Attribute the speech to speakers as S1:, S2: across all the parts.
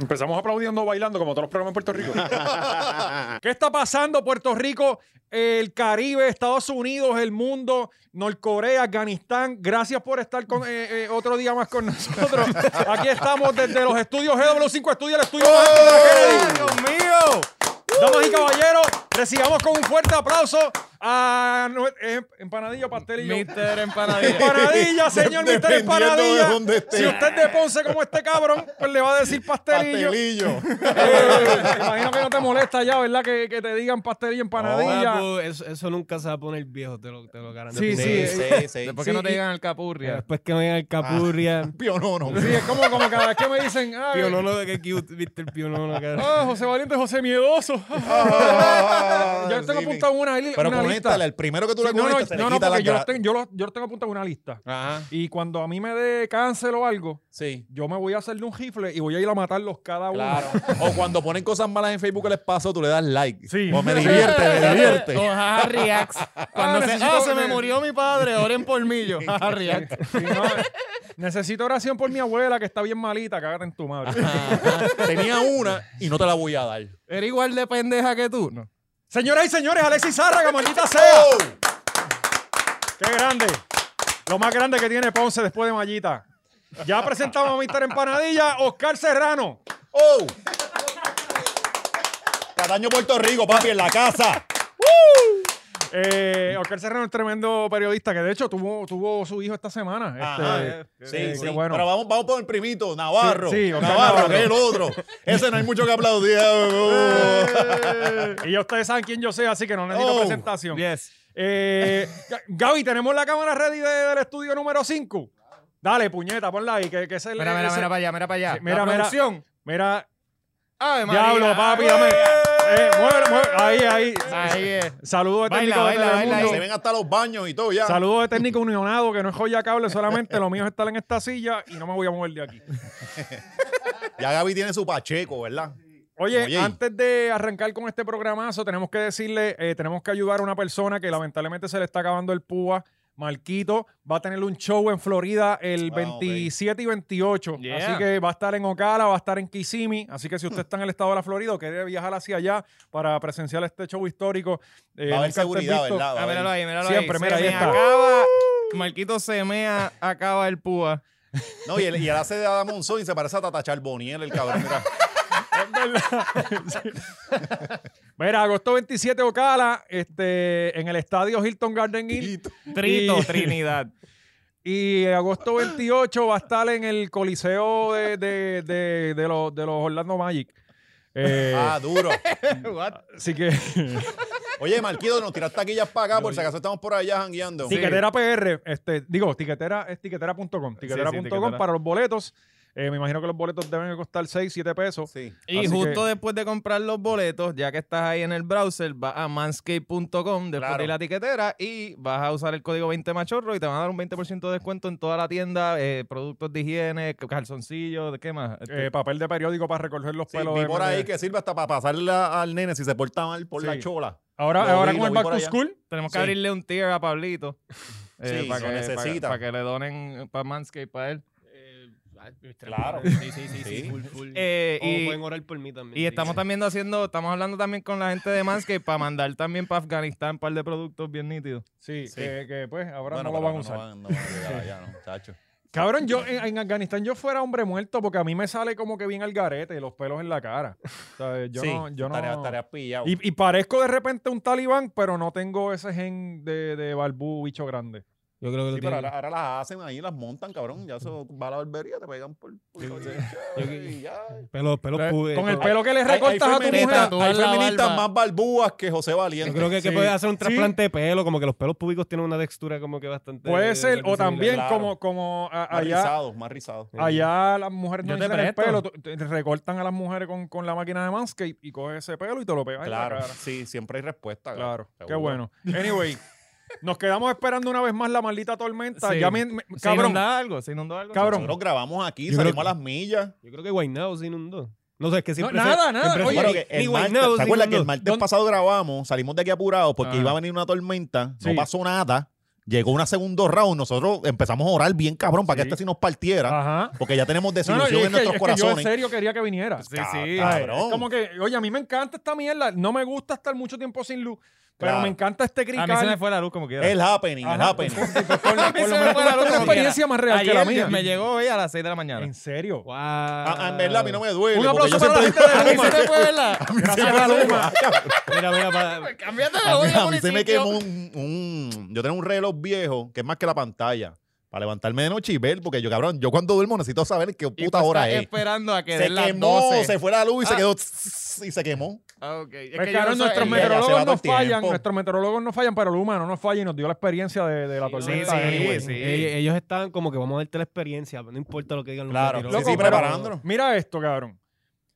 S1: Empezamos aplaudiendo, bailando, como todos los programas en Puerto Rico. ¿Qué está pasando, Puerto Rico, el Caribe, Estados Unidos, el mundo, Norcorea, Afganistán? Gracias por estar con, eh, eh, otro día más con nosotros. Aquí estamos desde los estudios GW5 Estudio, el
S2: ¡Oh!
S1: estudio más alto de Kennedy.
S3: ¡Dios mío!
S1: Damas y caballeros, recibamos con un fuerte aplauso a nue- eh, Empanadillo, Pastelillo.
S3: Mister Empanadilla.
S1: Empanadilla, señor Mister
S2: Dependiendo
S1: Empanadilla.
S2: de dónde esté.
S1: Si usted es de Ponce como este cabrón, pues le va a decir pastelillo.
S2: Pastelillo.
S1: Eh, me imagino que no te molesta ya, ¿verdad? Que, que te digan pastelillo, empanadilla.
S4: Papu, eso, eso nunca se va a poner viejo, te lo, te lo garantizo.
S1: Sí, sí,
S4: Después-
S1: eh,
S3: Después que
S1: Sí,
S3: no te
S1: y-
S3: llegan al capurria.
S4: Después que me digan el capurria.
S2: Pionono.
S1: sí, es como, como cada vez que me dicen, ah,
S4: Pionono, que cute, viste el pionono, cabrón.
S1: ah, José Valiente, José Miedoso.
S2: Ah,
S1: yo tengo
S2: sí,
S1: apuntado una, li-
S2: Pero
S1: una lista.
S2: conéctale, el primero que tú le
S1: Sí, no, no,
S2: conectas, se
S1: no,
S2: le
S1: no,
S2: quita la
S1: porque yo, los
S2: cara. Ah.
S1: tengo, yo, los- yo los tengo apuntado una lista.
S3: Ajá.
S1: Y cuando a mí me dé cáncer o algo,
S2: Sí.
S1: yo me voy a hacerle un rifle y voy a ir a matarlos cada uno.
S2: Claro. o cuando ponen cosas malas en Facebook que les pasó, tú le das like.
S1: Sí.
S2: O me divierte, me divierte.
S3: Con jaja reacts. Cuando se,
S1: necesito-
S3: ah, se me murió mi padre, oren por mí yo. Jaja reacts.
S1: Sí, no, necesito oración por mi abuela que está bien malita, cágate en tu madre.
S2: Tenía una y no te la voy a dar.
S3: ¿Era igual de pendeja que tú? No.
S1: Señoras y señores, Alexis Zárraga, maldita sea.
S2: Oh.
S1: ¡Qué grande! Lo más grande que tiene Ponce después de Mallita. Ya presentamos a Mr. Empanadilla, Oscar Serrano.
S2: ¡Oh! Cataño, Puerto Rico, papi, en la casa.
S1: Eh, Oscar Serrano es tremendo periodista que de hecho tuvo, tuvo su hijo esta semana.
S2: Ajá.
S1: Este,
S2: Sí,
S1: eh,
S2: sí.
S1: qué bueno.
S2: Pero vamos, vamos por el primito, Navarro.
S1: Sí, sí, Oscar
S2: Navarro,
S1: Navarro.
S2: que es el otro. Ese no hay mucho que aplaudir.
S1: Eh, y ya ustedes saben quién yo soy, así que no necesito
S2: Oh,
S1: presentación.
S3: Yes.
S1: Eh, Ga- Gaby, ¿tenemos la cámara ready de- del estudio número 5? Dale, puñeta, ponla ahí, que, que ese-
S3: Mira, mira,
S1: ese-
S3: mira para allá, mira para allá.
S1: Sí, Eh, mira,
S3: La
S1: mira.
S3: producción.
S1: Mira,
S3: Ave María.
S1: Diablo, papi, dame. Eh, muévelo, muévelo. Ahí, ahí.
S3: Ahí es.
S1: Saludos de
S3: Baila,
S1: técnico
S3: baila,
S1: de
S3: baila
S1: Telemundo.
S2: Se ven hasta los baños y todo ya.
S1: Saludos de técnico unionado, que no es joya cable, solamente lo mío es estar en esta silla y no me voy a mover de aquí.
S2: Ya Gaby tiene su pacheco, ¿verdad?
S1: Oye,
S2: Oye.
S1: antes de arrancar con este programazo, tenemos que decirle, eh, tenemos que ayudar a una persona que lamentablemente se le está acabando el púa. Marquito va a tener un show en Florida el
S2: Ah,
S1: 27 y 28.
S3: Yeah.
S1: Así que va a estar en Ocala, va a estar en Kissimmee. Así que si
S2: Hmm.
S1: usted está en el estado de la Florida o quiere viajar hacia allá para presenciar este show histórico, eh, nunca
S2: Va a haber
S1: antes
S2: seguridad,
S1: visto.
S2: ¿verdad? Va a
S3: Ah,
S2: haber-
S3: míralo ahí, míralo
S1: Siempre,
S3: ahí.
S1: mira,
S3: se
S1: ahí
S3: me
S1: está. Uh.
S3: acaba. Marquito se mea, acaba el púa.
S2: No, y él, y él hace de Adam Monzón y se parece a Tata Charboniel, el cabrón. Mira.
S1: Es verdad. Sí. Mira, agosto 27 Ocala, este, en el estadio Hilton Garden Inn.
S3: Trito,
S1: Y-
S3: Trinidad.
S1: Y agosto 28 va a estar en el Coliseo de, de- de- de los, de los Orlando Magic. Eh,
S2: Ah, duro.
S3: What?
S1: Así que,
S2: Oye, Marquito, nos tiras taquillas para acá, por si acaso estamos por allá jangueando.
S1: tiquetera PR, este, digo, tiquetera es tiquetera.com, tiquetera.com
S3: tiquetera.
S1: para los boletos. Eh, me imagino que los boletos deben costar 6, 7 pesos.
S2: Sí.
S3: Y
S1: Así
S3: justo
S1: que-
S3: después de comprar los boletos, ya que estás ahí en el browser, vas a manscape.com, después
S2: Claro.
S3: de la tiquetera, y vas a usar el código 20machorro y te van a dar un 20% de descuento en toda la tienda, eh, productos de higiene, calzoncillos, ¿qué más? Este,
S1: Eh, papel de periódico para recoger los
S2: Sí,
S1: pelos.
S2: vi
S1: de-
S2: por ahí que sirve hasta para pasarle a- al nene si se porta mal por
S1: Sí.
S2: la chola.
S1: Ahora,
S2: Lo
S1: ahora
S2: vi,
S1: con
S2: lo
S1: el
S2: vi
S1: Back
S2: por
S1: to
S2: allá.
S1: School,
S3: Tenemos que
S2: Sí.
S3: abrirle un tier a Pablito. eh,
S2: Sí, lo
S3: para, que, para-
S2: necesita.
S3: para que le donen para Manscape para él.
S2: Claro.
S4: Sí, sí, sí, sí.
S2: Sí.
S4: full, full.
S3: Eh,
S4: O
S3: y-
S4: pueden orar por mí también.
S3: Y
S4: sí.
S3: estamos también haciendo, estamos hablando también con la gente de Manscape para mandar también para Afganistán un par de productos bien nítidos.
S1: sí,
S2: Sí.
S1: Que, que, pues ahora
S2: Bueno,
S1: no lo
S2: pero
S1: van a
S2: no
S1: usar.
S2: van- no van a llegar allá, ¿no? Chacho.
S1: Cabrón, yo en, en Afganistán yo fuera hombre muerto porque a mí me sale como que bien al garete, los pelos en la cara. O sea, yo
S2: Sí,
S1: no, yo no.
S2: estaría- estaría pillado.
S1: Y, y parezco de repente un talibán, pero no tengo ese gen de, de barbú bicho grande.
S4: Yo creo que lo
S2: Sí, pero
S4: tienen.
S2: ahora, ahora las hacen ahí, las montan, cabrón. Ya eso va a la barbería, te pegan por. por la chévere, y ya.
S4: Pelos, pelos pube,
S1: Con el
S4: todo.
S1: pelo que le recortas a tu
S2: eh,
S1: mujer.
S2: feministas-
S3: tú
S2: hay
S3: en la
S2: feministas
S3: barba.
S2: más barbúas que José Valiente.
S4: Yo creo que, que
S1: Sí.
S4: puedes hacer un
S1: Sí.
S4: trasplante de pelo, como que los pelos públicos tienen una textura como que bastante.
S1: Puede ser, o
S4: bastante
S1: también
S4: similar.
S2: Claro.
S1: como, como a-
S2: más
S1: allá,
S2: rizados, más rizados.
S1: allá las mujeres no
S3: Yo te
S1: tienen el pelo,
S3: presto.
S1: tú- te- te recortan a las mujeres con, con la máquina de Manscaped y coges ese pelo y te lo pegas en la
S2: Claro,
S1: cara.
S2: sí, siempre hay respuesta.
S1: Claro, qué
S2: seguro.
S1: bueno. Anyway, nos quedamos esperando una vez más la maldita tormenta.
S3: Sí.
S1: Ya me- me-
S3: ¿Se
S1: cabrón,
S3: inundó algo? ¿Se inundó algo?
S1: Cabrón.
S2: Nosotros grabamos aquí,
S4: Yo creo
S2: salimos
S4: que-
S2: a las millas.
S4: Yo creo que Guaynao se inundó. No sé, es que siempre.
S1: nada, nada. Oye,
S2: Bueno,
S4: ni-
S2: que
S4: ni
S2: el martes-
S4: Guaynao
S2: ¿Te
S4: se
S2: acuerdas que
S4: inundó.
S2: el martes
S1: ¿Dónde- Ah.
S2: pasado grabamos? Salimos de aquí apurados porque
S3: Ajá.
S2: iba a venir una tormenta,
S1: Sí.
S2: no pasó nada. Llegó una segundo round, nosotros empezamos a orar bien cabrón para
S1: Sí.
S2: que este sí nos partiera,
S1: Ajá.
S2: porque ya tenemos
S1: No, no,
S2: desilusión
S1: yo, es que,
S2: en nuestros
S1: es que yo en
S2: corazones.
S1: serio quería que viniera.
S3: Sí, sí.
S1: Ay,
S2: cabrón.
S1: es como que, oye, a mí me encanta esta mierda. No me gusta estar mucho tiempo sin luz, pero
S2: Claro.
S1: me encanta este
S3: A mí se me
S1: crical.
S3: fue la luz como quiera.
S2: El happening, el
S1: Ajá,
S2: happening.
S1: pues, pues, por lo-
S3: A mí
S1: por lo
S3: se me
S1: menos
S3: fue
S1: tú
S3: la luz
S1: tienes una
S3: como quiera.
S1: experiencia más real que la
S3: Ayer
S1: mía.
S3: Me llegó hoy a las 6 de la mañana.
S1: En serio.
S3: Wow.
S2: Ah, en verdad a mí no me duele.
S1: Un
S2: porque
S1: aplauso
S2: yo
S1: para la
S2: siempre-
S1: gente de
S2: A mí
S1: Luma.
S2: se me fue- a mí se
S1: Gracias
S2: me
S1: a
S2: fue
S1: Luma.
S4: Mira, mira, pa-
S3: Cambiate
S2: A mí, a mí se me quemó un, un- Yo tengo un reloj viejo que es más que la pantalla. Para levantarme de noche y ver, porque yo, cabrón, yo cuando duermo necesito saber qué puta hora es.
S3: esperando a pues, eh, que
S2: Se
S3: den las
S2: quemó,
S3: 12.
S2: se fue la luz y se
S3: Ah.
S2: quedó. tss, Y se quemó.
S3: Ah, ok. Es
S1: Pues,
S3: que yo
S1: claro,
S3: no
S1: nuestros
S3: soy-
S2: ya, ya se va
S1: meteorólogos
S2: todo
S1: no
S2: el
S1: fallan,
S2: tiempo.
S1: nuestros meteorólogos no fallan, pero Luma no nos falla y nos dio la experiencia de, de la
S3: Sí,
S1: tormenta.
S3: sí,
S1: anyway.
S3: sí.
S4: e- ellos estaban como que vamos a darte la experiencia, no importa lo que digan los
S2: Claro,
S4: meteorólogos.
S1: sí, sí,
S4: Pero-
S2: preparándolo.
S1: Mira esto, cabrón.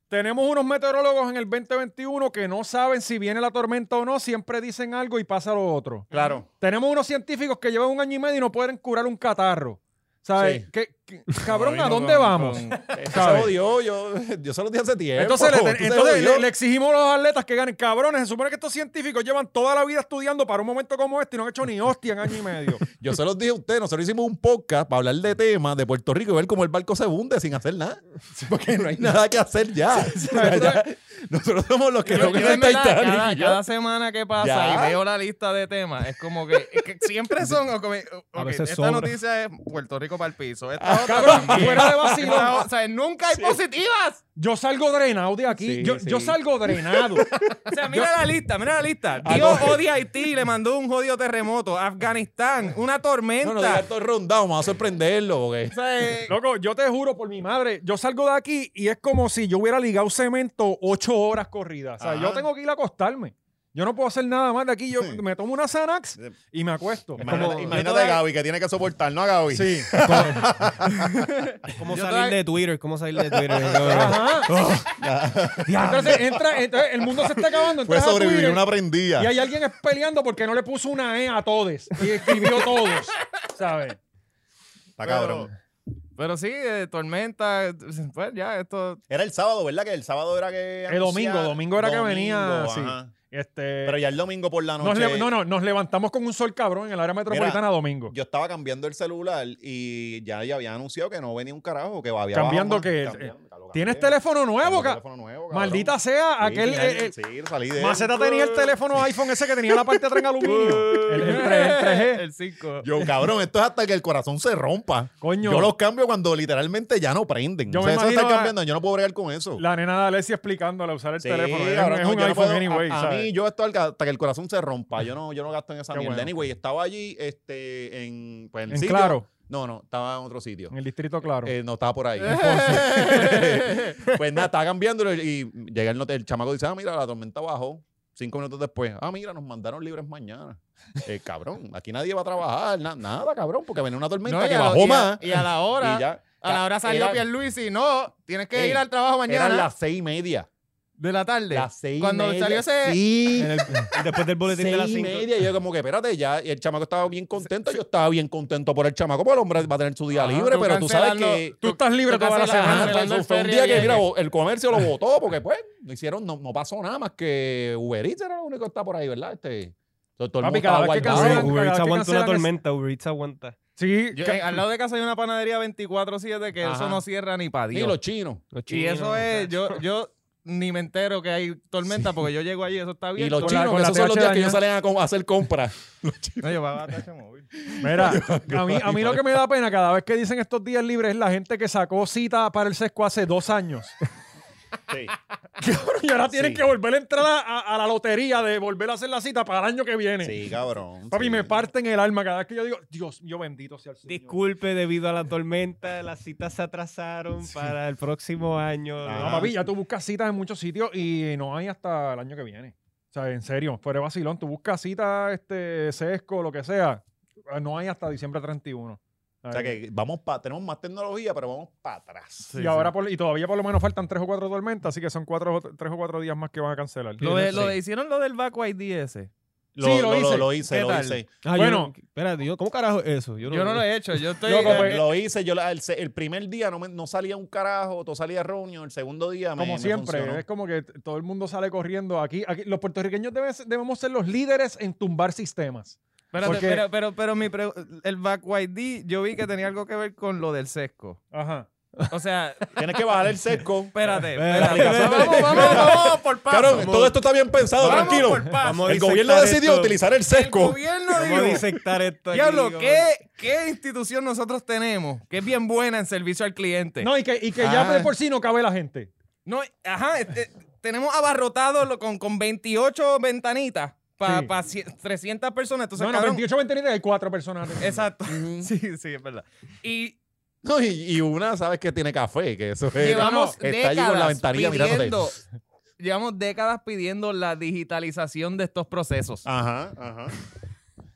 S1: Tenemos unos meteorólogos en el 2021 que no saben si viene la tormenta o no, siempre dicen algo y pasa lo otro.
S2: Claro.
S1: Tenemos unos científicos que llevan un año y medio y no pueden curar un catarro. ¿Sabes?
S2: Sí.
S1: ¿Qué- qué- cabrón,
S3: Vino
S1: ¿a dónde
S3: con-
S1: vamos?
S3: con-
S2: Se
S1: ¿Sabes?
S2: jodió, yo, yo se lo dije hace tiempo.
S1: Entonces, le,
S2: tú te
S1: entonces
S2: jodió.
S1: le- le exigimos a los atletas que ganen. Cabrones, se supone que estos científicos llevan toda la vida estudiando para un momento como este y no han hecho ni hostia en año y medio.
S2: Yo se los dije a ustedes, nosotros hicimos un podcast para hablar de temas de Puerto Rico y ver cómo el barco se hunde sin hacer nada. Porque no hay nada que hacer ya. O sea, ya- nosotros somos los que no
S3: Yo- yo en
S2: el
S3: verdad,
S2: Titanic.
S3: cada,
S2: y ya.
S3: cada semana que pasa
S2: Ya.
S3: y veo la lista de temas, es como que, es que siempre son. o como- o-
S4: A
S3: ok,
S4: veces
S3: esta
S4: sobra.
S3: noticia es Puerto Rico para el piso.
S2: Ah,
S3: Esta otra
S1: Cabrón,
S3: también.
S1: fuera de vacilón.
S3: Esta o- O sea, nunca hay positivas.
S1: Yo salgo drenado de aquí.
S2: Sí,
S1: yo,
S2: sí.
S1: yo salgo drenado.
S3: O sea, mira la lista, mira la lista.
S2: Ah,
S3: Dios
S2: no.
S3: odia a Haití, le mandó un jodido terremoto. Afganistán, una
S2: No, no, diga
S3: tormenta.
S2: todo rondado, vamos a sorprenderlo. Porque...
S3: O sea, eh,
S1: Loco, yo te juro por mi madre, yo salgo de aquí y es como si yo hubiera ligado cemento ocho horas corridas. O sea,
S2: Ajá.
S1: yo tengo que ir a acostarme. Yo no puedo hacer nada más de aquí. Yo
S2: Sí.
S1: me tomo una Xanax y me acuesto.
S2: Imagínate,
S4: como-
S2: imagínate
S3: yo toda-
S2: a Gaby que tiene que soportar, ¿no, a Gaby?
S1: Sí.
S4: ¿Cómo
S3: Yo
S4: salir
S3: todavía-
S4: de Twitter? ¿Cómo salir de Twitter?
S1: Ajá. entonces, entra, entonces el mundo se está acabando.
S2: Fue
S1: Entras a
S2: Oh. sobrevivir
S1: Twitter
S2: Pues una prendida.
S1: Ah, y hay alguien es peleando porque no le puso una E a todes y escribió todos. ¿Sabes?
S2: Está cabrón.
S3: pero sí, eh, tormenta. eh, Pues ya, esto.
S2: Era el sábado, ¿verdad? Que el sábado era que.
S1: El domingo,
S2: anunciar-
S1: domingo era que
S2: Domingo,
S1: venía, sí.
S2: ajá.
S1: Este,
S2: Pero ya el domingo por la
S1: nos
S2: noche.
S1: le- no, no, nos levantamos con un sol cabrón en el área metropolitana domingo.
S2: Yo estaba cambiando el celular y ya, ya había anunciado que no venía un carajo, que había
S1: Cambiando
S2: bajado más.
S1: que- eh,
S2: Cambiando, lo cambié.
S1: ¿Tienes teléfono nuevo,
S2: ¿eh? Tengo
S1: ca-
S2: teléfono nuevo, cabrón.
S1: Maldita sea,
S2: Sí,
S1: aquel.
S2: tenía-
S1: eh, eh,
S2: sí, salí de él.
S1: Maceta tenía el teléfono iPhone ese que tenía la parte de atrás en aluminio. el, el 3, el 3G.
S3: El 5.
S2: Yo, cabrón, esto es hasta que el corazón se rompa.
S1: Coño.
S2: Yo los cambio cuando literalmente ya no prenden.
S1: Yo
S2: o sea,
S1: me
S2: eso de estar
S1: imagino a-
S2: cambiando, yo no puedo bregar con eso.
S1: La nena de Alessia explicándole a usar el
S2: Sí,
S1: teléfono. Es,
S2: cabrón,
S1: es
S2: no,
S1: un
S2: yo no
S1: iPhone
S2: puedo- a-
S1: anyway,
S2: a,
S1: ¿sabes?
S2: mí yo esto al- hasta que el corazón se rompa. Yo no, yo no gasto en esa
S1: Qué
S2: mierda.
S1: bueno.
S2: Anyway, estaba allí este, en, pues, en el
S1: En
S2: sitio.
S1: Claro.
S2: No, no, estaba en otro sitio.
S1: En el distrito claro.
S2: Eh, no estaba por ahí. Entonces, pues nada, estaba cambiándolo y llega el, note- el chamaco dice, ah, mira, la tormenta bajó. Cinco minutos después, ah, mira, nos mandaron libres mañana. Eh, cabrón, aquí nadie va a trabajar, na- nada, cabrón, porque venía una tormenta
S3: No, y
S2: que
S3: a la-
S2: bajó
S3: y a-
S2: más.
S3: Y a la
S2: y
S3: hora.
S2: ya,
S3: A la hora salió
S2: Era-
S3: Pierluisi. No, tienes que
S2: Ey,
S3: ir al trabajo
S2: Eran
S3: mañana.
S2: las seis y media.
S3: De la tarde.
S2: Las seis
S3: Cuando
S2: y media.
S3: salió ese-
S2: Sí,
S4: En el- después del boletín de las
S2: seis y
S4: 5.
S2: media. Y yo como que, espérate, ya. Y el chamaco estaba bien contento. Yo estaba bien contento por el chamaco, porque el hombre va a tener su día
S3: Ajá,
S2: libre.
S3: tú
S2: Pero tú sabes
S3: cancelando-
S2: que...
S1: Tú estás libre
S3: tú
S1: toda la
S3: cancelas-
S1: semana.
S2: Ajá,
S3: cancelando
S2: entonces,
S3: el
S2: fue un
S3: ferry
S2: día
S3: ahí,
S2: que
S3: ahí.
S2: mira, el comercio lo votó porque pues no hicieron, no, no pasó nada más que Uber Eats era lo único que está por ahí, ¿verdad? Este, todo, todo el
S1: Papi,
S2: mundo
S1: cada
S2: estaba
S1: vez que
S2: guardado.
S1: cancelan- cada
S4: Uber Eats
S1: vez que
S4: aguanta una
S1: cancelan es-
S4: tormenta, Uber Eats aguanta.
S1: Sí.
S3: Yo,
S1: ca-
S3: eh, al lado de casa hay una panadería 24-7 que eso
S2: Ajá.
S3: no cierra ni para
S2: Ni
S3: Dios.
S2: los chinos.
S4: Los
S3: Y
S4: chinos,
S3: eso es, yo, yo ni me entero que hay tormenta porque yo llego allí y eso está
S2: Y
S3: bien.
S1: con
S2: los
S1: la-
S2: chinos,
S1: con
S2: que
S1: la
S2: esos son los días
S1: TH
S2: que ellos salen a, com- a hacer compras.
S3: No, yo voy a Tacho Móvil.
S1: Mira, a mí, a mí lo que me da pena cada vez que dicen estos días libres es la gente que sacó cita para el sesco hace dos años. Y ahora tienen
S2: Sí.
S1: que volver a entrar a, a- a la lotería de volver a hacer la cita para el año que viene.
S2: cabrón.
S1: Papi,
S2: sí.
S1: me parten el alma cada vez que yo digo, Dios mío, bendito sea el Señor.
S4: Disculpe, debido a la tormenta, las citas se atrasaron para el próximo año.
S1: No, Ah, papi, ya tú buscas citas en muchos sitios y no hay hasta el año que viene. O sea, en serio, fuera de vacilón, tú buscas citas, este, sesco, lo que sea, no hay hasta diciembre 31.
S2: O sea que vamos pa, tenemos más tecnología, pero vamos para atrás.
S1: y ahora por- y todavía por lo menos faltan tres o cuatro tormentas, así que son cuatro, o- tres o cuatro días más que van a cancelar.
S3: Lo, de, lo
S2: sí.
S3: de- hicieron lo del Vacu ID ese.
S2: Lo,
S1: Sí, lo
S2: lo,
S1: hice.
S2: lo, lo hice,
S3: ¿Qué
S2: lo
S3: tal?
S2: hice.
S4: Ah, yo
S1: Bueno.
S4: no- espérate, yo, ¿cómo carajo es eso?
S3: Yo no lo he hecho, yo estoy...
S1: Loco,
S3: eh,
S1: pues,
S3: eh,
S2: Lo hice, yo la- el, se- el primer día no, me- no salía un carajo, todo salía reunión, el segundo día me,
S1: Como
S2: me
S1: siempre,
S2: funcionó.
S1: es como que t- todo el mundo sale corriendo aquí. aquí los puertorriqueños deben ser- debemos ser los líderes en tumbar sistemas.
S3: Espérate,
S1: Porque-
S3: pero, pero, pero mi pre- el back YD, yo vi que tenía algo que ver con lo del sesco.
S1: Ajá.
S3: O sea,
S2: Tienes que bajar el sesco.
S3: espérate.
S2: La
S3: espérate.
S2: aplicación de-
S3: Vamos, vamos, vamos.
S5: por paso.
S2: Cabrón, todo esto está bien pensado,
S5: Vamos
S2: tranquilo.
S5: por paso. Vamos a
S2: El
S5: disectar
S2: gobierno decidió
S5: esto.
S2: utilizar el
S3: El
S2: sesco.
S3: gobierno
S5: Vamos a
S3: dijo,
S5: disectar esto aquí,
S3: Diablo,
S5: digo,
S3: ¿qué, ¿qué institución nosotros tenemos que es bien buena en servicio al cliente?
S1: No, y que, y que ya
S2: Ah.
S1: de por sí no cabe la gente.
S3: No, ajá, este, tenemos abarrotado lo- con, con 28 ventanitas para
S1: Sí.
S3: 300 personas. Entonces,
S1: No, no,
S3: cabrón,
S1: 28, 29 hay cuatro personas.
S3: Exacto. Sí, sí, es verdad. Y
S2: No, y, y una, sabes que tiene café, que eso es.
S3: llevamos
S2: está
S3: décadas
S2: allí con la ventanilla mirándote.
S3: pidiendo, llevamos décadas pidiendo la digitalización de estos procesos.
S2: Ajá, ajá.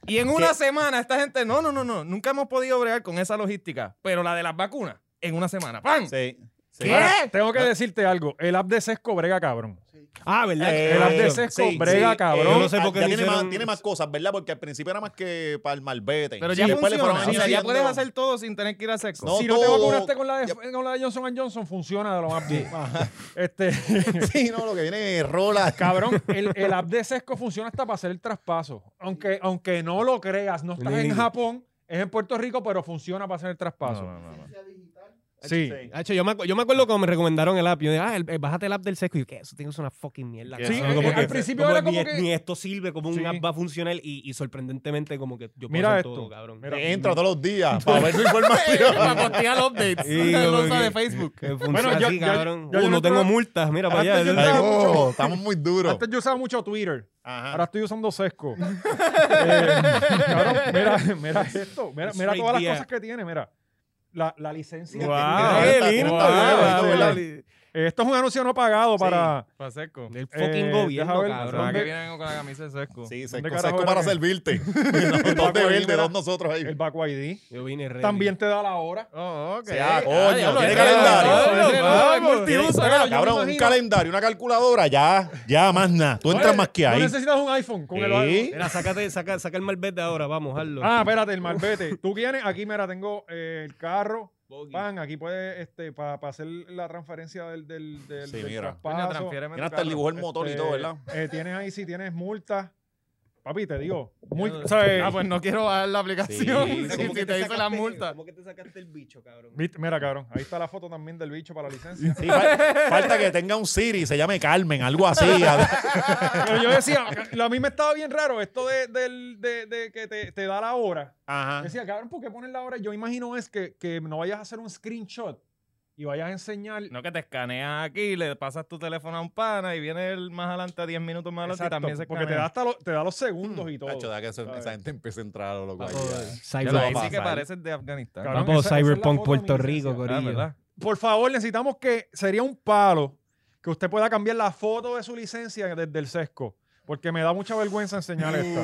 S3: Y en una semana esta gente, no, no, no, no, nunca hemos podido bregar con esa logística, pero la de las vacunas, en una semana, ¡pam!
S2: Sí.
S3: ¿Qué?
S1: Ahora, tengo que decirte algo. El app de Sesco brega, cabrón.
S4: Ah, ¿verdad?
S2: Eh,
S1: El app de
S2: sí,
S1: Sesco
S2: sí,
S1: brega,
S2: sí.
S1: cabrón.
S4: Yo no sé por qué
S2: ya
S4: no
S2: tiene,
S4: hicieron-
S2: más, tiene más cosas, ¿verdad? Porque al principio era más que para el malvete.
S3: Pero
S2: Y
S3: ya
S2: después le
S3: funciona,
S2: fueron
S3: o sea, ya
S2: añadiendo-
S3: puedes hacer todo sin tener que ir a sexo.
S2: No,
S1: si no te
S2: todo-
S1: vacunaste con la de, con la de Johnson Johnson, funciona de lo más bien. Este,
S2: Sí, no, lo que viene es rola.
S1: cabrón, el, el app de Sesco funciona hasta para hacer el traspaso. Aunque, aunque no lo creas, no estás en
S4: Nítido.
S1: Japón, es en Puerto Rico, pero funciona para hacer el traspaso. Sí.
S4: Hacho, Ah, yo, me, acu- yo me acuerdo cuando me recomendaron el app. Yo dije, ah, el, el- bájate el app del sesco. Y yo, ¿qué? Eso tiene que ser una fucking mierda.
S2: Sí,
S4: cabrón,
S2: eh, eh, al
S1: principio era como
S4: ni,
S1: que-
S4: ni esto sirve, como
S1: Sí.
S4: un app va a funcionar. Y, y sorprendentemente, como que yo puedo
S1: Mira
S4: hacer
S1: esto.
S4: todo, cabrón.
S1: Mira.
S2: Entra todos los días para ver su información.
S3: para postear updates
S4: Sí,
S3: la
S4: como
S3: losa
S4: que-
S3: de Facebook.
S4: Que funciona
S1: Bueno, yo-
S4: así,
S1: yo-
S4: cabrón.
S1: yo- yo
S4: Uh, no
S1: no
S4: tengo
S1: creo-
S4: multas, mira para allá.
S1: Antes yo
S4: ¿verdad?
S1: estaba-
S2: Oh, estamos muy duros.
S1: Antes yo usaba mucho Twitter.
S2: Ajá.
S1: Ahora estoy usando Sesco. Eh, cabrón, mira, mira esto. Mira, mira
S4: Straight
S1: todas las
S4: día.
S1: cosas que tiene. Mira, la, la licencia.
S4: Wow,
S3: Ah,
S1: que tiene.
S4: qué
S2: está-
S4: lindo,
S2: está
S4: ¿verdad?
S2: bueno, está
S4: ¿verdad?
S1: Eh, Esto es un anuncio no pagado para.
S3: Para sexo.
S4: El
S1: Eh,
S4: fucking
S1: deja
S4: gobierno,
S1: ver,
S3: O sea,
S4: cabrón.
S1: ¿dónde-
S3: que vienen con la camisa de sexo.
S2: Sí,
S1: ¿Dónde
S2: sesco,
S1: carajo
S2: sesco
S1: era
S2: para
S1: que-
S2: servirte. No, dos de
S1: Paco,
S2: verde,
S1: mira.
S2: dos nosotros ahí.
S1: El Baco ID.
S4: Yo vine ready.
S1: También te da la hora.
S3: Oh, ok.
S2: Sí, ah,
S3: Ah,
S2: coño,
S3: diablo,
S2: tiene
S3: es
S2: calendario.
S3: verdad, es verdad, es
S2: Tienes-
S3: multiuso, cabrón.
S2: Cabrón, un calendario, una calculadora, ya, ya, más nada. Tú entras más que
S1: No
S2: ahí.
S1: necesitas un iPhone con el
S2: Sí.
S4: Mira, sácate, saca, saca el malvete ahora, vamos, hazlo.
S1: Ah, espérate, el malvete. Tú quieres, aquí mira, tengo eh, el carro. Van, aquí puedes, este, para hacer la transferencia del, del, del,
S2: Sí,
S1: del
S2: mira.
S1: traspaso.
S3: Coño, transfiéreme
S2: Mira,
S3: tu
S2: hasta el
S3: carro.
S2: dibujo del motor y
S1: Este,
S2: todo, ¿verdad?
S1: eh, tienes ahí, si tienes multas. Papi, te digo. multa- o sea, eh,
S3: Ah, pues no quiero bajar la aplicación.
S2: Sí,
S3: si te dice la multa.
S4: que te sacaste el bicho, cabrón?
S1: viste, Mira, cabrón, ahí está la foto también del bicho para la licencia.
S2: Sí, fal- falta que tenga un Siri, se llame Carmen, algo así.
S1: Pero yo decía, a mí me estaba bien raro esto de, del- de- de que te, te da la hora. Yo
S2: Ajá.
S1: decía, cabrón, ¿por qué pones la hora? Yo imagino es que, que no vayas a hacer un screenshot y vayas a enseñar.
S3: No, que te escaneas aquí, le pasas tu teléfono a un pana y viene él más adelante, 10 minutos más adelante,
S1: Exacto,
S3: y también se Mm.
S1: porque te da,
S3: escanea.
S1: hasta lo- te da los segundos y todo.
S2: Tacho, da que eso- esa gente empiece a entrar a lo loco. ahí, ya.
S3: Ya
S2: Ahí
S3: lo-
S2: va a
S3: ahí sí que
S2: pasar.
S3: pareces de Afganistán.
S1: Cabrón,
S4: Vamos,
S1: esa- esa es la
S4: Cyberpunk
S1: foto de mi
S4: Puerto
S1: licencia.
S4: Rico,
S3: Ah,
S4: Corillo.
S3: ¿verdad?
S1: Por favor, necesitamos que sería un palo que usted pueda cambiar la foto de su licencia desde el sesco. Porque me da mucha vergüenza enseñar
S3: Mm.
S1: esta.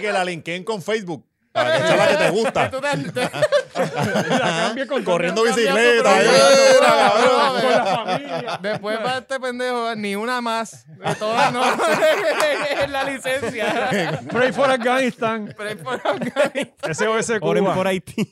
S2: Así que la linken con Facebook. Para que sea la que te gusta.
S1: La cambie con
S2: Corriendo
S1: con-
S2: bicicleta.
S3: Cambia tu
S2: eh,
S3: programa,
S2: cabrón.
S1: con la familia.
S3: Después para este pendejo, ni una más. De todas no. es la licencia.
S1: Pray for Afghanistan.
S3: Pero es por Afganistán,
S1: SOS
S4: Oren
S1: Cuba.
S4: por Haití.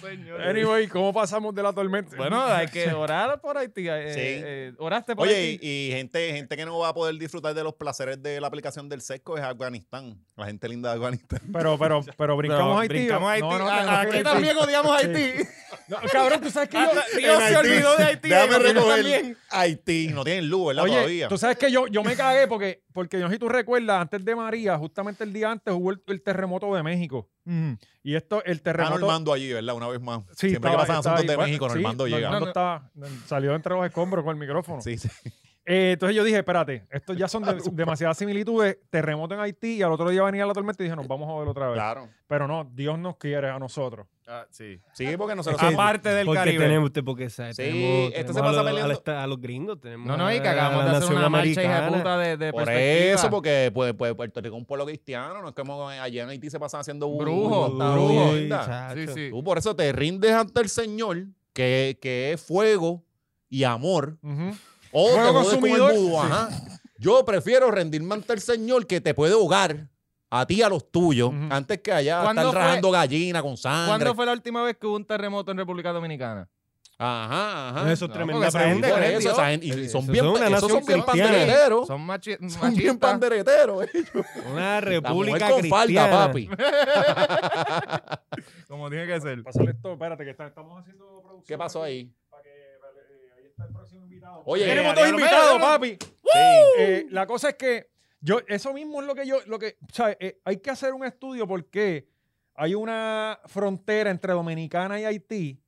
S3: señor.
S1: Anyway, ¿cómo pasamos de la tormenta?
S3: Bueno, hay que orar por Haití. eh,
S2: Sí.
S3: eh, oraste por
S2: Oye,
S3: Haití.
S2: y, y gente, gente que no va a poder disfrutar de los placeres de la aplicación del sesco es Afganistán. La gente linda de Afganistán.
S1: pero, pero, pero brincamos
S3: Pero
S1: Haití.
S3: brincamos a Haití.
S1: No, no,
S3: A-
S1: tenemos que
S3: aquí
S1: ir a
S3: también odiamos a Haití.
S1: No, cabrón, tú sabes que yo...
S3: Dios
S2: En
S3: se
S2: Haití.
S3: olvidó de Haití.
S2: Déjame
S3: y nosotros
S2: recoger.
S3: también.
S2: Haití. No tienen luz, ¿verdad?
S1: Oye,
S2: Todavía.
S1: tú sabes que yo, yo me cagué porque, porque no sé si tú recuerdas, antes de María, justamente el día antes hubo el, el terremoto de México. Y esto, el
S2: Está
S1: terremoto...
S2: Normando allí, ¿verdad? Una vez más.
S1: Sí,
S2: Siempre que
S1: estaba-
S2: pasan
S1: estaba
S2: asuntos de
S1: ahí. Bueno,
S2: México,
S1: sí,
S2: Normando llega.
S1: Normando estaba- salió entre los escombros con el micrófono.
S2: Sí, sí.
S1: Eh, entonces yo dije, espérate, estos ya son de- demasiadas similitudes, terremoto en Haití y al otro día venía la tormenta y dije, nos vamos a ver otra vez.
S2: Claro.
S1: Pero no, Dios nos quiere a nosotros.
S3: Ah,
S2: Sí, porque nosotros.
S4: que-
S3: Aparte del
S4: porque
S3: Caribe.
S4: tenemos, porque ¿sabes?
S2: Sí,
S4: tenemos,
S2: este se
S4: tenemos
S2: pasa
S4: a, los, a,
S2: peleando.
S4: los- a los gringos. Tenemos
S3: No, no, y que
S4: a la-
S3: acabamos
S4: la
S3: de hacer
S4: nación
S3: una marcha hija de
S4: americana.
S3: puta de, de
S2: Por
S3: perspectiva.
S2: eso, porque pues, pues, Puerto Rico es un pueblo cristiano, no es como allá en Haití se pasan haciendo bu-
S3: Brujo,
S2: bu-
S3: brujo.
S2: bu- bu-
S4: chacho.
S3: Sí, sí.
S2: Tú por eso te rindes ante el Señor, que, que es fuego y amor,
S1: Ujú.
S2: o
S1: Fuego
S2: te jodes con el
S1: consumidor,
S2: vudú,
S1: sí.
S2: ajá. Yo prefiero rendirme ante el Señor que te puede ahogar a ti y a los tuyos,
S1: Ujú.
S2: antes que allá
S3: ¿Cuándo
S2: están
S3: fue-
S2: rajando gallina con sangre.
S3: ¿Cuándo fue la última vez que hubo un terremoto en República Dominicana?
S2: Ajá, ajá.
S4: Eso es
S3: No,
S4: tremenda
S3: porque esa
S4: pregunta.
S3: gente
S2: Por
S3: cree en
S2: eso,
S3: Dios.
S2: esa gente- y- y
S4: Eso
S2: son
S4: es
S2: bien,
S4: una
S2: esos
S4: nación
S2: son bien
S4: cristiana.
S2: pandereteros.
S3: Son machi machistas.
S2: Son bien pandereteros. eh.
S4: Una
S2: La mujer
S4: república
S2: con
S4: cristiana.
S2: falda, papi.
S3: Como tiene que ser.
S1: Pásale esto, espérate, que está- estamos haciendo producción.
S2: ¿Qué pasó
S1: aquí
S2: ahí?
S1: para que- para que- eh, ahí está el próximo invitado.
S2: Oye,
S1: tenemos
S2: eh,
S1: dos
S2: diablo,
S1: invitados,
S2: mira,
S1: papi. Eh, la cosa es que yo, eso mismo es lo que yo, lo que, o sea, eh, hay que hacer un estudio porque hay una frontera entre Dominicana y Haití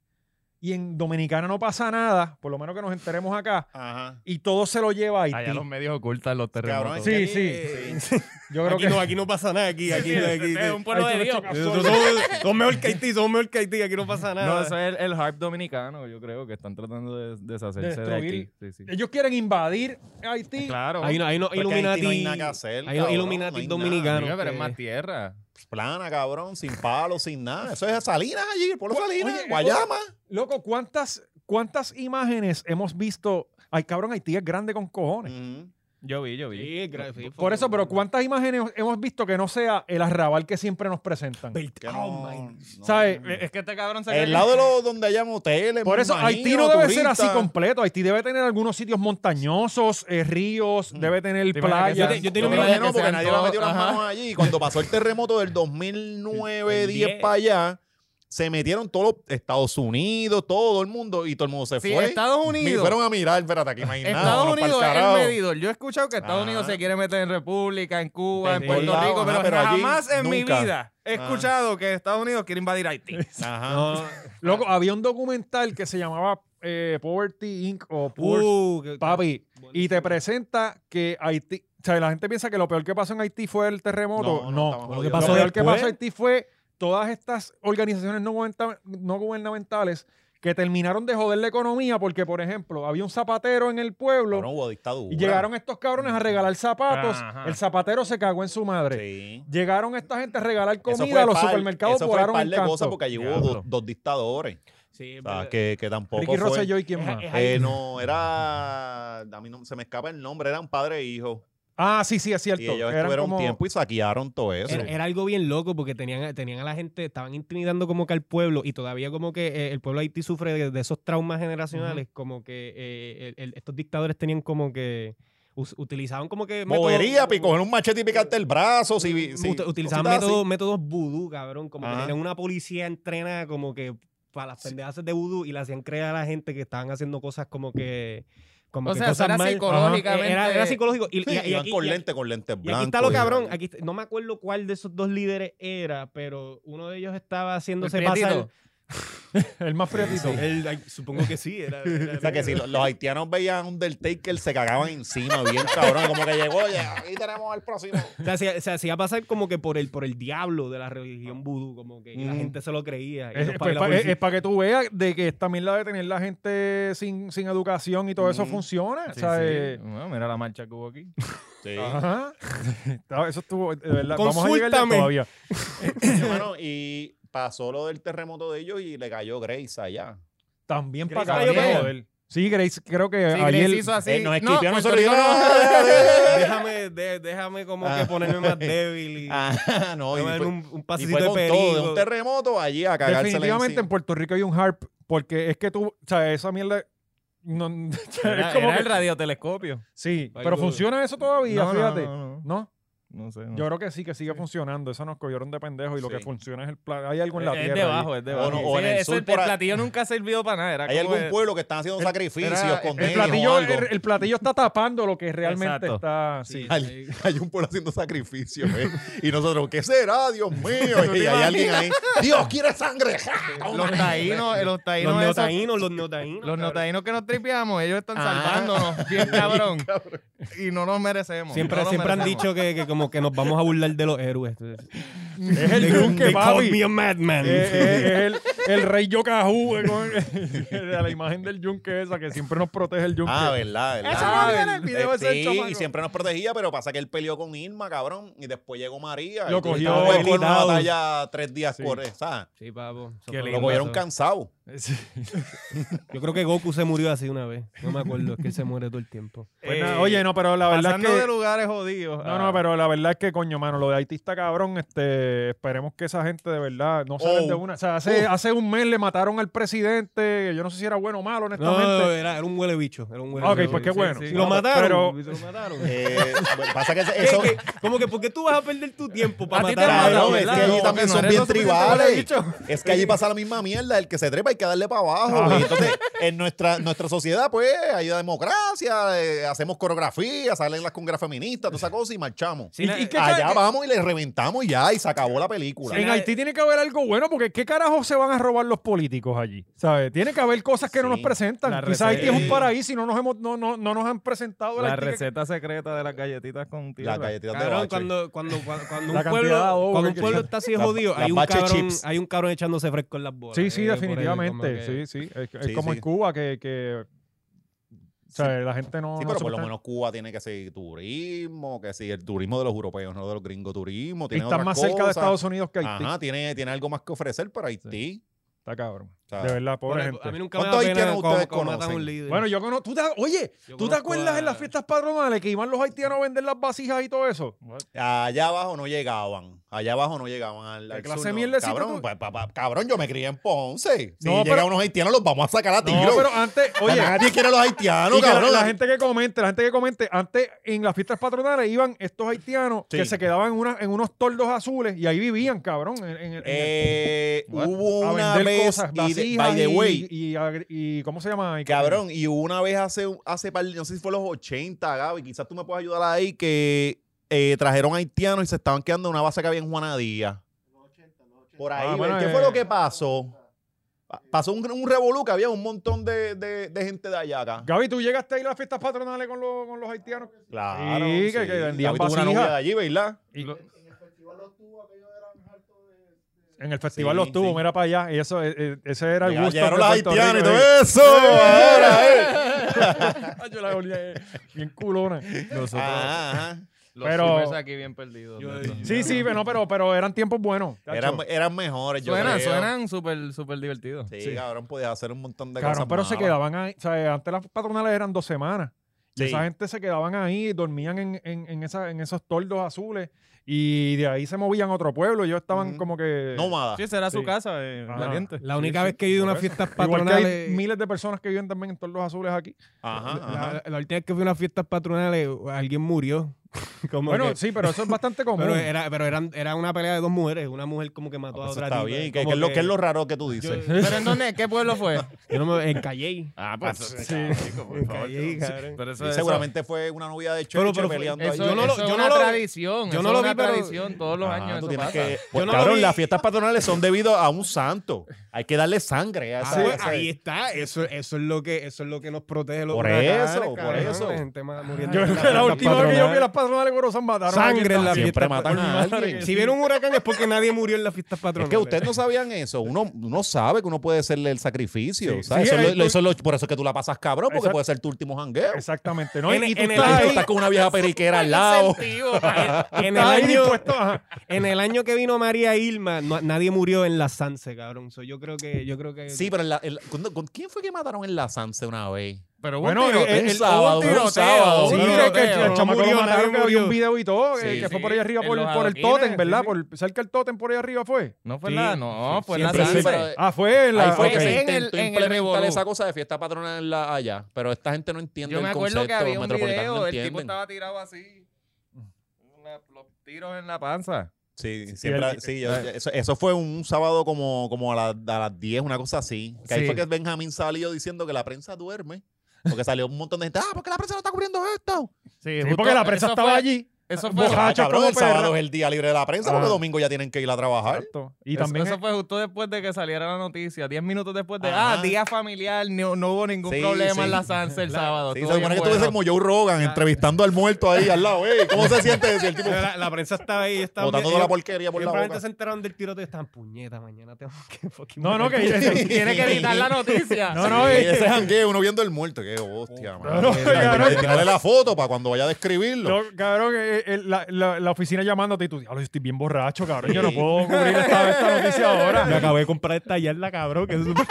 S1: y en Dominicana no pasa nada, por lo menos que nos enteremos acá,
S2: Ajá.
S1: y todo se lo lleva a Haití.
S3: Allá los medios ocultan los terremotos.
S2: es
S1: sí,
S2: que-
S1: sí, Yo creo
S4: Aquí
S1: que
S4: no, aquí no pasa nada. Aquí, aquí, aquí,
S3: un pueblo
S1: Ahí
S3: de
S1: tú
S3: Dios.
S1: le
S4: Nosotros
S1: chocas.
S4: somos, somos mejor que Haití, somos mejor que Haití, aquí no pasa nada.
S3: No, eso es el, el harp dominicano, yo creo, que están tratando de deshacerse de,
S1: Destruir.
S3: aquí. Sí, sí.
S1: ellos quieren invadir
S2: Ah,
S1: Haití.
S3: Claro.
S4: Ahí no, ahí no,
S2: Porque
S4: Illuminati.
S2: Haití no hay nada que hacer,
S4: hay
S2: cabrón,
S4: Illuminati
S2: no hay
S4: dominicano.
S3: Digo, pero
S4: que-
S3: es más tierra.
S2: Plana, cabrón, sin palo, sin nada. Eso es Salinas allí, el pueblo
S1: Oye,
S2: Salinas,
S1: oye,
S2: Guayama.
S1: Loco, ¿cuántas, ¿cuántas imágenes hemos visto? Ay, cabrón, Haití es grande con cojones.
S2: Ujú.
S3: Yo vi, yo vi.
S4: Sí, gra-
S2: Mm,
S4: sí,
S1: Por eso, pero
S4: cuando
S1: ¿cuántas imágenes hemos visto que no sea el arrabal que siempre nos presentan? eh,
S2: Que no- no-
S1: ¿Sabes?
S2: no.
S3: Es que este cabrón se
S2: El lado de los donde hayan hoteles.
S1: Por
S2: me
S1: eso
S2: imagino,
S1: Haití no debe ser
S2: turistas.
S1: así completo. Haití debe tener algunos sitios montañosos, eh, ríos,
S2: Mm.
S1: debe tener
S3: Te imaginas que
S1: playas.
S3: sea-
S4: yo
S2: Yo
S4: tengo
S2: me
S4: una
S2: imagino
S3: que
S2: porque
S3: sean
S2: nadie le ha
S3: todos-
S2: metido las
S3: ajá.
S2: manos allí. Y cuando pasó el terremoto del 2009,
S4: El
S2: 10
S4: 10.
S2: para allá, se metieron todos los Estados Unidos, todo el mundo, y todo el mundo se
S3: Sí,
S2: fue.
S3: Estados
S2: Me
S3: Unidos.
S2: fueron a mirar, espérate, aquí imagínate.
S3: Estados Unidos es el medidor. Yo he escuchado que Estados
S2: Ajá.
S3: Unidos se quiere meter en República, en Cuba,
S2: Sí,
S3: en Puerto
S2: claro,
S3: Rico,
S2: ajá,
S3: pero,
S2: pero allí
S3: jamás en mi
S2: nunca.
S3: vida he
S2: Ajá.
S3: escuchado que Estados Unidos quiere invadir Haití.
S2: Ajá.
S1: Loco, había un documental que se llamaba eh, Poverty Inc. o Poor
S4: Uh, que-
S1: Papi. Y te
S4: buenísimo.
S1: presenta que Haití. O sea, la gente piensa que lo peor que pasó en Haití fue el terremoto. No.
S2: estamos
S4: Lo que
S2: jodidos.
S1: Lo
S4: pasó
S1: peor que
S4: después.
S1: pasó en Haití fue todas estas organizaciones no, gubernamenta- no gubernamentales que terminaron de joder la economía porque, por ejemplo, había un zapatero en el pueblo
S2: Cabrón, hubo dictadura.
S1: y llegaron estos cabrones a regalar zapatos.
S3: Ajá.
S1: El zapatero se cagó en su madre.
S2: Sí.
S1: Llegaron esta gente a regalar
S2: Eso
S1: comida,
S2: fue
S1: los
S2: par-
S1: supermercados
S2: Eso fue
S1: volaron
S2: par
S1: el
S2: de
S1: canto.
S2: cosas porque allí hubo
S3: Diablo.
S2: dos, dos dictadores.
S4: Sí,
S2: O
S4: es
S2: sea,
S4: verdad.
S2: que, que tampoco
S1: Ricky
S2: fue...
S1: Rosselló y quién
S4: Es-
S1: más.
S4: es-
S2: Eh, no, era... A mí no, se me escapa el nombre, eran padre e hijo.
S1: Ah, sí, sí, es cierto.
S2: Y ellos
S1: Eran
S2: estuvieron
S1: como-
S2: tiempo y saquearon todo eso.
S4: Era, era algo bien loco porque tenían, a- tenían a la gente, estaban intimidando como que al pueblo y todavía como que eh, el pueblo de Haití sufre de, de esos traumas generacionales, como que eh, el- el- estos dictadores tenían como que us- utilizaban como que... métodos-
S2: Bobería, pi, pues, coger un machete y picarte el brazo. Si, si,
S4: ut- utilizaban
S2: cositas así.
S4: métodos, métodos vudú, cabrón, como
S2: Ajá.
S4: que tenían una policía entrenada como que para las pendejas de vudú y le hacían creer a la gente que estaban haciendo cosas como que... Como
S3: O
S4: que
S3: sea, eso
S4: cosas
S3: era
S4: mal. Ajá.
S3: psicológicamente-
S4: Era, era psicológico. Y,
S2: Sí,
S4: y- y
S2: iban
S4: aquí-
S2: con
S4: y-
S2: lentes, con lentes
S4: y
S2: blancos.
S4: aquí está lo
S2: y-
S4: cabrón. Aquí está- no me acuerdo cuál de esos dos líderes era, pero uno de ellos estaba haciéndose
S3: El
S4: pasar.
S3: prietito.
S1: El más friatito.
S4: Él, ay, supongo que sí. Era, era-
S2: O sea, que si lo- los haitianos veían Undertaker, se cagaban encima, bien cabrón. Como que llegó, oye, aquí tenemos al próximo.
S4: O sea, se, se hacía pasar como que por el, por el diablo de la religión vudú, como que y la
S2: Mm.
S4: gente se lo creía. y
S1: Es,
S4: los pues, pa- y la
S1: para
S4: policía-
S1: que tú veas de que también la de tener la gente sin, sin educación y todo eso
S2: Ujú.
S1: funciona. o
S3: Mm. Sí,
S1: sea,
S3: sí.
S1: eh,
S3: Bueno, mira la marcha que hubo aquí.
S2: Sí.
S1: ajá. Está- Eso estuvo, de verdad. Vamos a llegar
S4: Consúltame.
S1: todavía.
S2: Hermano, y pasó lo del terremoto de ellos y le cayó Grace allá.
S1: También
S4: Grace
S1: para
S3: cayó
S1: acá.
S3: con-
S1: joder. Sí, Grace, creo que
S3: Sí,
S1: ayer.
S3: Grace hizo así. pues,
S2: Él nos esquipeó a
S3: Puerto
S2: nosotros.
S3: Rico
S4: déjame, de- déjame como
S2: Ah.
S4: que ponerme más débil y
S2: Ah, no, y
S4: déjame darme
S2: fue,
S4: un, un
S2: y
S4: pasito
S2: fue
S4: de
S2: con todo, de
S4: perigo.
S2: un terremoto allí a cagársela
S1: definitivamente en
S2: encima.
S1: Puerto Rico hay un harp, porque es que tú, o sea, esa mierda. No, es
S3: no. Era,
S1: como
S3: era
S1: que-
S3: el radiotelescopio.
S1: sí,
S4: Ay,
S1: pero
S4: dude.
S1: funciona eso todavía,
S3: no,
S1: fíjate.
S3: No, no, no.
S1: ¿No?
S3: No sé. no.
S1: Yo creo que sí, que sigue funcionando. Eso nos cogieron de pendejos y lo
S2: Sí.
S1: que funciona es el plan. Hay algo en la
S3: es,
S1: tierra. ahí.
S3: debajo, es debajo.
S2: O no, o en el
S3: eso-
S2: sur por ahí.
S3: platillo nunca ha servido para nada. Era
S2: Hay
S3: como
S2: algún
S3: el-
S2: pueblo que están haciendo
S3: el-
S2: sacrificios
S3: era-
S2: con
S1: El
S3: Niño,
S1: platillo, el, el platillo está tapando lo que realmente
S3: Exacto.
S1: está. Sí.
S2: Hay, hay un pueblo haciendo sacrificio, ¿eh? Y nosotros, ¿qué será? Dios mío. Y hay alguien ahí, Dios quiere sangre.
S3: Los taínos, eh, los
S4: Los
S3: taínos, esos-
S4: neotaínos, los neotaínos.
S3: los
S4: cabrón.
S3: neotaínos que nos tripeamos, ellos están
S2: Ah.
S3: salvándonos, bien cabrón. Y no nos merecemos.
S4: Siempre,
S3: no nos
S4: siempre han
S3: merecemos.
S4: dicho que, que como que nos vamos a burlar de los héroes.
S1: Es el yunque, papi.
S4: me a madman.
S1: Eh, eh, es el, el rey Yokahu. eh, con- la imagen del yunque esa que siempre nos protege el yunque.
S2: Ah, verdad, verdad.
S3: Eso no viene en el
S2: Eh,
S3: video, ese
S2: sí,
S3: chamaco.
S2: y siempre nos protegía, pero pasa que él peleó con Irma, cabrón, y después llegó María.
S1: Lo
S2: y tú
S1: cogió
S2: estabas con una
S4: debilitado.
S2: batalla tres días
S1: Sí.
S2: corre, ¿sabes?
S4: Sí, papo.
S3: Qué
S4: Eso fue
S3: lindo
S2: Lo
S4: que-
S2: cogieron cansado.
S4: Yo creo que Goku se murió así una vez. No me acuerdo, es que él se muere todo el tiempo.
S1: Pues
S3: Eh,
S1: nada, oye, no, pero la verdad es
S3: Pasando
S1: que...
S3: de Ah. lugares jodidos.
S1: No,
S3: a-
S1: no, pero la verdad es que, coño, mano, lo de Haití está cabrón. Este, esperemos que esa gente de verdad no se
S2: Oh.
S1: den de una. O sea, hace,
S2: Uf.
S1: hace un mes le mataron al presidente. Yo no sé si era bueno o malo,
S4: No,
S1: honestamente.
S4: era, era un huele bicho. Era un huele
S1: ok,
S4: bicho.
S1: pues qué
S3: sí,
S1: bueno.
S3: sí.
S4: Y lo
S1: No,
S4: mataron.
S1: Pero,
S4: y se lo mataron.
S2: Eh, bueno, pasa que
S4: ¿Qué,
S2: eso.
S4: qué? Como que, ¿por qué tú vas a perder tu tiempo para
S3: A ti te
S4: matar a
S3: mataron,
S2: Cabrón,
S4: alguien?
S2: es que
S3: ¿verdad?
S2: allí
S3: No,
S2: también
S3: que no
S2: son
S3: eres
S2: bien
S3: lo suficiente
S2: tribales.
S3: bicho.
S2: Es que allí pasa la misma mierda. El que se trepa hay que darle para abajo. güey. Entonces, en nuestra, nuestra sociedad, pues, hay democracia, eh, hacemos coreografía, salen las congras feministas, toda esa cosa y marchamos.
S1: ¿y- y qué
S2: Allá
S1: ca-
S2: vamos y le reventamos y ya, y se acabó la película.
S1: En Haití tiene que haber algo bueno, porque ¿qué carajo se van a robar los políticos allí? ¿Sabes? Tiene que haber cosas que no
S2: Sí.
S1: nos presentan.
S3: La
S1: Quizás Haití es
S3: receta-
S1: un paraíso y no nos, hemos, no, no, no nos han presentado el
S3: La
S1: Haití que-
S3: receta secreta de las galletitas con tierra.
S2: La galletita de
S4: Cabrón,
S2: bache.
S4: cuando, cuando, cuando, cuando
S1: La
S4: un
S1: cantidad
S4: pueblo,
S1: de adobo
S4: cuando
S1: que
S4: un pueblo
S1: tiene.
S4: está así
S2: Las-
S4: jodido,
S2: las
S4: hay un,
S2: bache
S4: cabrón,
S2: chips.
S4: hay un cabrón echándose fresco en las bolas.
S1: Sí, sí,
S4: eh, por ahí, como
S1: definitivamente.
S4: que-
S1: Sí, sí. Es, es
S2: Sí,
S1: como
S2: sí.
S1: en Cuba que... que o sea, la gente no...
S2: Sí,
S1: no
S2: pero
S1: se
S2: por lo
S1: presta-
S2: menos Cuba tiene que seguir turismo, que sí, el turismo de los europeos, no de los gringos turismo.
S1: Y
S2: Tiene
S1: están
S2: otras
S1: más cerca de
S2: cosas.
S1: Estados Unidos que Haití.
S2: Ajá, tiene, tiene algo más que ofrecer para Haití.
S1: Está cabrón.
S2: O sea,
S1: de verdad, pobre
S4: Por-
S1: gente.
S4: A mí nunca me da
S2: ¿Cuántos
S4: pena
S2: haitianos
S4: cómo,
S2: ustedes
S4: cómo matan a
S2: conocen?
S4: un líder.
S1: Bueno, yo conozco. ¿tú te, oye,
S4: Yo
S1: ¿tú te
S4: conozco
S1: acuerdas
S4: a-
S1: en las fiestas patronales que iban los haitianos a vender las vasijas y todo eso?
S2: Allá abajo no llegaban. Allá abajo no llegaban al,
S1: ¿Qué
S2: al
S1: clase
S2: sur,
S1: de
S2: no.
S1: mierdecita
S2: Cabrón,
S1: tú?
S2: pa- pa- pa- cabrón, yo me crié en Ponce. Si
S1: No,
S2: llegan
S1: pero-
S2: unos haitianos, los vamos a sacar a tiro.
S1: No, pero antes,
S2: Oye,
S1: oye,
S2: nadie quiere a los haitianos,
S1: y que la-
S2: Ah, cabrón.
S1: la, gente que comente, la gente que comente, antes en las fiestas patronales iban estos haitianos
S2: Sí.
S1: que se quedaban en, una- en unos tordos azules y ahí vivían, cabrón. En, en- en-
S2: Eh,
S1: What?
S2: hubo
S1: a
S2: una
S1: vender
S2: vez,
S1: cosas,
S2: y de-
S1: vasijas
S2: by the
S1: y-
S2: way,
S1: y, agri- y- ¿cómo se llama? Y-
S2: Cabrón, y hubo una vez hace, hace par, no sé si fue los 80, Gaby, quizás tú me puedas ayudar ahí, que eh, trajeron haitianos y se estaban quedando en una base que había en Juanadía. Por ahí,
S1: Ah, bueno,
S2: ¿qué
S1: eh.
S2: fue lo que pasó? Pa- Pasó un, un revolú que había un montón de, de- de gente de allá acá.
S1: Gaby, tú llegaste ahí a las fiestas patronales con, los- con los haitianos.
S2: Claro.
S1: Sí, que- que vendían
S2: Gaby tuvo
S1: vasija.
S2: una novia de allí, ¿verdad?
S1: Y lo- en el
S2: Sí,
S1: festival los tuvo,
S2: sí.
S1: mira para allá. Y eso, eh, eh, ese era el
S2: Llega-
S1: gusto. de
S2: Llegaron los
S1: Puerto Rico,
S2: haitianos y todo
S1: eh.
S2: eso. Ahora, eh.
S1: Ay, yo la olía eh, bien culona.
S3: Nosotros,
S2: Ajá, ajá.
S3: los
S1: pero-
S3: streamers aquí bien perdidos.
S4: Yo-
S3: ¿no?
S1: Sí, sí, pero, no, pero, pero eran tiempos buenos. tacho.
S2: Eran, eran mejores, yo
S3: Suenan,
S2: creo.
S3: suenan súper, súper divertidos.
S2: Sí,
S1: Sí.
S2: cabrón, podías hacer un montón de
S1: Cabrón,
S2: cosas
S1: pero se
S2: malas.
S1: quedaban ahí. O sea, antes las patronales eran dos semanas. Y
S2: Sí.
S1: esa gente se quedaban ahí, dormían en, en, en esa, en esos toldos azules y de ahí se movían a otro pueblo. Ellos estaban
S2: Ujú.
S1: como que.
S2: Nómadas.
S3: Sí, será su
S1: Sí.
S3: casa, eh,
S1: Ajá.
S3: valiente.
S4: la única
S1: sí,
S4: vez que he ido a
S1: por
S4: una
S1: eso.
S4: fiesta
S1: Igual que hay
S4: patronales.
S1: miles de personas que viven también en toldos azules aquí.
S2: Ajá,
S4: la,
S2: ajá.
S4: la- la última vez que fui a unas fiestas patronales, alguien murió. Como
S1: Bueno,
S4: que-
S1: sí, pero eso es bastante común.
S4: pero era, pero eran, era una pelea de dos mujeres. Una mujer como que mató
S2: Ah,
S4: a
S2: pues eso
S4: otra.
S2: está
S4: tipa,
S2: bien. ¿Qué,
S4: como
S2: qué es lo,
S4: que-
S2: qué es lo raro que tú dices?
S3: ¿Pero en dónde? ¿Qué pueblo fue?
S4: Yo no me encallé.
S2: Ah,
S1: pues, sí.
S4: En Calley, cabrón.
S3: Pero eso,
S2: Y
S3: eso-
S2: seguramente fue una novia de Churchill
S4: Pero- pero fue-
S2: peleando
S3: eso-
S2: ahí.
S4: Yo no lo-
S3: eso
S4: yo
S3: es
S4: no
S3: una
S4: lo vi-
S3: tradición.
S4: yo
S3: eso
S4: no
S3: es
S4: lo
S3: una
S4: vi, pero- Ah,
S3: tradición. Todos los
S2: Ajá,
S3: años
S2: tú
S3: eso
S2: tienes
S3: pasa.
S2: que- pues,
S4: no lo
S2: cabrón,
S4: vi.
S2: las fiestas patronales son debido a un santo. Hay que darle sangre a
S4: Ah,
S2: esa-
S4: pues,
S2: esa-
S4: ahí está, eso, eso es lo que eso es lo que nos protege los
S2: Por
S4: huracanes,
S2: eso, por
S4: cabrón,
S2: eso.
S4: la gente ma- muriendo
S1: yo
S4: en
S1: creo
S4: las
S1: que la
S4: fiestas
S1: última vez que yo vi
S4: patronales.
S1: a las patronales de Corozán mataron. a
S4: sangre en la
S1: alguien.
S2: Siempre
S4: fiesta.
S2: matan a
S4: patronal.
S2: alguien.
S4: Si viene un huracán es porque nadie murió en la fiesta
S2: Es
S4: patronal.
S2: que ustedes no sabían eso. Uno, uno sabe que uno puede hacerle el sacrificio.
S1: Sí,
S2: ¿sabes?
S1: sí,
S2: Eso es lo-
S1: eh,
S2: lo-
S1: tú-
S2: eso es lo- por eso es que tú la pasas cabrón, porque
S1: Exacto.
S2: puede ser tu último jangueo.
S1: Exactamente, ¿no?
S4: En-
S1: y tú
S4: en el-
S1: estás
S2: Y tú
S1: ahí,
S2: estás con una vieja periquera al lado.
S4: en, el
S1: estás ahí pues,
S4: año,
S1: dispuesto a-
S4: en el año que vino María Irma, no- nadie murió en la Sanse, cabrón. So, yo creo que yo creo que
S2: Sí, pero en la- en la- ¿con- con quién fue que mataron en la Sanse una vez?
S3: Pero hubo
S1: Bueno,
S3: un tiroteo.
S1: el- el-
S2: sábado,
S3: hubo
S2: un sábado.
S1: Sí,
S3: hubo
S2: No,
S3: un
S1: que-
S4: no,
S1: que
S3: tiroteo.
S4: no,
S1: el
S4: no
S1: chamaco lo
S4: murió, nadie
S1: mataron, que había un
S4: murió.
S1: video y todo,
S3: Sí,
S1: eh, que fue
S3: sí,
S1: por ahí arriba,
S3: en
S1: por,
S3: los
S1: por el
S3: adoquines,
S1: tótem, ¿verdad?
S3: sí, sí.
S1: Por, cerca del tótem por ahí arriba fue.
S3: No fue
S4: Sí,
S3: nada, no, fue en la
S2: Siempre,
S3: Sanse.
S2: sí, pero-
S1: Ah, fue en la...
S2: Ahí fue
S1: ok.
S2: que se
S3: En el-
S2: intentó
S3: en el
S2: implementar
S3: revolú.
S2: esa cosa de fiesta patronal en la- allá, pero esta gente no entiende
S3: Yo me
S2: el
S3: acuerdo
S2: concepto
S3: que había un
S2: metropolitano, no
S3: video, el tipo
S2: entienden.
S3: estaba tirado así.
S1: Mm.
S3: Una- los tiros en la panza.
S2: Sí, siempre,
S1: el- eh.
S2: sí, yo- yo- eso, eso fue un sábado como, como a, la- a las 10, una cosa así. Que ahí
S3: Sí.
S2: fue que Benjamín salió diciendo que la prensa duerme. Porque salió un montón de gente, ah, ¿por qué la prensa no está cubriendo esto?
S1: Sí, porque la prensa estaba allí.
S3: Eso fue,
S1: Boja- Bojachos
S2: Ah, cabrón,
S1: como
S2: el sábado
S1: perra.
S2: es el día libre de la prensa, porque
S1: Ah.
S2: domingo ya tienen que ir a trabajar.
S1: Exacto. Y
S3: eso-
S1: también
S3: eso fue justo después de que saliera la noticia, 10 minutos después de,
S2: Ajá.
S3: ah, día familiar, no, no hubo ningún
S2: Sí,
S3: problema
S2: sí.
S3: en la Sanse el sábado.
S2: Sí, se
S3: estuvo
S2: supone que
S3: bien
S2: estuviese
S3: bueno.
S2: como Joe Rogan entrevistando al muerto ahí al lado, ¿eh? ¿Cómo se siente decir el tipo
S4: la, la prensa estaba ahí, estaba
S2: botando toda la porquería por la boca?
S4: probablemente se enteraron del tiroteo y estaban puñeta mañana tengo que fucking
S1: No, no, que
S3: Tiene que editar la noticia.
S1: No, no,
S2: Sí,
S1: eh,
S2: ese jangueo, uno viendo el muerto. Qué hostia, mano.
S1: no,
S2: Tiene
S1: cabrón.
S2: que Tirarle la foto para cuando vaya a describirlo.
S1: No, cabrón, eh, eh, el- la, la- la oficina llamándote y tú, diablo, yo estoy bien borracho, cabrón. Yo no puedo cubrir esta, esta noticia
S4: Me
S1: ahora.
S4: acabé de comprar esta yarda, cabrón, que es súper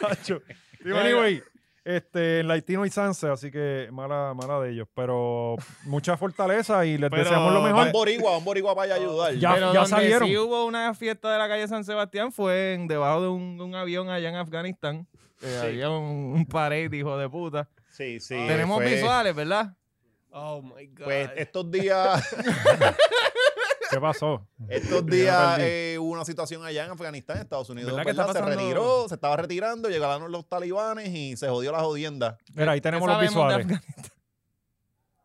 S1: Tacho. anyway, este, en la Haití no hay Sanse, así que mala, mala de ellos. Pero mucha fortaleza y les
S3: Pero-
S1: deseamos lo mejor.
S2: Un boricua, un boricua vaya a ayudar.
S1: Ya-
S3: Pero donde
S1: salieron.
S3: sí hubo una fiesta de la calle San Sebastián fue en- debajo de un, un avión allá en Afganistán. Eh, Había un, un parade, hijo de puta.
S2: Sí, sí.
S3: Tenemos
S2: fue-
S3: visuales, ¿verdad?
S4: Oh my God.
S2: Pues estos días,
S1: ¿Qué pasó?
S2: estos
S1: Ya
S2: días
S1: perdí.
S2: eh, hubo una situación allá en Afganistán, Estados Unidos.
S3: ¿Verdad que
S2: ¿verdad?
S3: está
S2: Se
S3: pasando?
S2: retiró, se estaba retirando, llegaron los talibanes y se jodió la jodienda.
S1: Mira, ahí tenemos
S3: ¿Qué
S1: los
S3: sabemos de
S1: visuales.
S3: Afganistán?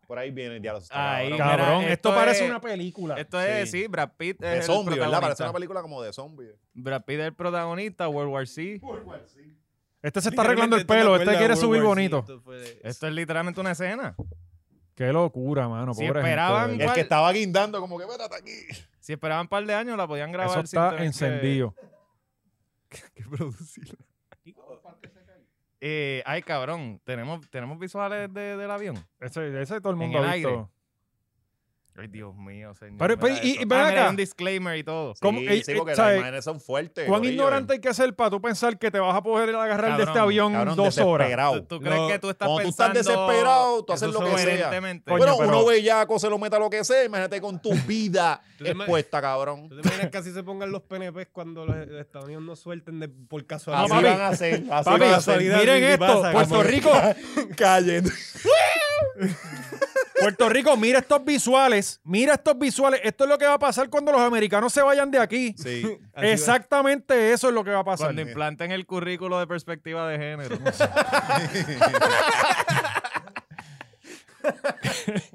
S2: Por ahí viene el diálogo.
S3: Ahí,
S2: Cabrón.
S1: Cabrón,
S3: Mira,
S1: esto,
S3: esto
S1: parece
S3: es-
S1: una película.
S3: Esto es,
S2: Sí.
S3: sí, Brad Pitt es
S2: De
S3: el
S2: zombies, ¿verdad? Parece
S3: protagonista.
S2: una película como de zombies.
S3: Brad Pitt es el protagonista, World War C.
S1: Este se está arreglando el pelo, este quiere subir bonito.
S3: Esto es literalmente una escena.
S1: Qué locura, mano.
S3: Si
S1: pobre gente,
S3: esperaban-
S1: de
S2: Y
S1: verdad.
S2: el
S3: ¿Cuál?
S2: que estaba guindando, como que espérate aquí.
S3: Si esperaban un par de años, la podían
S1: Eso
S3: grabar. sin tener
S1: está
S3: que-
S1: encendido.
S3: que producirla. Eh, ay, cabrón, tenemos, tenemos visuales de- del avión.
S1: Ese, ese todo el mundo
S3: el
S1: ha visto.
S3: aire. Ay, Dios mío, señor.
S1: Pero- pero-
S2: pues,
S3: mira
S1: y-
S3: esto.
S1: y ven
S3: Ah, mira,
S1: acá.
S3: un disclaimer y todo.
S1: ¿Cómo?
S2: Sí,
S1: Ey,
S2: sí,
S1: ey,
S2: porque
S1: ¿sabes?
S2: las imágenes son fuertes.
S1: ¿Cuán
S2: corillo,
S1: ignorante hay que ser para tú pensar que te vas a poder agarrar de este
S3: Cabrón,
S1: avión
S2: cabrón,
S1: dos horas?
S2: desesperado.
S3: ¿Tú, tú crees
S4: No,
S3: que tú estás
S2: cuando tú estás
S3: pensando...
S2: desesperado, tú haces
S3: eso
S2: lo que sea.
S3: sugerentemente?
S1: Coño,
S2: Bueno,
S1: pero-
S2: uno bellaco se lo meta lo que sea, imagínate con tu vida
S4: Tú te ima-
S2: expuesta, cabrón.
S4: ¿Tú te imaginas que así se pongan los PNPs cuando los Estados Unidos no suelten de- por casualidad?
S1: Ah,
S2: Así
S1: papi.
S2: van a hacer, así
S1: Papi,
S2: van a hacer.
S4: casualidad,
S1: miren
S4: sí, sí
S1: esto,
S4: pasa,
S1: Puerto
S4: cabrón.
S1: Rico,
S2: Callen.
S1: Puerto Rico, mira estos visuales, mira estos visuales, esto es lo que va a pasar cuando los americanos se vayan de aquí.
S2: Sí.
S4: Así va.
S1: Exactamente eso es lo que va a pasar.
S3: Cuando implanten el currículo de perspectiva de género.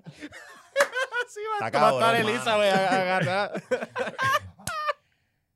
S4: Así va.
S2: Está
S3: Va a
S2: cabrón,
S3: estar
S2: mano.
S3: Elizabeth ag- agarrada.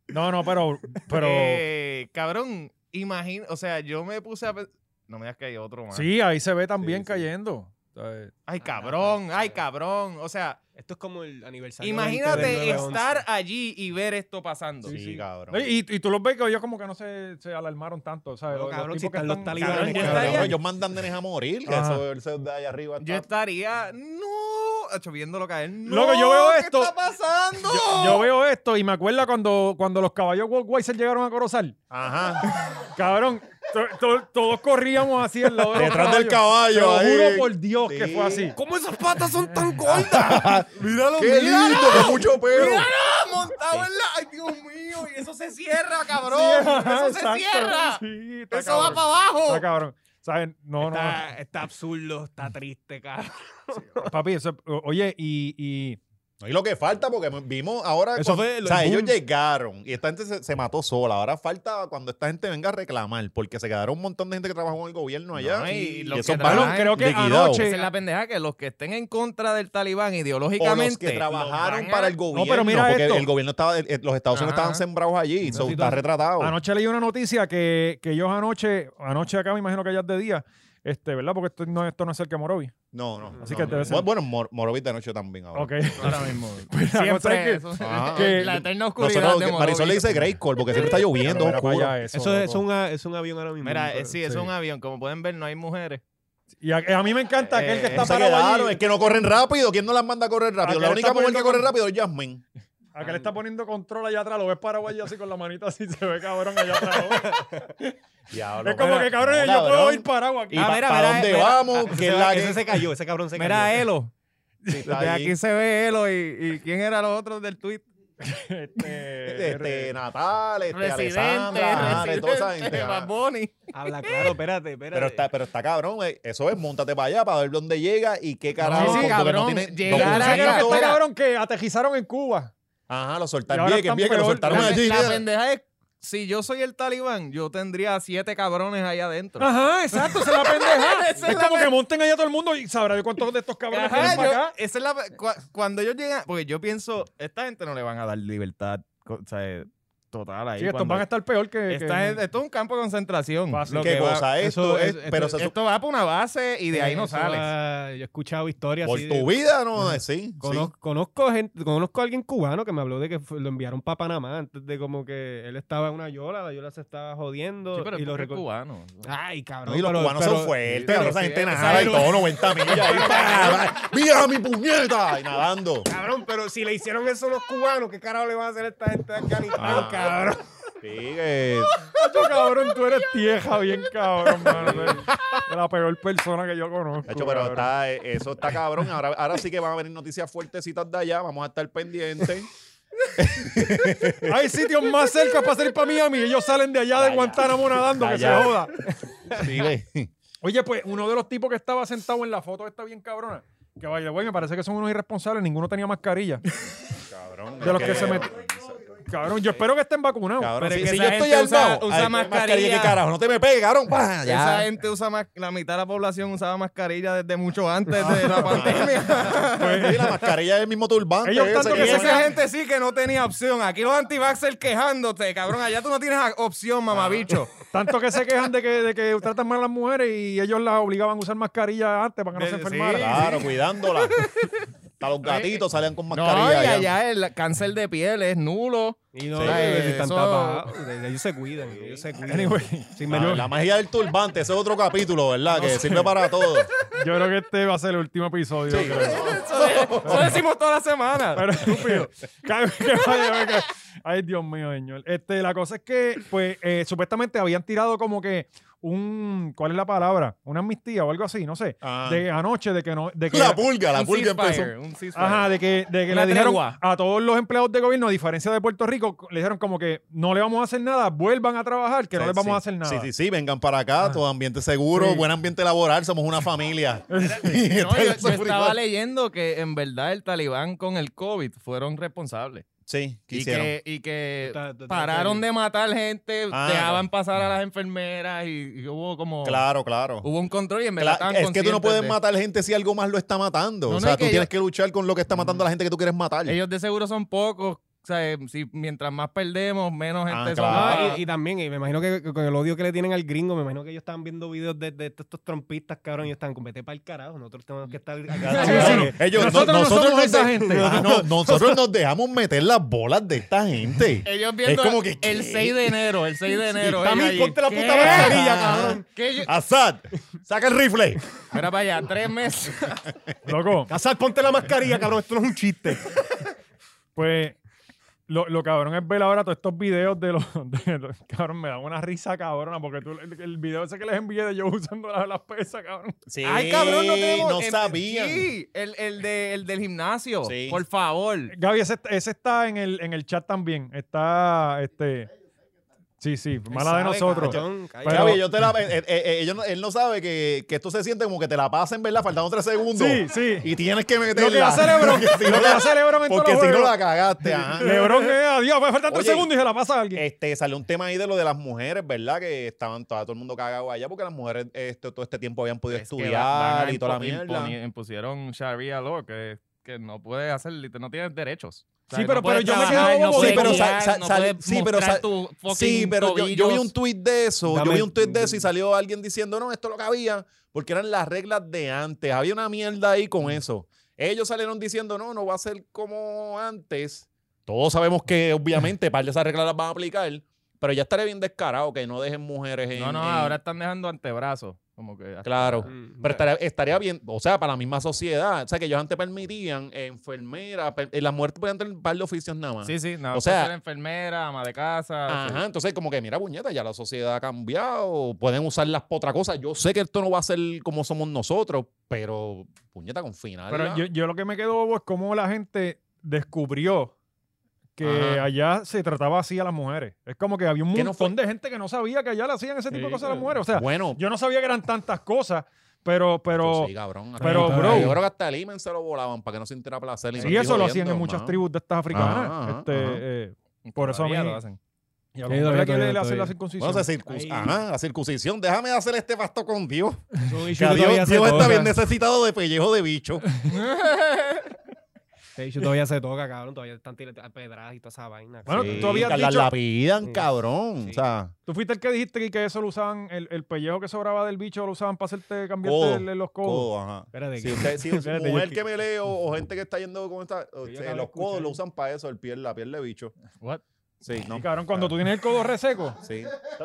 S1: No, no, pero, pero
S3: Eh, cabrón, imagina... O sea, yo me puse a... pe- No me digas que hay otro más.
S1: sí, ahí se ve también
S2: Sí, sí.
S1: cayendo. ¿sabes?
S3: Ay,
S4: Ah,
S3: cabrón,
S4: no,
S3: ay,
S4: no.
S3: cabrón. O sea,
S4: Esto es como el aniversario.
S3: imagínate
S4: 20 del 9-11.
S3: estar allí y ver esto pasando.
S2: Sí, cabrón.
S1: Oye, Y, y tú los ves que ellos como que no se, se alarmaron tanto, ¿sabes?
S4: No,
S1: Los- los
S4: cabrón,
S1: tipos
S4: si
S1: que
S4: están los talibanes,
S1: Cabrón,
S2: Cabrón,
S4: yo
S1: cabrón.
S4: estaría- Ah.
S2: ellos mandan nenes a morir, que
S1: Ajá.
S2: eso, eso de allá arriba
S3: Yo
S2: está.
S3: estaría, no, hecho, viéndolo caer. No,
S1: Loco, yo veo
S3: ¿qué
S1: esto.
S3: está pasando?
S1: Yo, yo veo esto y me acuerdo cuando, cuando los caballos Weiser llegaron a Corozal.
S2: Ajá.
S1: Cabrón, to- to- todos corríamos así en lado de los
S2: Detrás del
S1: caballos. Te
S2: caballo.
S1: lo
S2: ahí.
S1: juro por Dios que
S2: Sí.
S1: fue así.
S3: ¿Cómo esas patas son tan cortas? míralo,
S2: ¡Qué lindo! ¡Qué mucho pelo!
S3: montado en la. Ay, Dios mío, y eso se cierra, cabrón.
S1: Sí,
S3: eso se
S1: exacto.
S3: cierra.
S1: Sí, está
S3: Eso va
S1: cabrón.
S3: para abajo.
S1: Está cabrón. ¿Saben? No, no.
S4: Está, está absurdo, está triste, cabrón.
S1: Papi, eso, o- oye, y, y
S2: No, y lo que falta, porque vimos ahora.
S4: Eso
S2: cuando-
S4: fue lo-
S2: o sea,
S4: el
S2: ellos
S4: boom.
S2: llegaron y esta gente se, se mató sola. Ahora falta cuando esta gente venga a reclamar, porque se quedaron un montón de gente que trabajó en el gobierno allá.
S3: No, y los
S2: esos
S3: que
S2: van
S1: cabrón,
S3: Ay,
S1: creo que
S2: liquidado.
S1: anoche.
S3: Esa es la pendeja que los que estén en contra del talibán
S2: o
S3: ideológicamente.
S2: los que trabajaron para el gobierno.
S1: pero mira
S2: porque
S1: esto.
S2: el gobierno estaba, eh, los Estados Unidos
S3: Ajá.
S2: estaban sembrados allí, so, está
S1: situación-
S2: retratado.
S1: Anoche leí una noticia que, que ellos anoche, anoche acá me imagino que ya es de día, este, ¿verdad? Porque esto no, esto no es el que Morovi.
S2: No, no.
S1: Así
S2: no,
S1: que
S2: no.
S1: debe ser-
S2: Bueno, Mor- Morovis de noche también ahora.
S1: Ok.
S3: Ahora mismo.
S2: Pues
S1: La cosa es que-
S3: Siempre. eso-
S2: Ah,
S1: que-
S3: la eterna oscuridad.
S2: Nosotros,
S3: de
S2: que Marisol le
S3: Morovis.
S2: dice Grayscore porque siempre está lloviendo.
S1: Pero mira para
S2: oscuro.
S1: allá eso,
S4: Eso, es- es,
S1: loco.
S4: un, a- es un avión ahora mismo.
S2: Mm,
S3: Mira, eh,
S4: Pero-
S3: sí, es
S1: Sí.
S3: un avión. Como pueden ver, no hay mujeres.
S1: Y a, a mí me encanta aquel que
S3: Eh,
S1: está
S2: Se
S1: parado
S2: quedaron,
S1: allí.
S2: es que no corren rápido. ¿Quién no las manda a correr rápido?
S1: Aquel
S2: La
S1: está
S2: única mujer que
S1: poniendo
S2: corre rápido es Jasmine.
S1: Aquel está poniendo control allá atrás, lo ves parado allí así con la manita así, se ve cabrón allá atrás.
S2: Diablo,
S1: es como
S2: mira,
S1: que cabrón,
S2: no,
S1: yo puedo
S2: cabrón.
S1: ir parado aquí.
S2: ¿Y
S3: Ah,
S2: para
S3: mira, mira,
S2: dónde
S3: mira.
S2: vamos?
S3: Ah, ese
S2: ¿Qué es
S3: se-
S2: la
S4: Ese
S2: que-
S4: se cayó, ese cabrón se cayó.
S3: Mira, Elo.
S2: Sí, está
S3: Desde
S2: allí.
S3: aquí se ve Elo y, y quién eran los otros del tweet.
S1: Este,
S2: Este, Natal, este,
S3: Residente,
S2: Alessandra, Ana, Ah, de toda esa
S3: Residente,
S2: gente, ajá.
S3: Bad Bunny.
S4: Habla claro, espérate, espérate.
S2: Pero está, pero está cabrón, eh. eso es, montate para allá para ver dónde llega y qué carajo.
S3: sí,
S2: porque
S3: cabrón,
S2: tiene-
S3: llegar
S1: ¿sabes qué es lo que
S3: Ahora-
S1: está cabrón que aterrizaron en Cuba.
S2: Ajá, lo
S1: Y
S2: soltaron
S1: ahora
S2: bien, que
S1: están
S2: bien, que lo
S1: peor.
S2: soltaron
S3: La,
S2: allí.
S3: la
S2: mira.
S3: pendeja es, si yo soy el talibán, yo tendría siete cabrones allá adentro.
S1: Ajá, exacto, se la pendeja. es
S3: Esa es la
S1: como que monten allá todo el mundo y sabrá yo cuántos de estos cabrones
S3: Ajá,
S1: vienen
S3: yo-
S1: para acá.
S3: esa es la, cua- cuando ellos llegan, porque yo pienso, esta gente no le van a dar libertad. co- O sea, total ahí.
S1: Sí, estos
S3: cuando-
S1: van a estar peor que.
S3: Esta
S1: que-
S3: gente- esto es un campo de
S4: Pues
S3: concentración.
S1: Fácil.
S3: Lo
S2: ¿Qué
S3: que va-
S2: cosa? Esto es- pero
S3: esto,
S2: se-
S3: esto va para una base y de ahí no
S4: Eso,
S3: sales.
S4: ah, yo he escuchado historias
S2: Por
S4: así de-
S2: tu vida, no, eh, sí. sí.
S4: Conozco, conozco gente, conozco a alguien cubano que me habló de que fue- lo enviaron para Panamá antes de como que él estaba en una yola, la yola se estaba jodiendo.
S3: Sí, pero
S4: y
S3: es
S4: lo
S3: porque es
S4: reco-
S3: cubano.
S4: Ay, cabrón.
S2: No, y los
S4: pero-
S2: cubanos
S4: pero-
S2: son fuertes,
S3: pero
S2: cabrón, esa
S3: sí,
S2: gente
S3: esa
S2: nada y
S3: gente-
S2: todo, 90 millas. y pa, ¡Mira mi puñeta! Y nadando.
S4: Cabrón, pero si le hicieron eso a los cubanos, ¿qué carajo le van a hacer a esta gente de Afganistán,
S2: Ah.
S4: cabrón?
S2: Sigue.
S1: Hacho, cabrón, tú eres tieja, bien cabrón, mano. De la peor persona que yo conozco.
S2: Cacho, pero
S1: cabrón.
S2: está, eh, eso está cabrón. Ahora, ahora sí que van a venir noticias fuertecitas de allá. Vamos a estar pendientes.
S1: Hay sitios más cerca para salir para Miami. y Ellos salen de allá de
S2: Vaya.
S1: Guantánamo nadando, que
S2: Vaya.
S1: se joda.
S2: Sigue.
S1: Oye, pues uno de los tipos que estaba sentado en la foto está bien cabrona. Que vaya, güey, me parece que son unos irresponsables. Ninguno tenía mascarilla.
S2: Cabrón.
S1: De los que se meten. Cabrón, yo espero que estén vacunados.
S2: Cabrón,
S3: Pero
S2: si,
S3: es que
S2: si
S3: esa
S2: yo estoy
S3: gente
S2: al
S3: usa-
S2: lado,
S3: usa
S2: ay,
S3: mascarilla.
S2: ¿Qué carajo? No te me pegues, cabrón. pa, Ah, ya.
S3: Esa gente usa más, la mitad de la población usaba mascarilla desde mucho antes de
S2: Ah.
S3: la pandemia.
S2: Pues, Sí, la mascarilla es el mismo turbante.
S1: Ellos
S2: ese
S1: tanto
S3: y
S1: que se
S3: esa gente sí que no tenía opción. Aquí los antivaxxers quejándote, cabrón. Allá tú no tienes a-
S2: Ah.
S3: opción, mamabicho.
S1: Tanto que se quejan de que, de que tratan mal a las mujeres y ellos las obligaban a usar mascarilla antes para que no se
S3: Sí,
S1: enfermaran.
S2: Claro, cuidándola. Hasta los gatitos salían con
S3: No,
S2: mascarilla.
S3: y
S2: allá.
S3: allá el cáncer de piel es nulo.
S4: Y no,
S3: Sí,
S4: eh, están
S3: eso-
S4: tapados. Ellos se cuidan, ellos se cuidan. Sí, me-
S2: Ah, La magia del turbante, ese es otro capítulo, ¿verdad? que sirve para todo.
S1: Yo creo que este va a ser el último episodio.
S2: Sí.
S1: yo creo.
S3: Eso, eso decimos toda la semana.
S1: Pero estúpido. Cabe- que vaya, que- Ay, Dios mío, señor. Este, la cosa es que, pues, eh, supuestamente habían tirado como que un, ¿cuál es la palabra? Una amnistía o algo así, no sé.
S2: Ah.
S1: De anoche, de que no, de que
S2: La pulga, la
S3: Un
S2: pulga empezó.
S3: ceasefire, un ceasefire.
S1: Ajá, de que, de que
S3: Una
S1: le dijeron
S3: tregua.
S1: a todos los empleados de gobierno, a diferencia de Puerto Rico, le dijeron como que no le vamos a hacer nada, vuelvan a trabajar, que no
S2: Sí,
S1: les vamos
S2: sí.
S1: a hacer nada. Ah.
S2: Sí, sí, sí, vengan para acá, todo ambiente seguro,
S1: Sí.
S2: buen ambiente laboral, somos una familia. Este
S3: No, yo- yo, estaba leyendo que en verdad el talibán con el COVID fueron responsables.
S2: Sí,
S3: Y
S2: quisieron.
S3: que, y que
S4: Está- está- está
S3: pararon
S4: serio.
S3: de matar gente,
S2: Ah,
S3: dejaban pasar a las enfermeras y, y hubo como...
S2: Claro, claro.
S3: Hubo un control y en
S2: Cla-
S3: verdad estaban
S2: es que tú no
S3: conscientes
S2: puedes
S3: de-
S2: matar gente si algo más lo está matando.
S3: No, no,
S2: o sea,
S3: es
S2: tú
S3: que
S2: tienes
S3: ellos-
S2: que luchar con lo que está matando a la gente que tú quieres matar.
S3: Ellos de seguro son pocos. O sea, eh, si mientras más perdemos, menos
S2: Ah,
S3: gente son.
S2: claro.
S3: Ah,
S4: No, y, y también, y me imagino que que con el odio que le tienen al gringo, me imagino que ellos estaban viendo videos de, de estos trompistas, cabrón, y ellos están, vete para el carajo, nosotros tenemos que estar aquí".
S2: Ah,
S1: Sí,
S2: no,
S1: sí,
S2: no.
S1: no.
S2: Ellos-
S1: Nosotros no somos
S2: nos
S1: esa
S2: de-
S1: gente.
S2: Ah, no, nosotros nos dejamos meter las bolas de esta gente.
S3: Ah, Ellos viendo
S2: Es como que,
S3: el
S2: ¿qué?
S3: 6 de enero, el 6 de enero.
S2: También
S3: ellos allí,
S2: ponte la
S3: ¿qué? Ah,
S2: puta mascarilla, cabrón.
S3: ¿Qué yo-
S2: Assad, saca el rifle.
S3: Mira para allá, tres meses.
S1: Loco,
S4: Casar, ponte la mascarilla, cabrón, esto no es un chiste.
S1: pues lo, lo cabrón es ver ahora todos estos videos de los, de los- Cabrón, me da una risa cabrona, porque tú, el, el video ese que les envié de yo usando la- las pesas, cabrón.
S2: Sí,
S3: Ay, cabrón, no tenemos.
S2: No
S3: em,
S2: sabían.
S3: Sí, el, el, de, el del gimnasio.
S2: Sí.
S3: Por favor.
S1: Gaby, ese, ese está en el, en el chat también. Está, este... Sí, sí, mala de
S4: Sabe,
S1: nosotros.
S4: cabrón,
S1: Pero-
S2: Gaby, yo te la- eh, eh, eh, ellos no- él no sabe que, que esto se siente como que te la pasen, ¿verdad? Faltando tres segundos.
S1: Sí, sí.
S2: Y tienes que meterla.
S1: Lo que hace Lebron,
S2: Porque si no
S1: lo que
S2: la-
S1: hace Lebron en todos
S2: Porque
S1: los
S2: si no
S1: juegos.
S2: la cagaste. ajá.
S1: Lebron es, adiós, me faltan tres
S2: Oye,
S1: segundos y se la pasa a alguien.
S2: Este, salió un tema ahí de lo de las mujeres, ¿verdad? Que estaban toda- todo el mundo cagado allá porque las mujeres este, todo este tiempo habían podido
S3: Es que
S2: estudiar
S3: van- van a
S2: y toda la
S3: impo-
S2: mierda.
S3: imponi- Impusieron Sharia Law, que, que no puedes hacer, no tienes derechos. O sea,
S1: Sí, pero-
S3: no puedes
S1: pero yo me
S3: trabajar,
S1: quedo
S3: no
S1: bobo.
S3: puedes
S1: Sí, pero
S2: sa-
S3: guiar,
S2: sa-
S3: no
S2: sale-
S3: puedes
S2: sí, pero
S3: mostrar
S2: sa-
S3: tu
S2: Sí,
S3: fucking
S2: pero yo, yo vi un
S3: tobillos.
S2: tuit de eso.
S4: Dame-
S2: Yo vi un tuit de eso y salió alguien diciendo, no, esto lo que había, porque eran las reglas de antes. Había una mierda ahí con
S3: Mm.
S2: eso. Ellos salieron diciendo, no, no va a ser como antes. Todos sabemos que obviamente para esas reglas las van a aplicar, pero ya estaré bien descarado que no dejen mujeres en...
S3: No, no,
S2: en-
S3: ahora están dejando antebrazos. Como que hasta-
S2: Claro.
S4: Mm,
S2: Pero estaría, estaría bien, o sea, para la misma sociedad. O sea, que ellos antes permitían eh, enfermeras, per- eh, las mujeres podían tener un par de oficios nada más.
S3: Sí, sí, no,
S2: O
S3: o
S2: sea-
S3: sea, enfermera, ama de
S1: Ah,
S3: casa.
S2: Ajá, entonces como que mira, puñeta, ya la sociedad ha cambiado, pueden usarlas para otra cosa. Yo sé que esto no va a ser como somos nosotros, pero puñeta, con final.
S1: Pero yo, yo lo que me quedo bobo es cómo la gente descubrió que
S2: Ajá.
S1: allá se trataba así a las mujeres. Es como que había un
S2: Que
S1: montón
S2: no
S1: de gente que no sabía que allá le hacían ese tipo de
S4: Sí,
S1: cosas a las
S4: eh,
S1: mujeres. O sea,
S2: bueno,
S1: yo no sabía que eran tantas cosas, pero, pero
S2: yo sí, cabrón. hasta-
S1: pero,
S2: hasta-
S1: bro.
S2: Yo creo que hasta el Imen se lo volaban para que no sintiera placer.
S1: sí,
S2: no estoy
S1: eso lo
S2: jodiendo,
S1: hacían en muchas
S2: hermano.
S1: tribus de estas africanas.
S2: Ajá, ajá,
S1: este,
S2: ajá.
S1: eh,
S3: sí.
S1: por eso a
S3: Todavía
S1: mí-
S3: lo hacen.
S1: y a lo
S4: Sí,
S1: mejor
S4: todavía,
S1: que le- le
S4: todavía,
S1: hacen la
S4: todavía.
S1: circuncisión.
S2: Bueno, se circun-
S4: Ahí.
S2: Ajá, la circuncisión. Déjame hacer este pasto con Dios.
S4: es un issue
S2: Que
S4: que
S2: Dios,
S4: todavía se
S2: Dios está
S4: toca.
S2: bien necesitado de pellejo de bicho.
S4: Eh, ese issue todavía se toca, cabrón. Todavía están tirando pedradas y toda esa vaina.
S1: Bueno,
S4: cabrón.
S1: tú habías
S2: la
S1: dicho-
S2: lapidan,
S4: Sí.
S2: cabrón.
S4: Sí.
S2: O sea,
S1: Tú fuiste el que dijiste que- que eso lo usaban, el, el pellejo que sobraba del bicho lo usaban para hacerte cambiarte
S2: Codo.
S1: el- los codos.
S2: codo, ajá.
S4: Espérate,
S2: Si
S4: que-
S2: usted, si usted-
S4: Espérate,
S2: mujer
S4: yo-
S2: que me leo o gente que está yendo con esta, o
S1: yo
S2: sea,
S1: acabo de
S2: los codos
S1: escuchar.
S2: lo usan para eso, el piel, la piel de bicho.
S3: What?
S2: Sí, no.
S1: Y cabrón, cuando tú
S2: claro.
S1: tienes el codo reseco,
S2: Sí.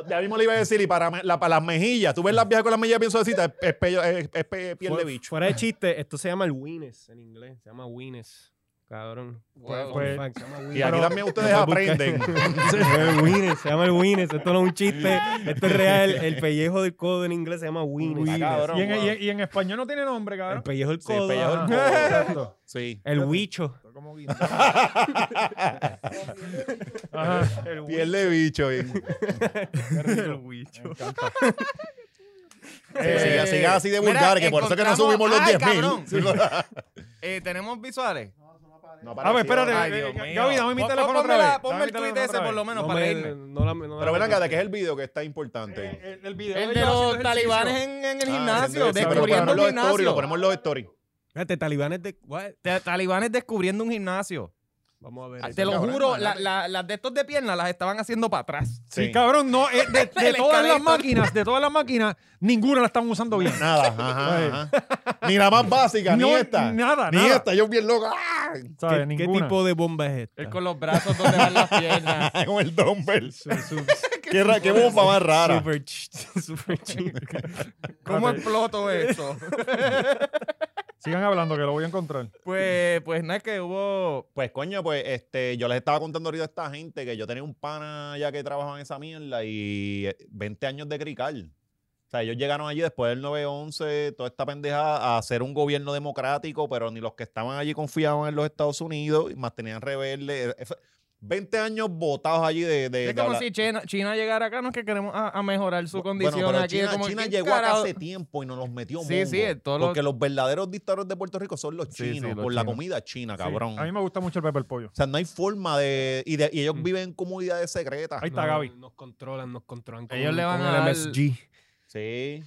S2: Ya mismo le iba a decir, y para, me- la- para las mejillas, tú ves las viejas con las mejillas bien suavecitas, es, es pello- es- es pe- piel de
S4: fuera-
S2: bicho.
S4: Fuera de chiste, esto se llama el Winnes en inglés. Se llama Winnes. Cabrón.
S3: Wow.
S4: Fun
S1: Pues-
S4: fact, se llama Winnes.
S2: Y aquí
S4: Pero-
S2: también ustedes aprenden.
S4: Se llama el Winnes, se llama el Winnes. Esto no es un chiste, esto es real. El pellejo del codo en inglés se llama Winnes.
S2: Está cabrón,
S1: y en,
S2: wow.
S1: y en- y en español no tiene nombre,
S4: El
S1: cabrón.
S4: pellejo del
S2: Sí, el
S4: codo.
S2: pellejo del
S4: ajá.
S2: codo.
S1: Exacto.
S2: Sí.
S4: El huicho.
S1: Está como guindo. Ajá. El
S2: Piel de bicho. bien.
S4: El huicho.
S1: Me encanta.
S2: Sí,
S1: Eh,
S2: siga- siga así de
S3: mira,
S2: vulgar, que por eso es que no
S3: encontramos-
S2: subimos los
S3: ¡Ay,
S2: 10.000.
S3: Eh, ¿Tenemos visuales?
S2: No,
S1: A ver, espérate.
S3: Ay,
S1: eh,
S3: Dios
S1: eh,
S3: mío.
S1: Gaby, dame mi
S3: Pon-
S1: teléfono
S3: ponme
S1: otra
S3: la-
S1: vez.
S3: ponme
S1: Dame
S3: el
S1: mi teléfono
S3: tweet ese
S1: otra vez.
S3: por lo menos
S4: No
S3: para
S4: me-
S3: reírme.
S4: no la- no la-
S2: Pero ven acá, de que es el video que está importante.
S1: El, el video
S3: El
S1: yo
S3: de
S1: haciendo
S3: los
S1: ejercicio.
S3: talibanes en, en el
S2: Ah,
S3: gimnasio,
S2: sí, pero lo
S3: descubriendo
S2: ponemos
S3: un
S2: los stories, lo
S3: gimnasio.
S2: ponemos los stories.
S4: Espérate, talibanes de. what?
S3: Ta- Talibanes descubriendo un gimnasio.
S4: Vamos a ver.
S2: Ay,
S3: Ah, Te lo
S2: cabrón,
S3: juro,
S2: imagínate.
S3: la- la- las de estos de pierna las estaban haciendo para atrás.
S1: Sí, cabrón, no, eh, de, de
S3: El
S1: todas las
S3: escalator.
S1: máquinas, de todas las máquinas, ninguna la están usando bien.
S2: Nada, ajá, ajá. Ni la más básica, ni
S1: No,
S2: esta.
S1: nada,
S2: Ni
S1: nada.
S2: esta, yo bien loca. ¡Ah!
S1: ¿Sabes?
S4: ¿Qué, qué
S1: Ninguna.
S4: tipo de bomba es
S3: Él
S4: esta?
S3: con los brazos donde van las piernas.
S2: Con el dumbbell.
S4: Su-
S2: Qué, ra- qué bomba más rara.
S4: Super, ch- super chica.
S3: ¿Cómo exploto esto?
S1: Sigan hablando que lo voy a encontrar.
S3: Pues, pues nada, es que hubo...
S2: Pues coño, pues este, yo les estaba contando ahorita a esta gente que yo tenía un pana ya que trabajaba en esa mierda y eh, 20 años de crical. O sea, ellos llegaron allí después del 9-11, toda esta pendejada, a hacer un gobierno democrático, pero ni los que estaban allí confiaban en los Estados Unidos y mantenían rebeldes. Eh, fue 20 años botados allí de... de- de
S3: Es como
S2: hablar-
S3: si China, China llegara acá, no es que queremos a, a mejorar su
S2: Bueno,
S3: condición
S2: pero
S3: aquí.
S2: China,
S3: como que,
S2: China
S3: ¿quién
S2: llegó acá
S3: carajo?
S2: hace tiempo y nos los metió
S3: Sí, sí,
S2: mongo,
S3: todos los-
S2: Porque los verdaderos dictadores de Puerto Rico son los
S3: Sí, sí,
S2: chinos,
S3: los
S2: por la
S3: chinos.
S2: comida china,
S1: Sí,
S2: cabrón.
S1: A mí me gusta mucho el Pepe el Pollo.
S2: O sea, no hay forma de. Y, de- y ellos
S4: Mm.
S2: viven en comunidades secretas.
S1: Ahí está
S4: No,
S1: Gaby.
S4: Nos controlan, nos controlan.
S3: Ellos le van
S4: con
S3: a
S4: el
S3: dar-
S4: MSG.
S2: Sí.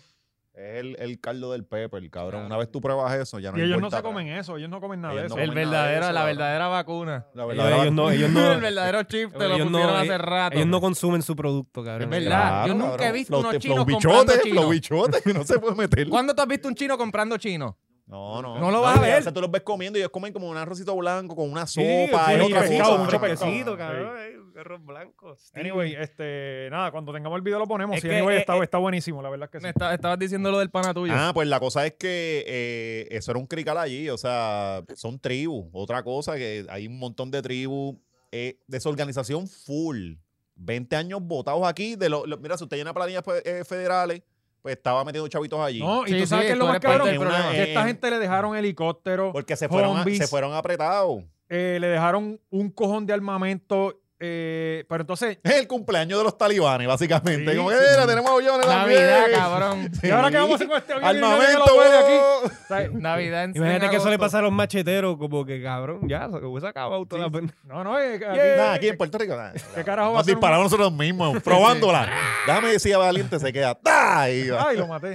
S2: Es el, el caldo del Pepe, el cabrón.
S3: Claro.
S2: Una vez tú pruebas eso, ya no
S1: Y
S2: hay
S1: ellos no
S2: vuelta
S1: se
S2: atrás.
S1: comen eso, ellos no comen nada
S2: Ellos
S1: de
S2: no
S1: eso.
S3: El
S2: comen nada de
S3: verdadero,
S2: eso,
S3: la
S2: cabrón.
S3: verdadera vacuna.
S2: La
S4: Ellos,
S2: verdad.
S4: ellos no, ellos no.
S3: el verdadero chip te lo
S4: ellos no- eh,
S3: pusieron hace rato.
S4: Ellos no consumen su producto, cabrón.
S3: Es verdad. Yo nunca he visto unos chinos comprando chinos.
S2: Los bichotes, no se puede meter.
S3: ¿Cuándo tú has visto un chino comprando chino?
S2: No, no.
S3: No lo vas a
S2: y
S3: ver.
S2: O sea, tú los ves comiendo y ellos comen como un arrocito blanco con una sopa. es
S4: Sí, sí,
S1: pescado,
S2: otra cosa.
S1: mucho
S4: mucho
S1: pescado.
S4: pescado,
S1: Sí.
S4: cabrón. eh, un Arroz blanco.
S1: Anyway, este, nada, cuando tengamos el video lo ponemos.
S3: Es
S1: Sí,
S3: que,
S1: anyway,
S3: eh,
S1: está,
S3: eh,
S1: está buenísimo, la verdad es que sí.
S3: Me está- estabas diciendo lo del pana tuyo.
S2: Ah, pues la cosa es que eh, eso era un crical allí, o sea, son tribus. Otra cosa que hay un montón de tribus. eh, desorganización full. 20 años votados aquí. De lo, lo- mira, si usted llena planillas pues, eh, federales, pues estaba metiendo chavitos allí.
S1: No, y
S3: Sí,
S1: tú sabes
S3: sí,
S1: que es lo
S3: tú
S1: más
S3: eres parte
S1: cabrón.
S2: del problema.
S1: que esta
S2: Eh,
S1: gente le dejaron helicóptero,
S2: Porque se fueron, a-
S1: zombies.
S2: se fueron apretados.
S1: eh, le dejaron un cojón de armamento. eh, pero entonces,
S2: Es el cumpleaños de los talibanes, básicamente.
S1: Sí,
S2: Como que
S1: sí.
S2: "Mira, tenemos aviones
S3: Navidad,
S2: también".
S3: cabrón.
S2: Sí.
S1: ¿y ahora qué vamos a hacer con este avión? Y nadie
S2: Armamento.
S1: lo puede aquí. O sea,
S3: Navidad en
S4: Imagínate
S3: en
S4: que eso le
S3: agosto.
S4: pasa a los macheteros, como que cabrón, ya, se acabó, se acabó toda la pena.
S1: No, no, eh, aquí-
S2: Nada, aquí en Puerto Rico. nada.
S1: ¿Qué carajo va a
S2: Nos
S1: hacer? un-
S2: disparamos nosotros mismos, probándola. Déjame decir a Valiente, se queda. ¡Ta! Y va.
S1: Ay, lo maté.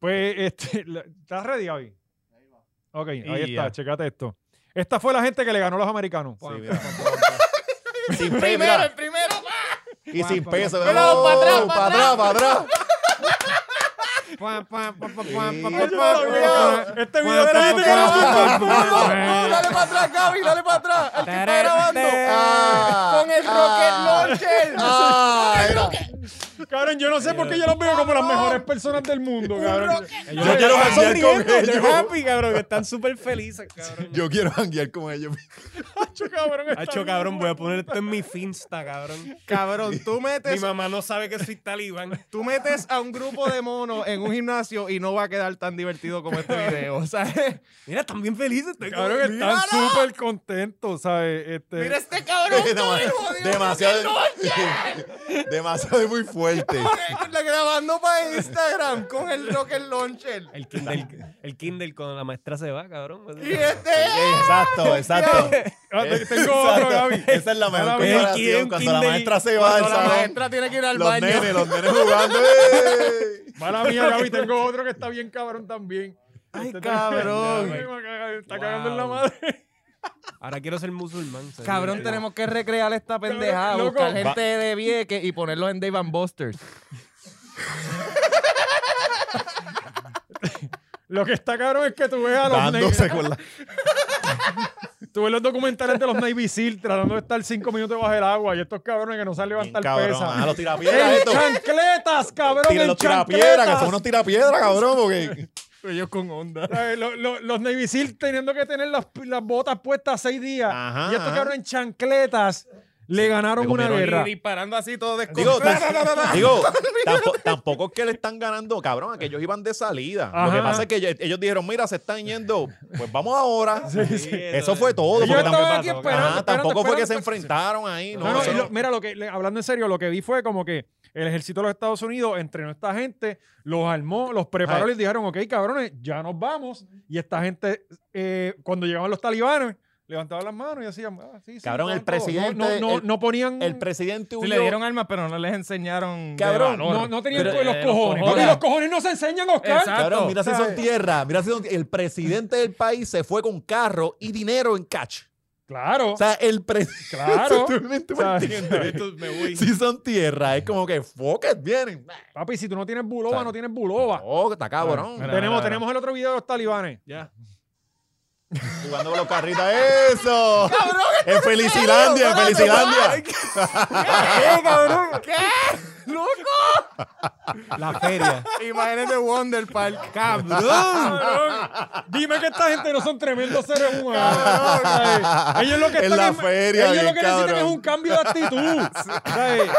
S1: Pues, este, la- ¿estás ready, Gaby? Ok, ahí
S3: Y
S1: está,
S3: ya.
S1: checate esto. Esta fue la gente que le ganó a los americanos.
S2: Sí,
S1: Pam,
S2: mira.
S1: pam, pam, pam.
S2: Sin fe,
S3: Primero,
S2: mira.
S3: el primero.
S2: Y sin
S1: pa-
S2: peso.
S3: Pero, pa' atrás, pa' atrás.
S2: para atrás.
S4: Pam, pam, pam, pam,
S2: Sí.
S4: pam,
S2: Ay,
S4: pam, pam,
S2: yo no lo
S4: pam,
S2: vi,
S4: pam,
S1: cabrón. Este
S4: pam,
S1: video
S4: pam,
S1: era
S4: pam,
S1: este que
S4: pam,
S1: era
S4: pam,
S1: todo el
S4: pam,
S1: mundo.
S4: pam, pam.
S3: Dale para atrás, Gaby, dale para atrás. El que está grabando.
S2: Ah,
S3: Eh, Con el
S2: ah,
S3: rocket launcher.
S2: ah, era-
S1: Cabrón, yo no sé por qué yo los veo como las mejores personas del mundo, cabrón.
S4: Ellos
S2: Yo quiero
S4: están
S2: janguear con
S4: sonriendo, they're
S2: ellos.
S4: happy, cabrón, que están súper felices, cabrón.
S2: Yo quiero janguear con ellos.
S1: Hacho, cabrón, está
S4: Hacho,
S1: bien.
S4: cabrón, voy a poner esto en mi Finsta, cabrón.
S3: Cabrón, tú
S4: Mi
S3: metes,
S4: mamá no sabe que soy talibán.
S3: tú metes a un grupo de monos en un gimnasio y no va a quedar tan divertido como este video, ¿sabes?
S4: Mira, están bien felices. estoy como-
S1: Cabrón,
S4: Mira,
S1: están súper contentos, ¿sabes? Este,
S3: Mira este cabrón. todo el jodido
S2: Demasiado.
S3: rocket
S2: Demasiado y muy fuerte.
S3: launcher, Grabando para Instagram con el rocket launcher.
S4: El Kindle, el Kindle cuando la maestra se va, cabrón. Pues,
S3: Y este.
S2: Exacto, exacto.
S3: eh,
S1: ah, te- tengo
S2: Exacto.
S1: otro, Gaby.
S2: Esa es la mejor
S1: Gaby,
S4: ¿quién-
S2: comparación. Cuando la
S4: quién
S2: maestra se va al
S3: Cuando la
S2: salón.
S3: maestra tiene que ir al
S2: Los
S3: baño.
S2: nenes, los nenes jugando. ¡eh!
S1: Mala mía, Gaby, tengo otro que está bien cabrón también.
S3: Ay,
S1: Este-
S3: cabrón.
S1: Está cagando en la
S4: Wow.
S1: madre.
S4: Ahora quiero ser musulmán. ¿sabes?
S3: Cabrón,
S4: Sí.
S3: tenemos que recrear esta
S1: Cabrón,
S3: pendejada,
S1: loco.
S3: buscar gente de Vieques y ponerlos en Dave and Buster's.
S1: Lo que está cabrón es que tú ves a los
S2: Dándose
S1: Navy-
S2: con la...
S1: tú ves los documentales de los Navy SEAL tratando de estar cinco minutos bajo el agua y estos cabrones que no saben
S2: Bien,
S1: levantar
S2: cabrón,
S1: pesas.
S2: ah, los tirapiedras
S1: ¡En
S2: estos.
S1: chancletas, cabrón!
S2: Tira-
S1: ¡En
S2: los tirapiedras, que
S1: chancletas!
S2: son unos tirapiedras, cabrón, porque...
S3: Ellos con onda.
S1: Eh, lo- lo- los Navy Seal teniendo que tener las, las botas puestas seis días.
S2: Ajá,
S1: y estos
S2: ajá.
S1: cabrones en chancletas le ganaron
S2: Le
S1: una
S2: comieron
S1: guerra.
S3: disparando así todo
S2: Digo,
S3: descontrolado.
S2: tam- digo, tampo- tampoco es que le están ganando, cabrón, a que ellos iban de salida. Lo que
S1: Ajá.
S2: pasa es que ellos, ellos dijeron, mira, se están yendo, pues vamos ahora. Eso fue todo.
S1: Ellos
S2: porque
S1: estaban
S2: tampoco-
S1: aquí
S2: Ajá,
S1: esperando, esperando,
S2: tampoco fue que se
S1: esperando.
S2: enfrentaron ahí. No,
S1: No, no,
S2: eso
S1: y
S2: no.
S1: lo- mira, lo que, le- hablando en serio, lo que vi fue como que el ejército de los Estados Unidos entrenó a esta gente, los armó, los preparó,
S2: Ay.
S1: les dijeron, ok, cabrones, ya nos vamos. Y esta gente, eh, cuando llegaban los talibanes, levantaban las manos y decían, ah, sí, sí,
S2: Cabrón, el
S1: todo, todo. No- No,
S2: presidente-
S1: no,
S2: el-
S1: no ponían...
S2: El presidente huyó.
S3: le dieron armas, pero no les enseñaron. de
S2: Cabrón,
S3: valor.
S1: no, no tenían
S3: Pero,
S1: los
S3: eh,
S1: cojones. Porque los cojones no se enseñan, Oscar.
S3: Exacto.
S2: Cabrón, mira si son
S1: ¿Sabes?
S2: tierra, mira si son tie- El presidente del país se fue con carro y dinero en cash.
S1: Claro,
S2: O sea, el presidente...
S1: claro. ¿Sabes?
S2: me voy. Si son tierra, es como que, fuck it, vienen.
S1: Papi, si tú no tienes buloba,
S2: ¿Sabes?
S1: no tienes buloba.
S2: Oh, está cabrón.
S3: Mira,
S1: tenemos,
S3: mira,
S1: tenemos el otro video de los talibanes.
S4: Ya.
S2: Jugando con los carritos. ¡Eso! En Felicilandia, en Felicilandia.
S4: La feria.
S3: Imágenes de Wonder Park. Cabrón.
S1: Cabrón, Dime que esta gente no son tremendos seres humanos. ¿sabes? Ellos lo que
S2: En
S1: están
S2: la feria,
S1: ellos lo
S2: bien
S1: que necesitan
S2: cabrón.
S1: es un cambio de actitud. ¿sabes?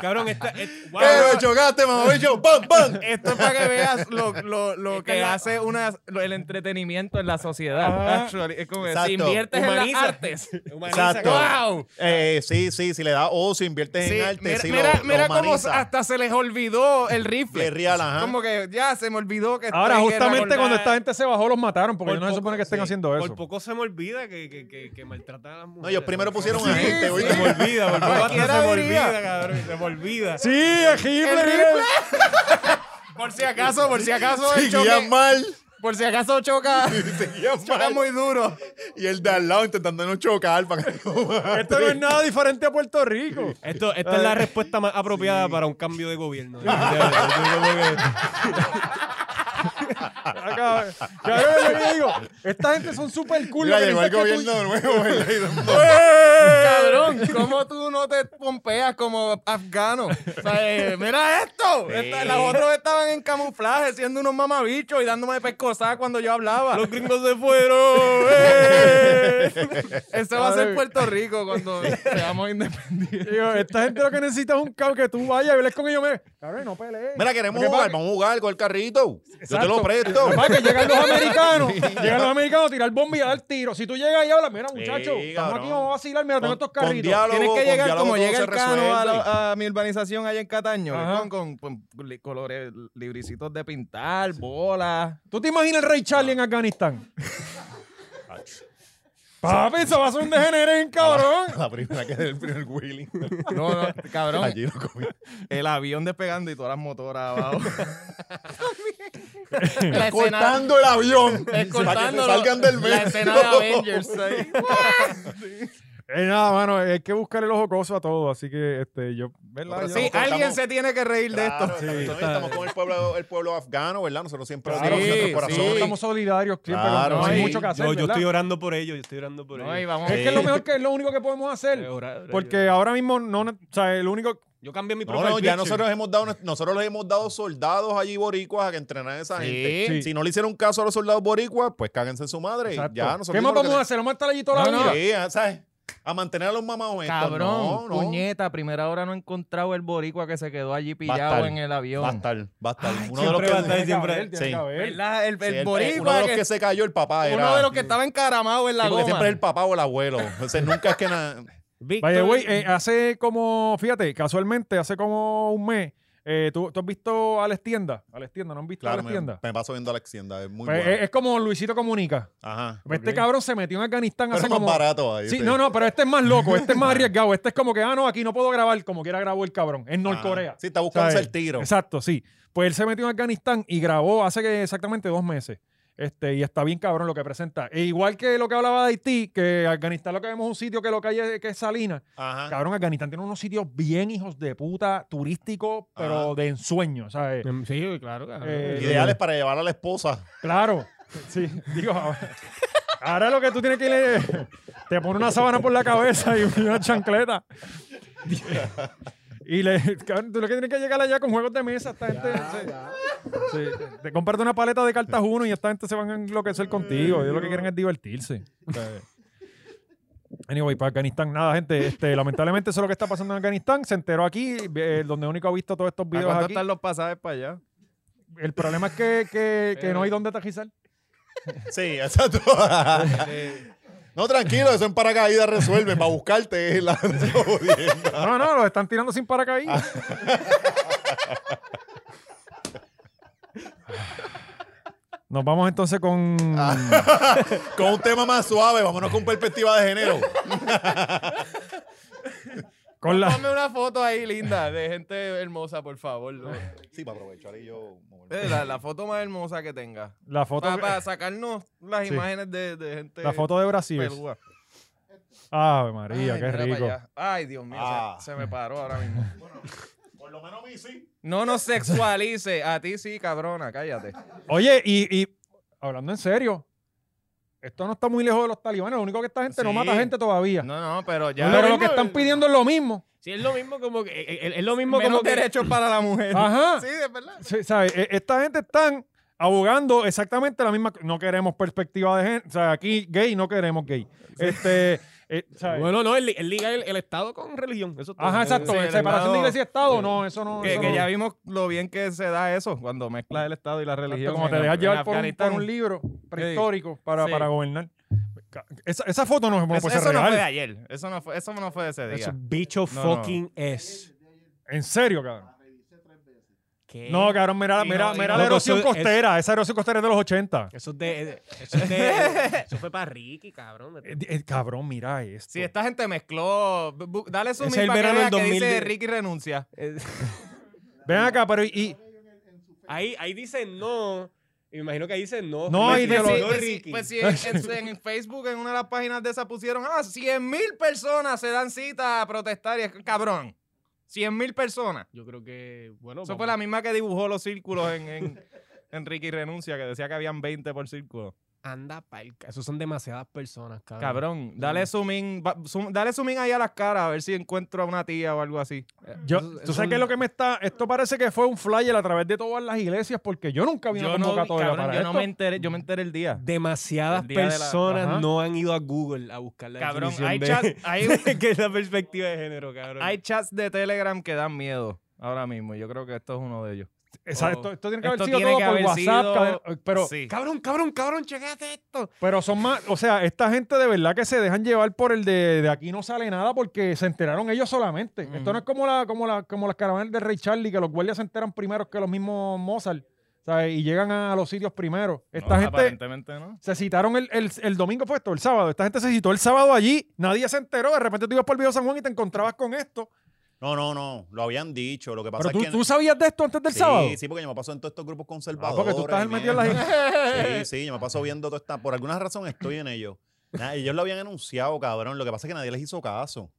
S4: Cabrón, esta. et- wow.
S2: ¡Eh, me chocaste, mamabicho! ¡Bam, bam!
S3: Esto es para que veas lo, lo, lo que
S4: la-
S3: hace una, lo- el entretenimiento en la sociedad.
S1: Ajá.
S3: Actually, es como que
S2: Exacto.
S3: si inviertes en
S4: Ah, Humaniza.
S3: las artes.
S4: Humaniza,
S2: Exacto.
S3: ¡Wow!
S2: Eh, sí, sí, si le da o si inviertes
S3: Sí,
S2: en arte,
S3: mira,
S2: sí,
S3: mira,
S2: lo,
S3: mira
S2: lo
S3: cómo
S2: humaniza.
S3: hasta se les olvidó el rifle.
S2: Guerrial, ajá.
S3: Como que ya se me olvidó que
S1: Ahora,
S3: estoy en guerra
S1: justamente
S3: con-
S1: cuando esta gente se bajó, los mataron, porque
S4: Por
S1: no se
S4: poco-
S1: supone que estén
S4: sí,
S1: haciendo eso.
S4: Por poco se me olvida que, que, que, que maltratan a las mujeres.
S2: No, ellos primero pusieron a
S3: Sí,
S2: gente,
S3: sí.
S2: oíste.
S4: Se me olvida, por poco hasta
S3: Cualquiera
S4: se me
S3: diría.
S4: olvida, cabrón. Se me olvida.
S1: Sí, es Hitler.
S3: ¿El rifle? Por si acaso, por si acaso el
S2: Seguían
S3: choque,
S2: mal.
S3: por si acaso choca,
S2: Seguían
S3: choca
S2: mal.
S3: muy duro.
S2: Y el de al lado intentando no chocar para que no
S1: Esto no es nada diferente a Puerto Rico.
S4: Esto, esta es la respuesta más apropiada para un cambio de gobierno. Yo creo que-
S1: Acá, ya ves lo que te digo. Esta gente son súper cool.
S2: Mira,
S1: lo que
S2: llegó el
S1: necesitan es que tú-
S2: gobierno nuevo. ¿verdad? Y todo el mundo-
S4: Eh.
S3: Cabrón, ¿cómo tú no te pompeas como afgano? O sea, eh, mira esto. Esta- los otros estaban en camuflaje siendo unos mamabichos y dándome pescosada cuando yo hablaba.
S4: Los gringos se fueron. eh.
S3: Eso va a ser Puerto Rico cuando seamos independientes.
S1: Digo, esta gente lo que necesita es un cabo que tú vayas y hables con ellos. mira, Cabrón, no pelees.
S2: Mira, queremos
S1: Porque
S2: jugar,
S1: pa-
S2: vamos a jugar con el carrito. Yo te lo
S1: Exacto.
S2: presto.
S1: Papá, que llegan los americanos, llegan los americanos a tirar bomba y a dar tiro. Si tú llegas y hablas, mira, muchacho,
S2: Sí,
S1: estamos
S2: cabrón.
S1: aquí, vamos a vacilar, mira, tengo
S2: Con-
S1: estos
S2: con
S1: carritos.
S2: diálogo,
S3: Tienes que
S4: Oh,
S2: con
S3: llegar
S2: diálogo
S3: como
S2: todo
S3: llega
S2: se
S3: el cano a,
S2: resuelve.
S3: la- a mi urbanización allá en Cataño,
S1: Ajá.
S3: con, con- con li- colores, libricitos de pintar, bolas.
S1: ¿Tú te imaginas el rey Charlie en Afganistán? Papi, se va a hacer un degenerén, cabrón.
S2: La primera que es el primer wheeling.
S3: No, no, cabrón.
S2: Allí lo comí.
S3: El avión despegando y todas las motoras abajo. la escena,
S2: Cortando el avión. Para que
S3: escoltándolo.
S2: se salgan del mes.
S3: la escena de Avengers. ahí.
S1: Eh, nada, mano, hay que buscar el ojo coso a todo, así que este, yo, ¿verdad?
S2: Pero
S1: Yo-
S3: Sí,
S2: Estamos-
S3: alguien
S2: estamos-
S3: se tiene que reír de esto.
S2: Claro, nosotros estamos con el pueblo, el pueblo afgano, ¿verdad? Nosotros siempre
S1: Claro,
S2: lo
S3: sí,
S2: tenemos en nuestro
S1: nosotros
S2: corazón.
S1: estamos solidarios siempre,
S2: Claro,
S1: no hay
S3: sí.
S1: mucho que hacer,
S4: yo, yo
S1: ¿verdad?
S4: estoy orando por ellos, yo estoy orando por
S3: No, y
S4: ellos.
S3: vamos.
S1: Es que es lo mejor que es lo único que podemos hacer.
S4: Eh, orar, orar,
S1: Porque
S4: orar.
S1: ahora mismo no, o sea, el único
S4: Yo cambié mi
S2: No,
S4: profile
S2: no, ya
S4: picture.
S2: nosotros hemos dado, nosotros les hemos dado soldados allí boricuas a que entrenaran a esa
S3: Sí.
S2: gente.
S1: Sí.
S2: Si no le hicieron caso a los soldados boricuas, pues cáguense en su madre. y
S1: Exacto.
S2: Ya, nosotros
S1: ¿Qué más vamos a hacer? ¿Vamos a estar allí toda
S3: No,
S1: la
S3: no.
S1: vida?
S2: Sí, ya, ¿sabes? A mantener a los mamados estos.
S3: Cabrón,
S2: no, no.
S3: puñeta, a primera hora no he encontrado el boricua que se quedó
S2: Va
S3: allí
S2: a
S3: pillado
S2: estar,
S3: en el avión.
S2: Va a estar, va a estar. uno de los
S4: siempre
S2: que,
S4: va a estar,
S1: Tiene que
S4: siempre-
S1: haber, tiene
S2: sí.
S1: que haber.
S3: ¿Verdad? El,
S2: sí,
S3: el
S2: el-
S3: boricua
S2: uno de los
S3: que-
S2: que se cayó, el papá era.
S3: uno de los que estaba encaramado en la
S2: Sí, porque
S3: goma.
S2: siempre es el papá o el abuelo. O sea, nunca es que nada.
S1: By the way, eh, hace como, fíjate, casualmente, hace como un mes, eh, ¿tú, tú has visto a Alex Tienda? Alex Tienda, ¿no han visto a
S2: Claro,
S1: Alex
S2: me,
S1: Tienda?
S2: me paso viendo a la tienda. Es muy
S1: Pues,
S2: bueno.
S1: es, es como Luisito Comunica.
S2: Ajá.
S1: Este cabrón se metió en Afganistán
S2: Pero
S1: hace
S2: es más
S1: como...
S2: barato ahí.
S1: Sí, no, no, pero este es más loco, este es más arriesgado. Este es como que, ah, no, aquí no puedo grabar, como quiera grabó el cabrón, en
S2: Ajá.
S1: Norcorea.
S2: Sí, está buscando
S1: ¿Sabes?
S2: el tiro.
S1: Exacto, sí. Pues él se metió en Afganistán y grabó hace que exactamente dos meses. Este, y está bien cabrón lo que presenta. E igual que lo que hablaba de Haití, que Afganistán lo que vemos es un sitio que lo que hay es, que es Salinas.
S2: Ajá.
S1: Cabrón, Afganistán tiene unos sitios bien hijos de puta, turísticos, pero de ensueño, ¿sabes?
S4: em, Sí, claro. claro.
S1: Eh,
S2: Ideales para llevar a la esposa.
S1: Claro. Sí, digo, ahora- ahora lo que tú tienes que ir es, te pone una sábana por la cabeza y una chancleta. Y le, cabrón, tú lo que tienes que llegar allá con juegos de mesa, esta gente se- se- te, comparte una paleta de cartas uno y esta gente se van a enloquecer contigo. Ellos lo que quieren es divertirse. O sea, Anyway, para Afganistán, nada, gente. Este, lamentablemente eso es lo que está pasando en Afganistán. Se enteró aquí, eh, donde único ha visto todos estos
S3: ¿A
S1: videos
S3: cuánto
S1: aquí.
S3: están los pasajes para allá?
S1: El problema es que, que- que
S3: Eh,
S1: no hay dónde aterrizar.
S2: Sí, exacto. No, tranquilo, eso en paracaídas resuelve. Para buscarte es la jodienda.
S1: No, no, los están tirando sin paracaídas. Nos vamos entonces con.
S2: Con un tema más suave, vámonos con perspectiva de género.
S1: con la.
S3: Ponme una foto ahí linda de gente hermosa, por favor. ¿no?
S2: Sí, para aprovechar y yo. moverme.
S3: Eh, La, la foto más hermosa que tenga.
S1: La foto,
S3: Para, para sacarnos las
S1: Sí.
S3: imágenes de, de gente
S1: la foto de Brasil.
S3: pelúa.
S1: Ave María,
S3: Ay,
S1: qué
S3: mira para
S1: rico.
S3: allá. Ay, Dios mío, se-
S2: Ah.
S3: se, me paró ahora mismo.
S2: Por lo menos a mí sí.
S3: No nos sexualice. A ti sí, cabrona, cállate.
S1: Oye, y, y hablando en serio, esto no está muy lejos de los talibanes. Lo único que esta gente no
S3: Sí.
S1: mata gente todavía.
S3: No, no, pero ya.
S1: Pero lo que están pidiendo es lo mismo.
S4: Sí, es lo mismo como que. eh, eh, Es lo mismo
S3: Menos
S4: como que. Ah.
S3: derechos para la mujer.
S1: Ajá.
S3: Sí, es verdad.
S1: Sí, ¿sabes? E- Esta gente están abogando exactamente la misma. No queremos perspectiva de género. O sea, aquí gay no queremos gay. Este, eh, ¿sabes?
S4: Bueno, no, él, él liga el, el Estado con religión. Eso es todo.
S1: Ajá, exacto.
S3: Sí,
S1: eh,
S3: el
S1: separación
S3: Estado.
S1: de iglesia y Estado, no, eso no.
S3: Que,
S1: eso
S3: que
S1: no.
S3: ya vimos lo bien que se da eso cuando mezcla el Estado y la religión.
S1: como te
S3: en-
S1: dejas
S3: en
S1: llevar por un,
S3: Afganistán.
S1: por un libro prehistórico para,
S3: Sí.
S1: para gobernar. Ca- Esa, esa foto no, no
S3: Eso,
S1: puede ser
S3: eso no
S1: real.
S3: fue de ayer. Eso no fue, eso no fue de ese día.
S4: pues Eso bicho
S3: No, no.
S4: fucking es.
S1: en serio, cabrón.
S4: ¿Qué?
S1: No, cabrón, mira,
S4: Y no,
S1: mira,
S4: y
S1: mira
S4: no,
S1: la
S4: pero
S1: erosión
S4: eso es-
S1: costera. Esa erosión costera es de los 80.
S4: Eso es de. Eso, es de- eso fue para Ricky, cabrón.
S1: Eh, eh, cabrón, mira esto.
S3: Si esta gente mezcló. bu- bu- Dale su
S4: Ese es
S3: mil
S4: el
S3: pa' que
S4: verano
S3: vea
S4: del
S3: que dice
S4: 2010.
S3: Ricky renuncia.
S4: Eh,
S1: Ven acá, pero y- y
S4: Ahí, ahí dice no. Me imagino que ahí dice no.
S1: No,
S4: Ricky,
S1: ahí dice
S3: Pues sí,
S1: lo-
S4: no,
S3: pues sí,
S4: Ricky.
S3: pues sí, en, en- en Facebook, en una de las páginas de esa pusieron, ah, 100 mil personas se dan cita a protestar y es cabrón. 100 mil personas.
S4: Yo creo que. Bueno,
S3: Eso
S4: vamos-
S3: fue la misma que dibujó los círculos en, en, en Ricky Renuncia, que decía que habían 20 por círculo.
S4: Anda palca. Eso son demasiadas personas, cabrón.
S3: Cabrón, dale zoom in, va- zoom- dale zoom in ahí a las caras a ver si encuentro a una tía o algo así.
S1: Yo,
S4: Eso-
S1: ¿Tú
S4: eso
S1: sabes qué es lo que me está.? Esto parece que fue un flyer a través de todas las iglesias, porque yo nunca vi una convocatoria
S3: cabrón,
S1: para
S3: yo
S1: esto.
S3: no me enteré, yo me enteré el día.
S4: Demasiadas
S3: El día de la-
S4: personas
S1: Ajá.
S4: no han ido a Google a buscar la
S3: Cabrón,
S4: definición
S3: hay
S4: de-
S3: chat, hay,
S4: que es la perspectiva de género, cabrón.
S3: hay chats de Telegram que dan miedo ahora mismo. Yo creo que esto es uno de ellos.
S1: Exacto,
S3: Oh.
S1: esto, esto tiene que haber
S3: Esto
S1: sido
S3: tiene
S1: todo
S3: que
S1: por
S3: haber
S1: WhatsApp.
S3: sido-
S1: cadena- pero,
S3: Sí.
S4: Cabrón, cabrón, cabrón, chequéate esto.
S1: pero son más. O sea, esta gente de verdad que se dejan llevar por el de, de aquí no sale nada porque se enteraron ellos solamente. Esto no es como, la, como, la, como las caravanas de Ray Charlie, que los guardias se enteran primero que los mismos Mozart, ¿sabes? Y llegan a los sitios primero. Esta
S3: No,
S1: gente.
S3: Aparentemente no.
S1: Se citaron el, el- el domingo fue esto, el sábado. Esta gente se citó el sábado allí. Nadie se enteró. De repente tú ibas por el video San Juan y te encontrabas con esto.
S2: No, no, no. Lo habían dicho. Lo que pasa
S1: Pero tú,
S2: es que.
S1: tú sabías de esto antes del
S2: sí,
S1: sábado.
S2: sí, porque yo me paso en todos estos grupos
S1: Ah,
S2: conservadores.
S1: porque tú estás
S2: y
S1: metido en la
S2: mierda.
S1: gente.
S2: Sí, sí, yo me paso viendo toda esta. Por alguna razón estoy en ellos. Nada, ellos lo habían anunciado, cabrón. Lo que pasa es que nadie les hizo caso.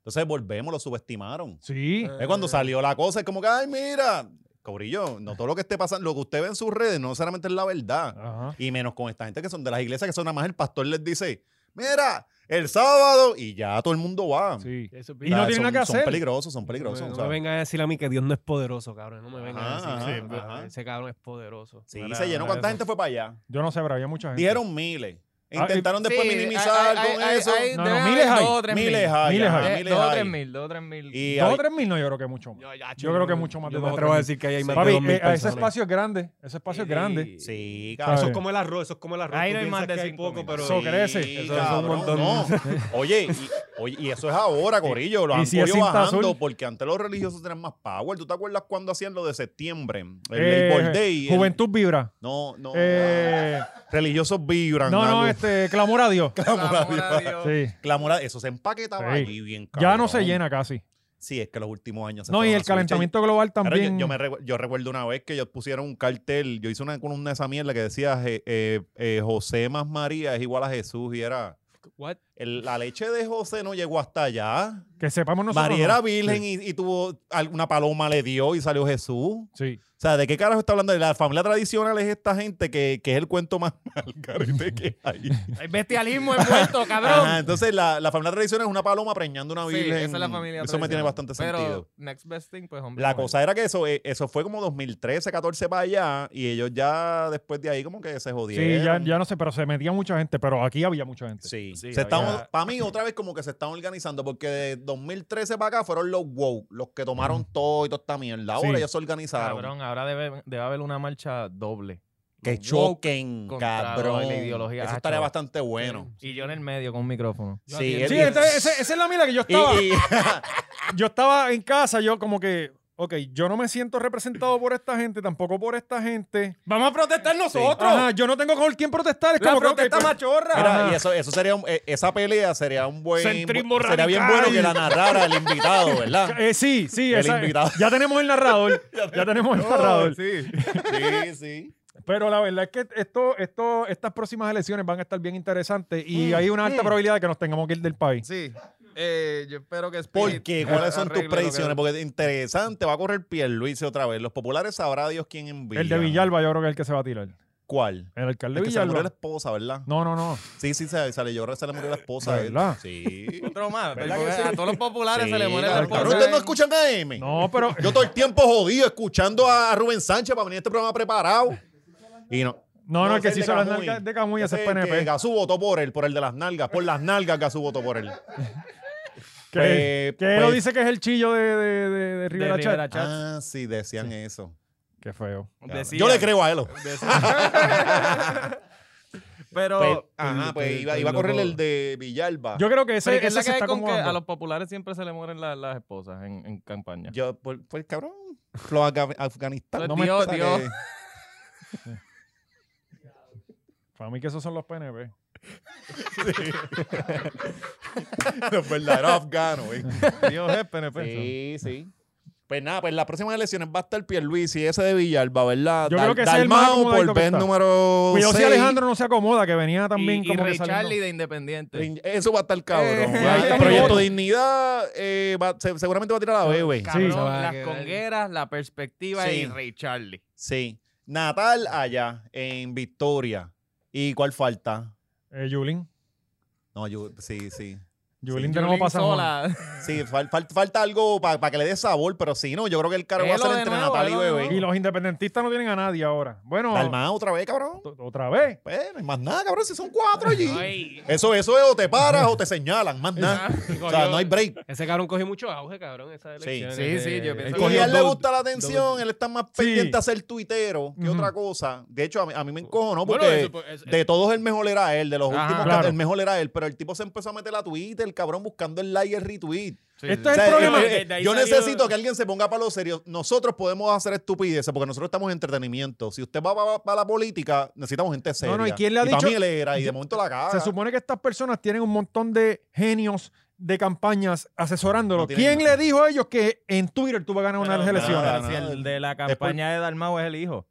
S2: Entonces volvemos, lo subestimaron.
S1: Sí.
S2: Es cuando salió la cosa, es como que, ay, mira, cobrillo, no todo lo que esté pasando, lo que usted ve en sus redes no necesariamente es la verdad.
S1: Ajá.
S2: Y menos con esta gente que son de las iglesias, que son nada más el pastor les dice, mira, el sábado, y ya todo el mundo va.
S1: Sí.
S4: Eso es
S1: Y no
S2: Ah,
S1: tiene
S2: son-
S1: nada que hacer.
S2: Son peligrosos, son peligrosos.
S4: No, me-
S2: o
S4: no
S2: sea.
S4: me vengan a decir a mí que Dios no es poderoso, cabrón. No me vengan
S2: Ajá,
S4: a decir.
S2: ajá,
S4: cabrón.
S2: ajá.
S4: Ese cabrón es poderoso.
S2: Sí,
S1: Mira,
S2: se llenó.
S1: mira
S2: ¿Cuánta
S1: eso.
S2: gente fue para allá?
S1: Yo no sé, pero había mucha gente.
S2: Dijeron miles.
S1: Ah,
S2: Intentaron después
S3: Sí,
S2: minimizar
S3: hay-
S2: con
S3: hay-
S2: eso.
S3: hay-
S1: No,
S3: debe
S1: no,
S3: haber
S1: miles hay.
S3: dos o tres mil.
S2: miles hay,
S1: Miles
S2: ajá,
S1: hay.
S3: Eh,
S2: miles
S3: dos o tres
S2: hay.
S3: mil, dos o tres mil.
S2: Y
S1: Dos o
S2: hay-
S1: tres mil, no, yo creo que mucho más. Yo creo que mucho más
S4: Yo
S1: de
S4: me
S1: dos,
S4: atrevo a
S1: tres
S4: decir que ahí hay más
S1: Papi,
S4: de dos mil
S1: eh, ese
S4: personas.
S1: espacio es grande. Ese espacio es grande. ¿Sabes?
S2: Sí, cabrón.
S4: Eso es como el arroz, eso es como el arroz.
S3: Ahí
S4: Tú
S3: no hay
S4: piensas
S3: más de
S4: que
S3: cinco
S4: poco,
S3: mil.
S4: pero...
S1: Eso
S2: Sí,
S1: crece, eso es un
S2: cabrón,
S1: montón.
S2: no. Oye, y, oye, y eso es ahora, Corillo. Lo
S1: Y
S2: han
S1: si
S2: ido
S1: es cinta
S2: bajando
S1: azul.
S2: porque antes los religiosos tenían más power. ¿Tú te acuerdas cuando hacían lo de septiembre? El
S1: Eh,
S2: Labor Day. el-
S1: Juventud vibra.
S2: No, no.
S1: Eh,
S2: Religiosos vibran.
S1: no, no,
S2: algo.
S1: este, clamor a Dios.
S3: Clamor a Dios.
S1: Sí.
S2: Clamor a- Eso se empaquetaba
S1: Sí.
S2: allí
S1: Ya
S2: bien,
S1: no
S2: cabrón.
S1: se llena casi.
S2: Sí, es que los últimos años. se
S1: No, y
S2: fueron
S1: el
S2: a switch.
S1: calentamiento global
S2: Claro,
S1: también.
S2: yo, yo me recu- yo recuerdo una vez que ellos pusieron un cartel, yo hice una columna de esa mierda que decía eh, eh, eh, José más María es igual a Jesús y era...
S4: What?
S2: el- la leche de José no llegó hasta allá.
S1: Que sepamos nosotros.
S2: María
S1: ¿no?
S2: era virgen y, y tuvo alguna paloma le dio y salió Jesús. O
S1: Sí.
S2: sea, ¿de qué carajo está hablando? La familia tradicional es esta gente que, que es el cuento más mal garete que hay.
S3: Hay bestialismo envuelto, cabrón.
S2: Ajá, entonces, la, la familia tradicional es una paloma preñando una
S3: Sí,
S2: virgen.
S3: esa es la familia.
S2: Eso me tiene
S3: tradicional.
S2: bastante sentido.
S3: Pero next best thing, pues hombre.
S2: La
S3: hombre.
S2: cosa era que eso, eh, eso fue como 2013, 14 para allá, y ellos ya después de ahí como que se jodieron.
S1: Sí, ya, ya no sé, pero se metía mucha gente, pero aquí había mucha gente.
S2: Sí.
S3: Sí,
S2: se están-
S3: había-
S2: para mí, otra vez como que se están organizando, porque de 2013 para acá fueron los wow, los que tomaron todo y toda esta mierda. Ahora
S1: Sí.
S2: ellos se organizaron.
S3: Cabrón, ahora debe, debe haber una marcha doble.
S2: Que
S3: Woke
S2: choquen,
S3: contra
S2: cabrón.
S3: la ideología.
S2: Eso
S3: Ah,
S2: estaría
S3: chaval.
S2: bastante bueno.
S3: Y yo en el medio con un micrófono.
S4: Yo
S2: Sí,
S4: atiendo.
S1: Sí,
S2: él-
S1: esta- esa, esa es la mira que yo
S2: y-
S1: estaba.
S2: y-
S1: Yo estaba en casa, yo como que, ok, yo no me siento representado por esta gente, tampoco por esta gente.
S3: ¡Vamos a protestar
S1: Otro. yo no tengo con quién protestar. Es
S3: ¡La
S1: como que, ok,
S3: protesta
S1: pues,
S3: machorra!
S2: Mira,
S1: Ajá.
S2: y eso, eso sería un- eh, esa pelea sería un buen
S4: Centrismo
S2: sería bien
S4: radical.
S2: bueno que la narrara el invitado, ¿verdad?
S1: eh, sí, sí,
S2: El
S1: esa-
S2: invitado.
S1: ya tenemos el narrador. ya tenemos
S3: este
S1: el narrador.
S3: sí.
S2: Sí, sí.
S1: Pero la verdad es que esto, esto, estas próximas elecciones van a estar bien interesantes y
S3: Mm,
S1: hay una alta
S3: mm.
S1: probabilidad de que nos tengamos que ir del país.
S3: Sí. Eh, yo espero que
S2: ¿Por
S3: Spirit
S2: qué? ¿Cuáles son tus
S3: arregle lo que-
S2: predicciones? Porque es interesante, va a correr Pierluisi otra vez. Los populares sabrá Dios quién envía.
S1: El de Villalba, yo creo que es el que se va a tirar.
S2: ¿Cuál?
S1: El alcalde
S2: El
S1: de
S2: que se le
S1: Villalba.
S2: murió la esposa, ¿verdad?
S1: No, no, no.
S2: Sí, sí, se, se le lloró, se le murió la esposa.
S1: ¿De
S2: él.
S1: verdad?
S2: Sí.
S3: Otro más.
S2: ¿Verdad
S3: porque
S2: que sí?
S3: A todos los populares se le muere
S2: Sí,
S1: esposa.
S3: la
S2: cabrón,
S3: esposa.
S2: ¿Ustedes no escuchan a M?
S1: No, pero
S2: Yo todo el tiempo jodido escuchando a Rubén Sánchez para venir a este programa preparado. Y no.
S1: no, no, el que
S2: ese
S1: sí
S2: es
S1: hizo las
S2: Camuy.
S1: nalgas de Camuy, ese es
S2: el que
S1: PNP.
S2: Gasú votó por él, por el de las nalgas, por las nalgas Gasú votó por él.
S1: Que,
S2: Pues-
S1: que él lo
S2: pues-
S1: dice que es el chillo de, de, de- de Rivera Chat.
S3: Rivera Chat.
S2: Ah, sí, decían eso.
S1: Qué feo.
S2: Cabrón.
S3: Decían.
S2: Yo le creo a él.
S3: Decían. Pero.
S2: Pues, ajá, pues
S4: estoy-
S2: iba,
S4: estoy
S2: iba a correr
S4: loco.
S2: el de Villalba.
S1: Yo creo que
S3: Ah. Pero
S1: ese,
S3: ¿qué
S1: ese
S3: es la que
S1: se
S3: hay
S1: está
S3: con que a los
S1: acomodando.
S3: populares siempre se le mueren la- las esposas en, en campaña.
S2: Yo, por, por el cabrón. Los Afga- Afganistán.
S3: Pues,
S2: no me
S3: Dios,
S2: está que-
S3: Dios.
S1: Para mí que esos son los PNP.
S2: Los verdaderos afganos, eh. güey.
S3: Dios es PNP.
S2: Sí, sí. Pues nada, pues las próximas elecciones va a estar Pierluisi y ese de Villalba, ¿verdad?
S1: Yo creo que ese es el más
S2: Dalmau
S1: acomodadito
S2: por
S1: que
S2: vez
S1: está.
S2: número
S1: Cuidado si
S2: seis.
S1: Alejandro no se acomoda, que venía también
S3: y,
S1: como que
S3: Richarly
S1: saliendo.
S3: de Independiente.
S2: Eso va a estar cabrón.
S3: Eh,
S2: Va a
S1: ahí
S2: estar
S1: está mi
S2: proyecto
S1: voto.
S2: Dignidad eh, va- se- seguramente va a tirar a la bebé.
S3: Cabrón,
S1: Sí.
S3: las
S4: Sí.
S3: congueras, la perspectiva
S2: Sí.
S3: y Ray Charlie.
S2: Sí. Natal allá en Victoria. ¿Y cuál falta?
S1: Eh, Yulín.
S2: No, yo, sí, sí.
S1: Yulín
S2: Sí,
S1: tenemos
S3: Yulín
S1: pasado.
S3: sola.
S2: Sí, fal- fal- falta algo para que le dé sabor, pero si no, yo creo que el caro va a
S3: Velo
S2: ser
S3: de
S2: entre
S3: nuevo,
S2: Natal y
S3: velo de
S2: bebé.
S1: Y los independentistas no tienen a nadie ahora. Bueno,
S2: Dalmau otra vez, cabrón.
S1: t- otra vez.
S2: Pues, no hay más nada, cabrón, si son cuatro allí.
S3: Ay.
S2: Eso, eso es o te paras o te señalan, más nada. O sea, no hay break.
S4: Ese cabrón cogió mucho auge, cabrón, esa elección.
S3: Sí, sí, yo pienso
S2: Y
S3: cogió
S2: a él le
S3: dos-
S2: gusta la atención, él está más
S1: Sí.
S2: pendiente a ser tuitero que
S1: Ujú.
S2: otra cosa. De hecho, a mí, a mí me encojo, ¿no?
S4: Bueno,
S2: Porque
S4: eso, pues, es-
S2: de todos el mejor era él, de los
S3: Ajá.
S2: últimos,
S1: Claro.
S2: el mejor era él, pero el tipo se empezó a meter a Twitter, el cabrón buscando el like y el retweet.
S1: Este
S2: O
S1: es
S2: sea,
S1: el problema.
S2: eh,
S4: de-
S2: eh,
S4: de ahí
S2: yo
S4: salió-
S2: necesito que alguien se ponga para lo serio. Nosotros podemos hacer estupideces porque nosotros estamos en entretenimiento. Si usted va para la política, necesitamos gente seria.
S1: no, ¿y quién le ha
S2: para
S1: dicho-
S2: mí él era, y de momento la caga.
S1: Se supone que estas personas tienen un montón de genios de campañas asesorándolos.
S2: No tienen
S1: ¿Quién
S2: nada.
S1: le dijo a ellos que en Twitter tú vas a ganar una de las
S3: Pero,
S1: elecciones?
S2: nada,
S3: pero si
S2: nada.
S3: el de la
S2: Después-
S3: campaña de Dalmau es el hijo.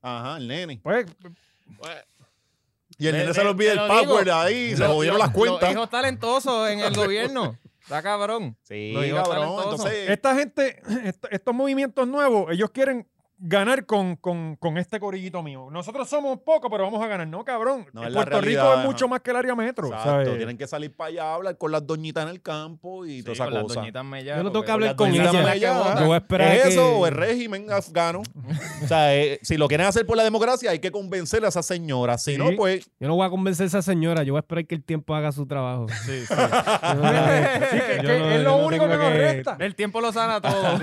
S2: Ajá, el nene.
S1: Pues,
S2: Y el
S3: Te-
S2: nene
S3: te-
S2: se le olvida
S3: te
S2: el
S3: lo
S2: power
S3: digo.
S2: ahí, se
S3: Lo-
S2: jodieron
S3: lo-
S2: las cuentas.
S3: Los hijos talentosos en el gobierno. Está cabrón.
S2: Sí,
S3: Los hijos
S2: cabrón.
S3: talentosos.
S2: Entonces,
S1: esta gente, est- estos movimientos nuevos, ellos quieren ganar con, con- con este corillito mío. Nosotros somos pocos, pero vamos a ganar. No, cabrón.
S2: No, es la
S1: Puerto Rico
S2: realidad,
S1: es
S2: ajá.
S1: mucho más que el área metro.
S2: Exacto,
S1: ¿sabes?
S2: tienen que salir para allá a hablar con las doñitas en el campo y toda
S3: Sí,
S2: esa
S3: con las
S2: cosa.
S3: doñitas mellá,
S4: Yo no tengo que
S3: porque-
S4: hablar
S2: Las
S4: con
S2: doñitas
S4: ella.
S2: mellá,
S3: Yo
S2: ¿verdad?
S4: Yo voy a esperar
S2: ¿Es
S4: a que-
S2: eso o el régimen afgano? o sea, eh, si lo quieren hacer por la democracia, hay que convencer a esa señora. Si
S1: Sí.
S2: no, pues
S4: Yo no voy a convencer a esa señora, yo voy a esperar que el tiempo haga su trabajo.
S3: Sí, sí.
S4: Yo no-
S1: Sí, que- que
S4: yo no-
S1: es
S4: yo
S1: lo
S4: no
S1: único que
S4: tengo
S1: nos resta.
S3: El tiempo lo sana todo.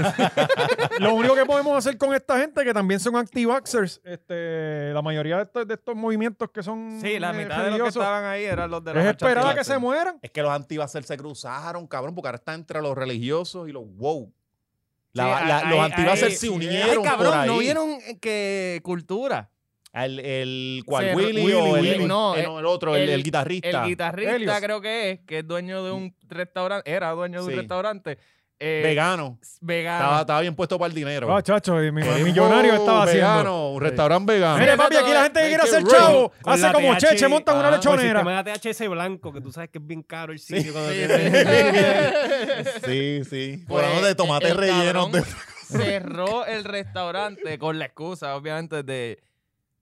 S1: Lo único que podemos hacer con esta gente, que también son anti-vaxxers, este, la mayoría de estos, de estos movimientos que son
S3: Sí, la
S1: eh,
S3: mitad de los que
S1: religiosos,
S3: estaban ahí eran los de la
S1: es
S3: marcha
S1: esperar a que
S3: antivax.
S1: se mueran.
S2: es que los antivaxxers se cruzaron, cabrón, porque ahora está entre los religiosos y los wow. La-
S3: Sí,
S2: la-
S3: ahí-
S2: los
S3: ahí-
S2: antivaxxers se
S3: sí.
S2: unieron
S3: Ay, cabrón,
S2: por ahí.
S3: ¿no vieron que cultura?
S2: El, el cual
S3: Se-
S2: Willy,
S3: Willy,
S2: o el,
S3: Willy,
S2: el-
S3: no,
S2: eh, no, el otro, el,
S3: el-
S2: el guitarrista.
S3: El guitarrista
S1: Helios.
S3: creo que es, que es dueño de un restaurante, era dueño de
S2: Sí.
S3: un restaurante. eh,
S6: vegano.
S3: vegano.
S6: Estaba, estaba bien puesto para el dinero.
S1: Ah, chacho, y mi
S6: Quería un
S1: millonario
S6: bowl
S1: estaba haciendo.
S6: vegano, un restaurante vegano.
S1: Mire, papi,
S2: eh,
S1: aquí la gente que quiere hacer chavo hace como cheche, montan una
S6: ah,
S4: Con el
S1: lechonera.
S4: pues, sistema de THC blanco, que tú sabes que es bien caro el sitio cuando
S3: Sí,
S4: tienes-
S2: Sí, sí.
S3: Pues,
S2: Por de tomate
S3: el
S2: relleno.
S3: cabrón Cerró el restaurante con la excusa, obviamente, de.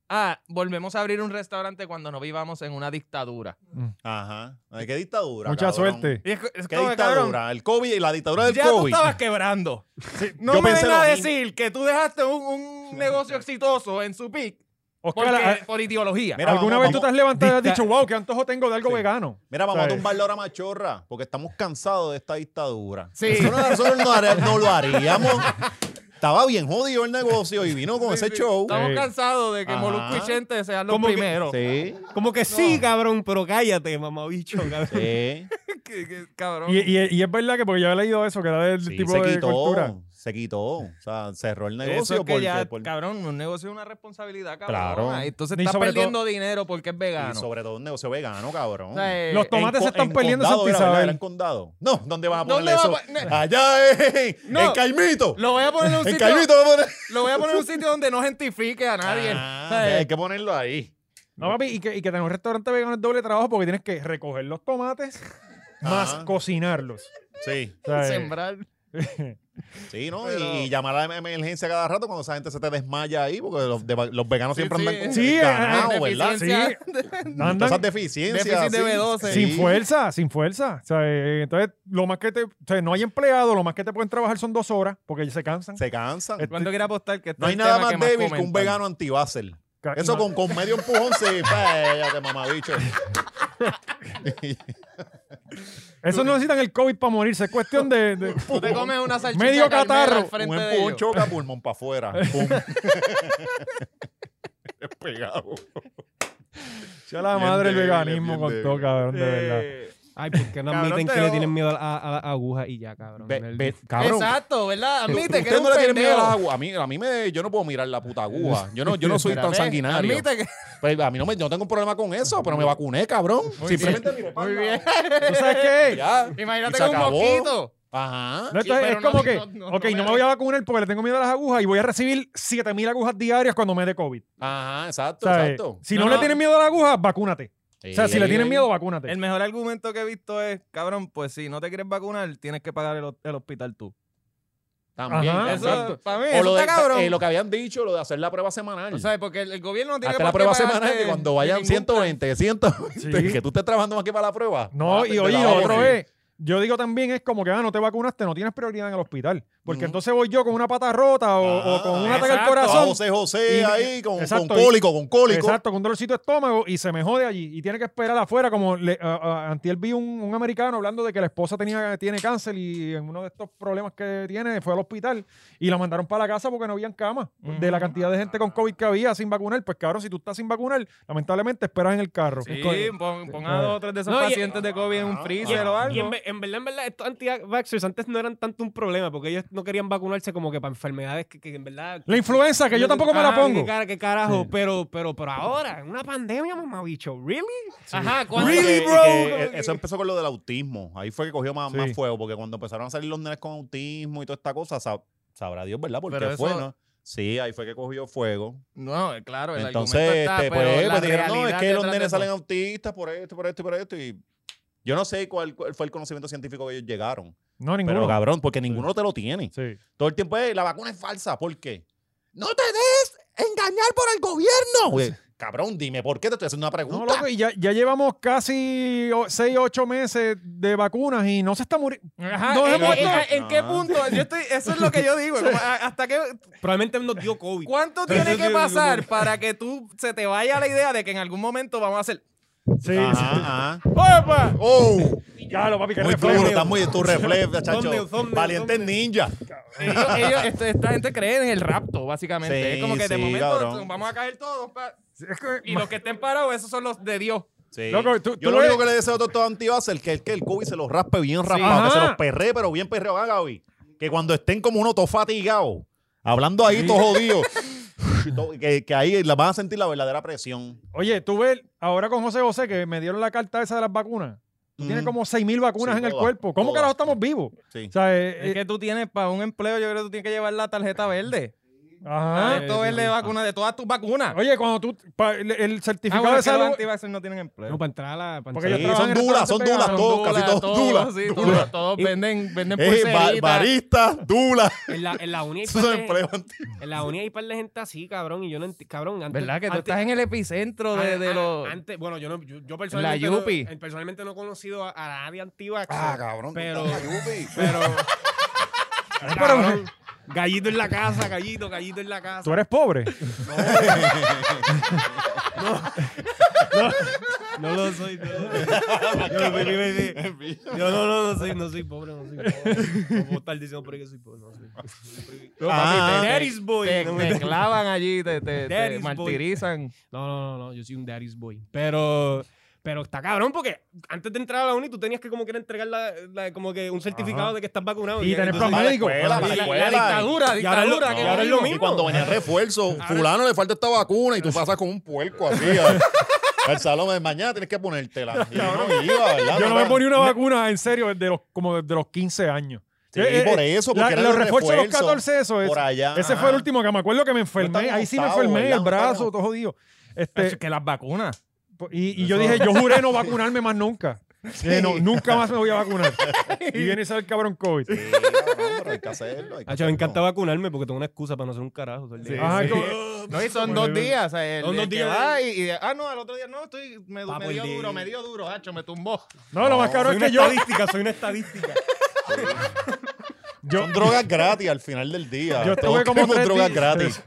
S3: Ah, volvemos a abrir un restaurante cuando no vivamos en una dictadura.
S2: Ajá. Ay, qué dictadura.
S1: Mucha
S2: cabrón.
S1: suerte.
S3: Y es, es
S2: Qué
S3: como, cabrón,
S2: dictadura. El COVID, la dictadura del
S3: ya tú
S2: COVID.
S3: estabas quebrando. no
S2: yo
S3: me
S2: pensé
S3: vengas
S2: lo
S3: a
S2: mismo.
S3: decir que tú dejaste un, un negocio exitoso en su pic
S1: Oscar,
S3: porque,
S1: ¿a-
S3: por ideología.
S2: Mira,
S1: ¿alguna
S2: vamos-
S1: vez tú te has levantado y has
S4: Dicta-
S1: dicho, wow, qué antojo tengo de algo
S2: Sí.
S1: vegano?
S2: Mira, vamos a
S1: ¿Sabes?
S2: tumbar la machorra, porque estamos cansados de esta dictadura.
S3: Sí.
S2: Nosotros, nosotros no, haré- no lo haríamos. Estaba bien jodido el negocio y vino con
S3: Sí,
S2: pues, ese
S3: sí.
S2: show.
S3: Estamos
S1: Sí.
S3: cansados de que
S2: Ajá.
S3: Molusco y Chente sean los
S4: Como que-
S3: primeros.
S2: Sí,
S4: Como que sí, cabrón, pero cállate, mamabicho, cabrón.
S2: sí.
S3: Que- que- cabrón.
S1: Y, y- y es verdad que porque yo había leído eso, que era del
S2: Sí,
S1: tipo
S2: se
S1: de
S2: quitó,
S1: cultura.
S2: se quitó. O sea, cerró el
S3: Eso es
S2: negocio
S3: que
S2: porque...
S3: ya,
S2: por-
S3: cabrón, un negocio es una responsabilidad, cabrón.
S2: Claro.
S3: Ay, Entonces
S1: Ni
S3: estás
S1: sobre todo-
S3: perdiendo dinero porque es
S2: y
S3: vegano.
S2: sobre todo un negocio vegano, cabrón.
S3: O sea, eh,
S1: Los tomates se
S2: co-
S1: están perdiendo en
S2: condado,
S1: Santa
S2: era, ¿verdad? Era en
S1: Isabel.
S2: condado. No, ¿dónde van a ponerle
S3: ¿Dónde
S2: eso?
S3: va a poner-
S2: Allá, eh,
S3: No.
S2: en Caimito.
S3: Lo voy a poner en un
S2: En
S3: sitio,
S2: Caimito voy a poner...
S3: lo voy a poner en un sitio donde no gentifique a nadie.
S2: Ah,
S3: O sea,
S2: hay que ponerlo ahí.
S1: No, papi, y que, y que tener un restaurante vegano es doble trabajo porque tienes que recoger los tomates más
S2: Ajá.
S1: cocinarlos. eh,
S2: Sí.
S1: ¿sabes?
S3: sembrar.
S2: Sí, ¿no?
S3: Pero-
S2: Y, y llamar a la emergencia cada rato cuando esa gente se te desmaya ahí, porque los, de- los veganos
S3: Sí,
S2: siempre
S3: sí.
S2: andan con
S1: Sí,
S2: ganado,
S1: eh,
S2: ¿verdad?
S1: Sí,
S3: Ya.
S1: andan
S2: Todas esas deficiencias.
S3: Déficit de
S2: sí.
S3: B12.
S1: sin
S2: Sí.
S1: fuerza, sin fuerza. ¿sabes? Entonces, lo más que te... o sea, no hay empleado, lo más que te pueden trabajar son dos horas porque ellos se cansan.
S2: Se cansan.
S1: Este-
S3: ¿Cuánto quiere apostar que este
S2: No hay
S3: es el
S2: nada
S3: tema
S2: más débil que un
S3: comentan?
S2: vegano anti-Basel.
S1: Ca-
S2: Eso con, con medio empujón, sí. pa, ya te mamabicho.
S1: Eso no necesitan el COVID para morirse, es cuestión de... de-
S3: Tú te comes una salchicha
S1: Medio
S3: Carmela
S1: catarro,
S3: al
S2: Un
S3: frente de
S2: empujón
S3: ellos.
S2: choca, pulmón para afuera. Pum. Despegado.
S1: sea la
S2: Bien
S1: madre el
S2: débil,
S1: veganismo
S2: bien
S1: con
S2: débil.
S1: todo, cabrón, de verdad.
S3: Eh,
S4: Ay, porque no
S3: Cabrón,
S4: admiten
S3: te
S4: que le
S3: odio.
S4: tienen miedo a, la- a la aguja y ya, cabrón?
S6: Ve-
S4: El-
S6: ve- cabrón.
S3: Exacto, ¿verdad? Admite
S2: Usted
S3: que eres
S2: no
S3: un
S6: le tiene
S3: pendejo.
S6: miedo al agua. A mí, a mí me, yo no puedo mirar la puta aguja. Yo no, yo no soy
S3: Mira,
S6: tan
S3: ve,
S6: sanguinario.
S3: Admite que...
S6: Pues a mí no, me, yo no tengo un problema con eso, pero me vacuné, cabrón. Simplemente mi
S3: Muy bien.
S1: ¿Tú sabes qué?
S6: Ya.
S3: Imagínate
S6: Y se
S3: con un
S6: acabó.
S3: mosquito.
S6: Ajá.
S1: No, esto
S3: Sí,
S1: es-
S3: pero
S1: es
S3: no,
S1: como
S3: no,
S1: que,
S3: no, no
S1: ok,
S3: me
S1: no me
S3: da-
S1: voy a vacunar porque le tengo miedo a las agujas y voy a recibir 7000 agujas diarias cuando me dé COVID.
S6: Ajá, exacto,
S1: ¿Sabes?
S6: exacto.
S1: Si no,
S3: No,
S1: le
S3: no.
S1: tienes miedo a las agujas, vacúnate. O sea,
S6: Sí.
S1: si le tienes
S6: Sí.
S1: miedo, vacúnate.
S3: El mejor argumento que he visto es, cabrón, pues si no te quieres vacunar, tienes que pagar el, el hospital tú.
S6: También.
S1: Ajá.
S6: exacto.
S3: Eso, para mí,
S6: O lo,
S3: eso
S6: de,
S3: está cabrón.
S6: eh, lo que habían dicho, lo de hacer la prueba semanal.
S3: O sea, porque el, el gobierno no tiene
S6: Hasta
S3: que
S6: la
S3: por
S6: prueba
S3: qué
S6: semanal,
S3: pagarte
S6: que cuando
S3: ni
S6: vayan
S3: ningún
S6: 120, 120,
S1: Sí.
S6: que tú estés trabajando más que para la prueba.
S1: No,
S3: pues,
S6: Ah,
S1: y
S2: pues,
S6: te
S1: oye,
S6: la
S1: lo
S6: vamos,
S1: otro
S6: sí.
S1: es, yo digo también es como que, ah, no te vacunaste, no tienes prioridad en el hospital. Porque
S6: Ujú.
S1: entonces voy yo con una pata rota o, o
S2: Ah,
S1: con un ataque al
S3: exacto.
S2: A
S1: corazón.
S2: José José
S1: Y-
S2: ahí, con,
S1: exacto,
S2: con
S1: y-
S2: cólico, con cólico.
S1: Exacto, con un dolorcito de estómago y se me jode allí. Y tiene que esperar afuera, como le, a- a- antier vi un, un americano hablando de que la esposa tenía, tiene cáncer y en uno de estos problemas que tiene fue al hospital y la mandaron para la casa porque no habían cama. De la cantidad de gente con COVID que había sin vacunar, pues cabrón, si tú estás sin vacunar, lamentablemente esperas en el carro.
S3: Sí, pon, pon a
S1: Eh.
S3: dos o tres de esos
S4: No, y-
S3: pacientes de COVID en un
S2: Ah,
S4: Y,
S3: freezer o
S4: en, y en
S3: algo.
S4: ve- en verdad, en verdad, estos anti-vaxxers antes no eran tanto un problema porque ellos no querían vacunarse como que para enfermedades que, que en verdad...
S1: La influenza, que yo tampoco me la
S4: Ajá,
S1: pongo.
S4: Qué, cara- qué carajo,
S1: Sí.
S4: pero, pero, pero ahora, en una pandemia, mamabicho, ¿really?
S3: Ajá,
S2: Y
S3: ¿cuándo?
S2: que- y que
S4: Como que-
S2: Eh, eso empezó con lo del autismo. Ahí fue que cogió más,
S1: Sí.
S2: más fuego, porque cuando empezaron a salir los nenes con autismo y toda esta cosa, sab- sabrá Dios, ¿verdad? Porque
S3: Pero eso-
S2: fue, ¿no? Sí, ahí fue que cogió fuego.
S3: No, eh, claro, el
S2: Entonces,
S3: argumento está,
S2: este,
S3: pero
S2: pues,
S3: la
S2: pues dijeron, no,
S3: realidad
S2: es que
S3: detrás
S2: los
S3: de
S2: nenes
S3: eso". Ah,
S2: salen autistas por esto, por esto y por esto. Y yo no sé cuál, cuál fue el conocimiento científico que ellos llegaron.
S1: No, ninguno.
S2: Pero cabrón, porque ninguno te lo tiene.
S1: Sí.
S2: Todo el tiempo es, la vacuna es falsa. ¿Por qué? No te des engañar por el gobierno. Oye, cabrón, dime, ¿por qué te estoy haciendo una
S1: No,
S2: pregunta?
S1: loco, y ya, ya llevamos casi 6, 8 meses de vacunas y no se está muriendo.
S3: Ajá,
S1: No
S3: ¿en,
S1: hemos-
S3: en- en- en qué
S2: No.
S3: punto? Yo estoy, eso es lo que yo digo. como, a- ¿Hasta qué,
S4: Probablemente nos dio COVID.
S3: ¿Cuánto tiene que pasar para que tú se te vaya la idea de que en algún momento vamos a hacer...
S1: Sí,
S2: Ajá, ajá.
S3: ¡Opa!
S2: ¡Oh!
S1: Ya lo papi, que
S2: Muy
S1: reflejo.
S2: duro, está muy tu reflejo, chacho.
S4: Thumbnail, thumbnail,
S2: Valiente ninja.
S3: Ellos, ellos- este- esta gente cree en el rapto, básicamente.
S2: Sí,
S3: es como que de
S2: sí,
S3: momento
S2: cabrón.
S3: vamos a caer todos. pa-
S1: Es que-
S3: Y los que estén parados, esos son los de Dios.
S2: Sí.
S1: Loco, tú-
S2: Yo
S1: tú
S2: lo único
S1: ves-
S2: que le deseo a todo estos antibas es que, que el COVID se los raspe bien raspado, que
S1: Ajá.
S2: se los perre, pero bien perreo, ah, Gaby. Que cuando estén como uno todo fatigado, hablando ahí todo jodido, todo- que, que ahí la van a sentir la verdadera presión.
S1: Oye, tú ves, ahora con José José, que me dieron la carta esa de las vacunas. Tú tienes como 6.000 vacunas
S2: Sí,
S1: en el
S2: todas,
S1: cuerpo. ¿Cómo
S2: todas.
S1: carajo estamos vivos?
S2: Sí.
S1: O sea, eh,
S3: Es que tú tienes para un empleo, yo creo que tú tienes que llevar la tarjeta verde.
S1: eh, ajá.
S3: Ah, esto
S4: sí,
S3: verde
S4: sí.
S3: de vacuna, de todas tus vacunas.
S1: Oye, cuando tú. pa- el, el
S3: Ah,
S1: certificado
S3: bueno,
S1: de
S3: es que los
S1: salud.
S3: antivaxxers no tienen empleo.
S4: No, para entrar a la. para
S1: Porque
S4: entrar
S1: yo
S4: a-
S2: Sí,
S1: trabajo
S2: son
S1: en ah,
S2: duras,
S1: restaurantes
S2: son duras,
S1: pegados.
S2: todos, casi todos dulas.
S3: sí,
S2: dulas.
S3: todos, todos venden, venden
S2: Eh, ba-
S3: pulseritas.
S2: baristas, dulas.
S4: en, la, en la uni hay
S2: Eso
S4: par
S2: es
S4: de-
S2: empleo
S4: en la uni hay par de gente así, cabrón. Y yo no enti- Cabrón, antes.
S3: ¿Verdad que tú
S4: antes-
S3: estás en el epicentro de,
S4: Ah,
S3: de
S4: ah,
S3: los...
S4: Antes, bueno, yo, no, yo, yo personalmente, no,
S3: Yupi.
S4: eh, personalmente no he conocido a, a nadie antivax.
S2: cabrón.
S4: Pero-
S2: pero
S4: Cabrón. Gallito en la casa, gallito, gallito en la casa.
S1: Tú eres pobre.
S4: No lo soy. No lo soy. Yo, Yo no, no, no soy, no soy pobre, no soy pobre. Como estar diciendo por ahí que soy pobre, no soy.
S2: Ah,
S3: te-
S4: daddy's boy.
S3: Te,
S4: no,
S3: te clavan allí, te, te, te
S4: Daddy's boy.
S3: martirizan.
S4: no, no, no, yo soy un daddy's boy. Pero, pero está cabrón porque antes de entrar a la uni tú tenías que como que era entregar la, la- como que un certificado de que estás vacunado.
S1: Y tener
S4: entonces-
S1: plan médico.
S2: escuela, para
S1: Y
S2: la
S1: la-
S2: escuela.
S3: dictadura,
S4: y ahora es lo-
S3: dictadura.
S4: no,
S3: que
S4: y ahora es lo
S3: vivimos.
S2: Y cuando venía el refuerzo, fulano le falta esta vacuna y tú pasas con un puerco así al, al salón de mañana, tienes que ponértela. Y yo no iba, Ah, ¿verdad?
S1: Yo no me
S2: era-
S1: ponía una vacuna, en serio, desde los, como desde los 15 años.
S2: Sí,
S1: Eh, eh,
S2: por eso,
S1: la-
S2: porque eran
S1: los
S2: los
S1: refuerzos de los
S2: refuerzos,
S1: 14, eso es.
S2: por allá.
S1: Ese fue el último que me acuerdo que me enfermé.
S2: estaba
S1: Ahí sí me
S2: octavo,
S1: enfermé,
S2: ¿verdad?
S1: el
S2: No estaba
S1: brazo, todo jodido. Este,
S3: Es que las vacunas.
S1: y, y yo dije, yo juré no vacunarme más nunca. Dije, no, nunca más me voy a vacunar. Y viene y sale el cabrón COVID.
S2: Sí, cabrón, pero hay que hacerlo. hay que
S4: Ah, yo me encanta
S2: hacerlo.
S4: vacunarme porque tengo una excusa para no ser un carajo. todo el día.
S1: Ajá,
S3: sí.
S1: como-
S3: No, y son
S1: Bueno,
S3: dos
S1: yo-
S3: días. o sea, el-
S4: Son
S3: el
S4: dos
S3: que
S4: días
S3: va y, y- ah, no, al otro día no, estoy, me,
S4: Papo,
S3: me
S4: el
S3: dio
S4: día-
S3: duro, me dio duro, hacho, me tumbó.
S1: No, lo más cabrón es
S4: Soy una
S1: que yo,
S4: estadística, soy una estadística.
S1: yo,
S2: Son drogas gratis al final del día.
S1: Yo
S2: Todos
S1: estuve como
S2: queremos
S1: tres
S2: drogas
S1: días.
S2: gratis.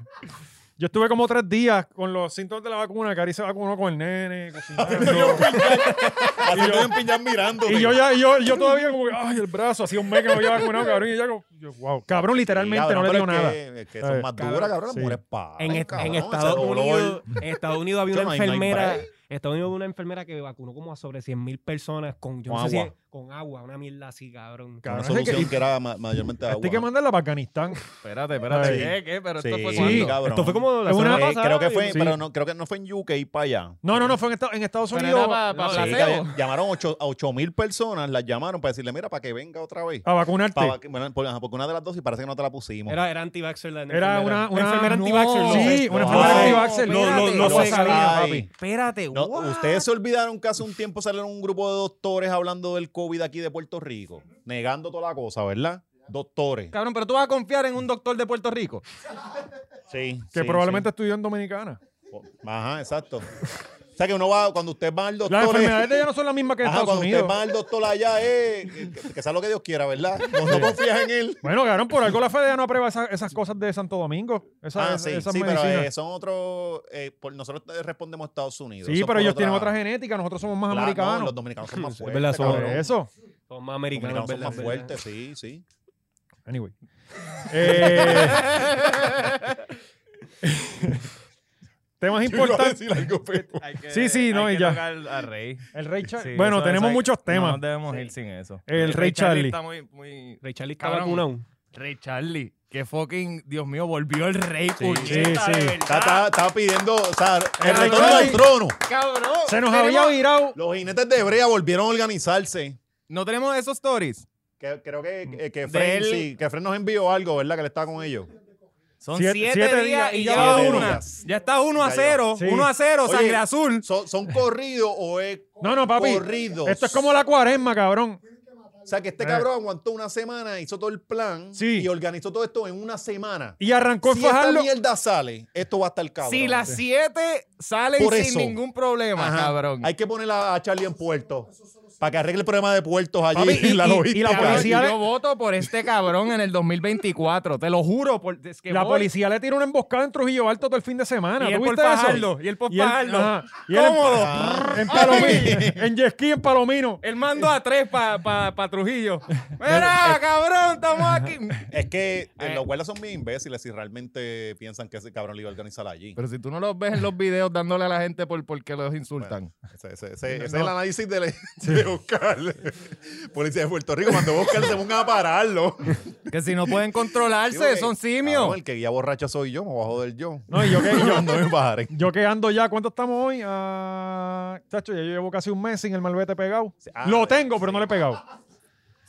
S1: yo estuve como tres días con los síntomas de la vacuna. Cari se vacunó con el nene, cocinando.
S2: Así estoy en pillar mirando.
S1: Y yo ya, y yo, y yo todavía como que, ay, el brazo, hacía un mes que no había vacunado, cabrón. Y ya como, yo, wow. Cabrón, literalmente no le dio nada.
S2: Es que
S1: Eh,
S2: son más duras, cabrón. Las
S1: sí.
S2: mujeres pagan,
S4: en, est- en
S2: cabrón, ese
S4: Estados
S2: dolor.
S4: Unidos, en Estados Unidos había
S2: Yo
S4: una
S2: no hay- no hay
S4: enfermera.
S2: break.
S4: en Estados Unidos había una enfermera que vacunó como a sobre 100 mil personas con, yo
S2: Con
S4: no sé si
S2: agua.
S4: es- con agua, una mierda así, cabrón.
S1: Cabrón,
S2: Una
S1: es que-
S2: solución que era ma- mayormente agua.
S1: Hay que pues, mandarla para Afganistán.
S3: Espérate, espérate.
S2: Sí.
S3: ¿Qué, qué? Pero esto
S2: Sí,
S3: fue
S1: sí,
S3: cuando.
S2: cabrón.
S4: Esto fue como la
S1: Es una-
S4: semana
S2: Eh,
S4: pasada.
S2: creo que
S4: y-
S2: fue,
S1: Sí.
S2: pero no, creo que no fue en UK para allá.
S1: No, no, no, fue en, Estados- en Estados
S3: Pero
S1: Unidos
S3: era pa- pa-
S2: Sí,
S3: placebo.
S2: que había- llamaron ocho- a 8 mil personas, las llamaron para decirle, mira, para que venga otra vez.
S1: a vacunarte.
S2: Pa- bueno, por- ajá, porque una de las dos y parece que no te la pusimos.
S4: Era, era anti-vaxxer la
S1: Era una, una
S4: enfermera anti-vaxxer.
S1: no.
S4: lo-
S1: Sí, una enfermera
S2: No,
S1: anti-vaxxer.
S3: no, no, no
S1: Lo
S3: se
S1: sabía,
S2: cae.
S1: papi.
S3: Espérate,
S2: No,
S3: what?
S2: ustedes se olvidaron que hace un tiempo salieron un grupo de doctores hablando del COVID aquí de Puerto Rico, negando toda la cosa, ¿verdad? Doctores.
S3: Cabrón, pero tú vas a confiar en un doctor de Puerto Rico.
S2: Sí.
S1: Que
S2: sí,
S1: probablemente estudió en Dominicana.
S2: sí. Ajá, exacto. O sea que uno va, cuando usted va al doctor.
S1: Las
S2: eh,
S1: enfermedades de ella no son las mismas que en
S2: ajá,
S1: Estados
S2: cuando
S1: Unidos.
S2: usted va al doctor allá, eh, que, que sea lo que Dios quiera, ¿verdad? No, no confías en él.
S1: Bueno, cabrón, por algo la FDA no aprueba esa- esas cosas de Santo Domingo. Esas,
S2: ah, sí,
S1: esas
S2: sí,
S1: medicinas.
S2: pero eh, son otros. eh, por- nosotros respondemos a Estados Unidos.
S1: sí,
S2: Eso
S1: pero
S2: por
S1: ellos tienen otra
S2: otra
S1: genética. Nosotros somos más
S2: Claro, no,
S1: americanos.
S2: los dominicanos son más
S4: Sí, es
S2: fuertes.
S4: verdad, son-
S1: Por
S2: cabrón.
S1: eso.
S4: Son más
S2: Los
S4: americanos.
S2: dominicanos son
S4: ¿verdad?
S2: más fuertes, sí, sí.
S1: Anyway. Eh, temas importantes. Sí, sí, no, y ya. El Rey Char-
S3: Sí,
S1: bueno,
S3: eso-
S1: tenemos
S3: eso hay-
S1: muchos
S3: No
S1: temas.
S3: nos debemos ir sin eso.
S1: El Rey Charlie.
S3: está muy, muy...
S4: Ray Charlie está
S3: Cabrón.
S4: vacunado.
S3: Rey Charlie. Que fucking, Dios mío, volvió el rey. puñeta,
S1: sí,
S3: de
S1: sí.
S3: verdad.
S2: Está, está- está pidiendo, o sea, el
S1: Cabrón.
S2: retorno al trono.
S3: Cabrón.
S1: Se nos
S3: tenemos-
S1: había virado.
S2: Los jinetes de Hebrea volvieron a organizarse.
S3: No tenemos esos stories.
S2: Que- creo que, que, que Fren,
S3: él.
S2: sí, que Fren nos envió algo, ¿verdad? Que le está con ellos.
S3: Son
S1: Siete-
S3: siete,
S1: siete días
S3: días y
S1: y
S3: ya
S1: ya
S3: va
S2: va
S3: una.
S2: uno.
S3: Ya está 1 a
S2: Ya
S3: 0.
S1: lleva.
S3: 1 a 0,
S2: Oye,
S3: sangre azul.
S2: ¿Son, son corridos o es
S1: No, no, papi.
S2: corridos?
S1: Esto es como la cuaresma, cabrón.
S2: O sea, que este cabrón aguantó una semana, hizo todo el plan
S1: Eh. Sí.
S2: y organizó todo esto en una semana.
S1: Y arrancó en
S2: si esta
S1: Fajardo.
S2: mierda sale, esto va a estar cabrón.
S3: Si las 7 salen
S2: Por
S3: sin
S2: eso.
S3: ningún problema,
S2: Ajá.
S3: cabrón.
S2: Hay que poner a, a Charlie en puerto para que arregle el problema de puertos allí
S1: Papi, y- y-
S2: y, la
S1: y la
S2: logística.
S1: policía-
S3: Yo voto por este cabrón en el 2024. Te lo juro. Por, es que
S1: La
S3: voy.
S1: policía le tiró una emboscada en Trujillo Alto todo el fin de semana.
S3: Y
S1: ¿Tú
S3: el por
S1: viste eso?
S3: Fajardo. Y el por
S1: Y él-
S3: Fajardo.
S1: ajá. Y él en-
S3: Cómodo.
S1: en Palomino. en jet ski en Palomino.
S3: Él mandó a tres para pa, pa Trujillo.
S1: ¡Ah,
S3: Mira, cabrón, estamos aquí.
S2: Es que eh, los guardas son bien imbéciles si realmente piensan que ese cabrón le iba a organizar allí.
S3: Pero si tú no los ves en los videos dándole a la gente por porque los insultan.
S2: Ese, ese- ese- ese es el análisis de, de Oscar. Policía de Puerto Rico, cuando Oscar se ponga a pararlo.
S3: Que si no pueden controlarse,
S2: Digo que-
S3: son
S2: Cabrón,
S3: simios.
S2: el que guía borracho soy yo, me voy a joder yo.
S1: No, y yo que, yo,
S2: no me paren.
S1: yo que ando ya, ¿cuánto estamos hoy? Ah, chacho, ya yo llevo casi un mes sin el malvete pegado.
S2: Ah,
S1: Lo tengo, pero no le he pegado.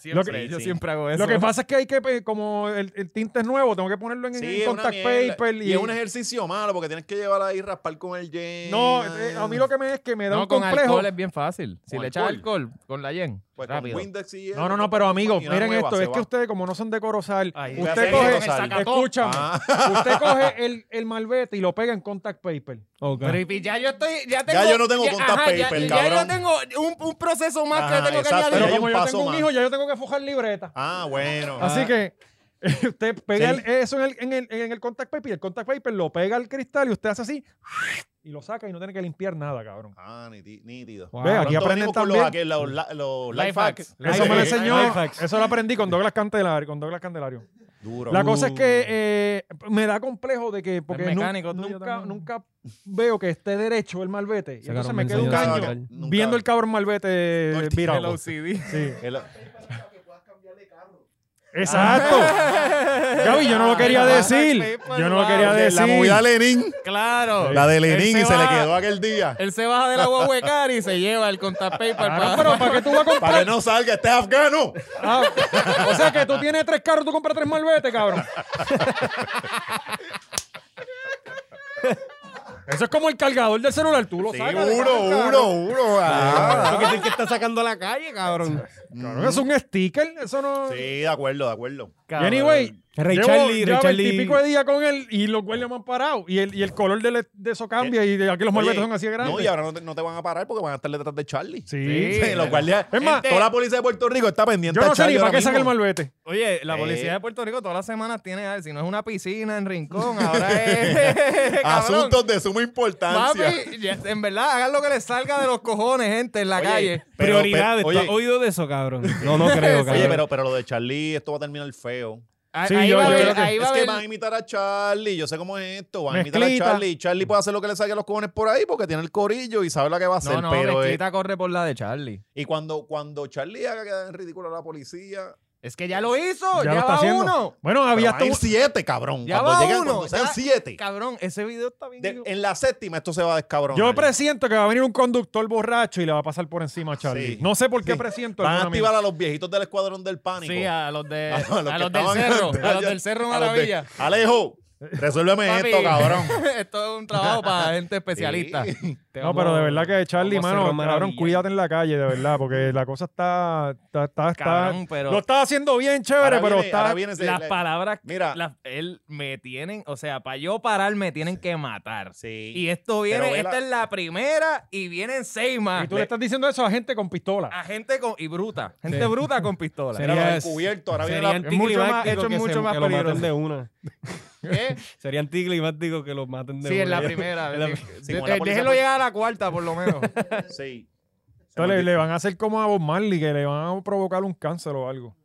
S1: Lo que-
S3: yo
S2: sí.
S3: siempre hago eso.
S1: Lo que pasa es que hay que, pe- como el, el tinte es nuevo, tengo que ponerlo en, en
S2: Sí, es una
S1: contact
S2: mierda.
S1: paper. Y,
S2: Y es un ejercicio malo porque tienes que llevar ahí raspar con el yen.
S1: no, eh, a mí lo que me es que me da
S3: no,
S1: un
S3: con
S1: complejo.
S3: alcohol es bien fácil. Si
S2: Con
S3: le echas
S2: alcohol.
S3: alcohol con la yen,
S2: Pues con
S3: rápido.
S2: Windex y
S1: No, no, no, pero amigos, miren esto, es que
S2: usted
S1: ustedes como no son de Corozal,
S3: Ay,
S1: usted
S2: ya sé,
S1: coge,
S2: Corozal.
S1: escúchame,
S2: Ah,
S1: usted coge el, el malvete y lo pega en contact paper.
S4: Ok.
S3: Pero y- ya yo estoy, ya tengo.
S2: yo no tengo contact
S3: ya-
S2: paper,
S3: ya,
S2: cabrón.
S3: yo tengo un, un proceso más
S2: Ajá,
S3: que tengo
S2: exacto.
S3: que
S1: Pero
S2: hay
S3: añadir.
S1: como
S2: un
S1: yo
S2: paso
S1: tengo un
S2: más.
S1: hijo, ya yo tengo que fujar libreta.
S2: Ah, bueno.
S1: Así que eh, usted pega
S2: Sí.
S1: el- eso en el, en, el, en el contact paper y el contact paper lo pega al cristal y usted hace así y lo saca y no tiene que limpiar nada, cabrón.
S2: Ah, niti- nítido.
S1: Ve, aquí
S2: Pronto
S1: aprenden
S2: venimos con los,
S1: también.
S2: aquel- los, la- los
S3: Life
S2: life hacks.
S3: hacks.
S1: Eso me lo
S2: Sí.
S1: enseñó,
S4: Life hacks.
S1: eso lo aprendí con Douglas Candelario. Con Douglas Candelario.
S2: Duro.
S1: La cosa es que
S2: Uh.
S1: eh, me da complejo de que porque
S3: Es
S1: nu-
S3: mecánico tuyo
S1: nunca,
S3: también.
S1: nunca veo que esté derecho el malvete. Y entonces
S4: Sacaron
S1: me quedo un
S4: mensajes
S2: Nunca-
S4: de
S1: año
S4: Douglas.
S2: nunca-
S1: viendo el cabrón malvete
S2: No, el
S1: virado.
S3: El OCD.
S1: Sí.
S2: el-
S1: Exacto. Gaby, yo no lo quería
S3: Ah,
S1: decir.
S3: sí, pues,
S1: Yo no lo quería
S3: wow.
S1: decir.
S2: la movida Lenin,
S3: Claro.
S2: la de
S3: Él
S2: Lenin,
S3: se
S2: y se le
S3: va-
S2: quedó aquel día.
S3: Él se baja de la huecar y se lleva el contact paper.
S1: Claro,
S3: para-
S1: pero ¿para qué tú vas a comprar?
S2: Para que no salga, este es afgano.
S1: Ah, o sea que tú tienes tres carros, tú compras tres malvete, cabrón. Eso es como el cargador del celular, tú lo
S2: Sí,
S1: sacas. le
S2: Uno,
S1: sacas,
S2: uno,
S1: cabrón.
S2: uno. ah.
S4: Porque es el que está sacando a la calle, cabrón.
S1: Cabrón, es un sticker, eso no.
S2: Sí, de acuerdo, de acuerdo.
S1: Y anyway,
S4: Ray
S1: llevo,
S4: Charlie,
S1: llevo
S4: Ray
S1: el
S4: Charlie.
S1: típico día con él y los guardias me han parado. Y el, y el color de, de eso cambia y de aquí los malbetes
S2: Oye,
S1: son así de grandes.
S2: No, y ahora no te, no te van a parar porque van a estar detrás de Charlie.
S1: Sí.
S2: Sí, los guardias.
S1: Es más, eh,
S2: toda la policía de Puerto Rico está pendiente
S1: yo no
S2: a
S1: sé
S2: Charlie.
S1: ni para
S2: ahora
S1: qué saca el
S2: mismo.
S1: malvete.
S3: Oye, la
S2: Eh.
S3: policía de Puerto Rico todas las semanas tiene, algo. si no es una piscina en rincón, ahora es. cabrón.
S2: Asuntos de suma importancia.
S3: Papi, ya- en verdad, hagan lo que les salga de los cojones, gente, en la
S2: Oye,
S3: calle.
S2: pero-
S4: Prioridades.
S2: pero-
S4: ¿Tú has oído de eso, cabrón? No, no creo, cabrón.
S2: Oye, pero, pero lo de Charlie, esto va a terminar feo.
S3: Ah,
S1: sí,
S3: ahí
S1: yo-
S3: va a
S1: yo
S3: haber-
S1: creo que-
S3: ahí va
S2: es
S3: a
S2: que
S3: haber-
S2: van a imitar a Charlie, yo sé cómo es esto, van a
S1: Mezclita.
S2: imitar a Charlie, y Charlie puede hacer lo que le saque los cojones por ahí porque tiene el corillo y sabe lo que va a hacer,
S3: No, no,
S2: pero eh,
S3: Mezquita corre por la de Charlie.
S2: y cuando cuando Charlie haga quedar en ridículo a la policía,
S3: Es que ya lo hizo, ya,
S1: lo
S3: va
S1: está haciendo.
S3: uno.
S1: Bueno,
S2: había
S1: había
S2: van a ir
S1: hasta un-
S2: siete, cabrón,
S3: Ya
S2: cuando
S3: va
S2: lleguen,
S3: uno,
S2: cuando sean
S3: ya-
S2: siete.
S3: Cabrón, ese video está bien.
S2: De-
S3: hijo.
S2: en la séptima esto se va a descabronar.
S1: Yo presiento que va a venir un conductor borracho y le va a pasar por encima a Charlie.
S2: Sí.
S1: No sé por qué
S2: Sí.
S1: presiento.
S2: Van a
S1: alguna
S2: activar a los viejitos del escuadrón del pánico.
S3: Sí, a los de
S2: A los
S3: Eh, a
S2: que
S3: los del
S2: estaban
S3: cerro,
S2: antes.
S3: a los del cerro
S2: A los de-
S3: Maravilla.
S2: Alejo, resuélveme
S3: Papi,
S2: esto, cabrón.
S3: Esto es un trabajo para gente especialista. Te
S1: No,
S3: vamos-
S1: pero de verdad que Charlie,
S4: vamos a
S1: mano,
S4: cerrar
S1: cabrón,
S4: maravilla.
S1: cuídate en la calle, de verdad, porque la cosa está. está, está, está-
S3: Cabrón, pero
S1: Lo estás haciendo bien chévere,
S2: Ahora
S1: pero
S2: viene-
S1: está.
S2: ahora viene ese-
S3: las
S2: la-
S3: palabras,
S2: Mira.
S3: las- él me tienen, o sea, para yo parar me tienen que matar.
S2: Sí.
S3: Y esto
S2: Pero
S3: viene,
S2: ve
S3: esta
S2: la-
S3: es la primera y vienen seis más.
S1: Y tú le estás diciendo eso a gente con pistola.
S3: a gente con y bruta, gente
S4: Sí.
S3: bruta con pistola.
S4: Sería-
S2: Mira, lo
S4: Serías-
S2: descubierto, ahora viene
S4: Sería
S2: la...
S4: anticlimático
S3: Esto es
S4: que,
S3: mucho
S4: se-
S3: más
S4: que lo maten
S3: peligroso.
S4: de una.
S3: ¿Qué?
S4: Sería anticlimático que lo maten de
S3: Sí,
S4: una.
S3: es la primera.
S4: Es la-
S3: De-
S2: Sí,
S3: de-
S2: como la
S3: de-
S2: policía
S3: déjenlo
S2: por-
S3: llegar a la cuarta, por lo menos.
S2: Sí. Se
S1: Entonces,
S2: me
S1: le, le van a hacer como a Bob Marley, que le van a provocar un cáncer o algo.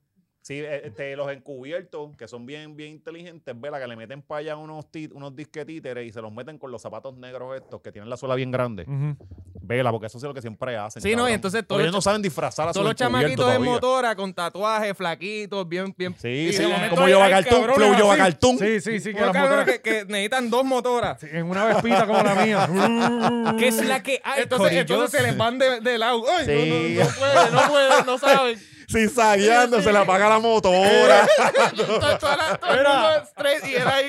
S2: Sí, eh, este, los encubiertos, que son bien, bien inteligentes, vela que le meten para allá unos, ti- unos disquetíteres y se los meten con los zapatos negros estos que tienen la suela bien grande.
S1: Ujú.
S2: Vela, porque eso es lo que siempre hacen.
S3: Sí, no, y
S2: cabrón.
S3: entonces
S2: Porque
S3: todos
S2: ellos
S3: los
S2: no saben disfrazar a sus
S3: Todos los
S2: encubiertos
S3: chamaquitos en
S2: todavía.
S3: motora con tatuajes, flaquitos, bien, bien.
S2: Sí,
S3: Y
S2: sí,
S3: de momento
S2: como
S3: hay-
S2: yo
S3: hay
S2: Bacartún,
S3: cabrones
S2: Flow yo
S3: así.
S2: Bacartún.
S1: Sí, sí, sí, que
S3: Unos
S1: las
S3: cabrones
S1: motoras-
S3: que, que necesitan dos motoras.
S1: sí, en una vespita como la mía.
S4: ¿Qué es la que hay,
S3: Entonces, entonces se les van de, de lado. ¡Ay, no,
S2: Sí.
S3: no, no puede, no puede, no saben!
S2: Sí, sagueando, se le apaga la motora.
S3: Todo, todo la- todo el
S1: Mira.
S3: mundo en estrés y era ahí.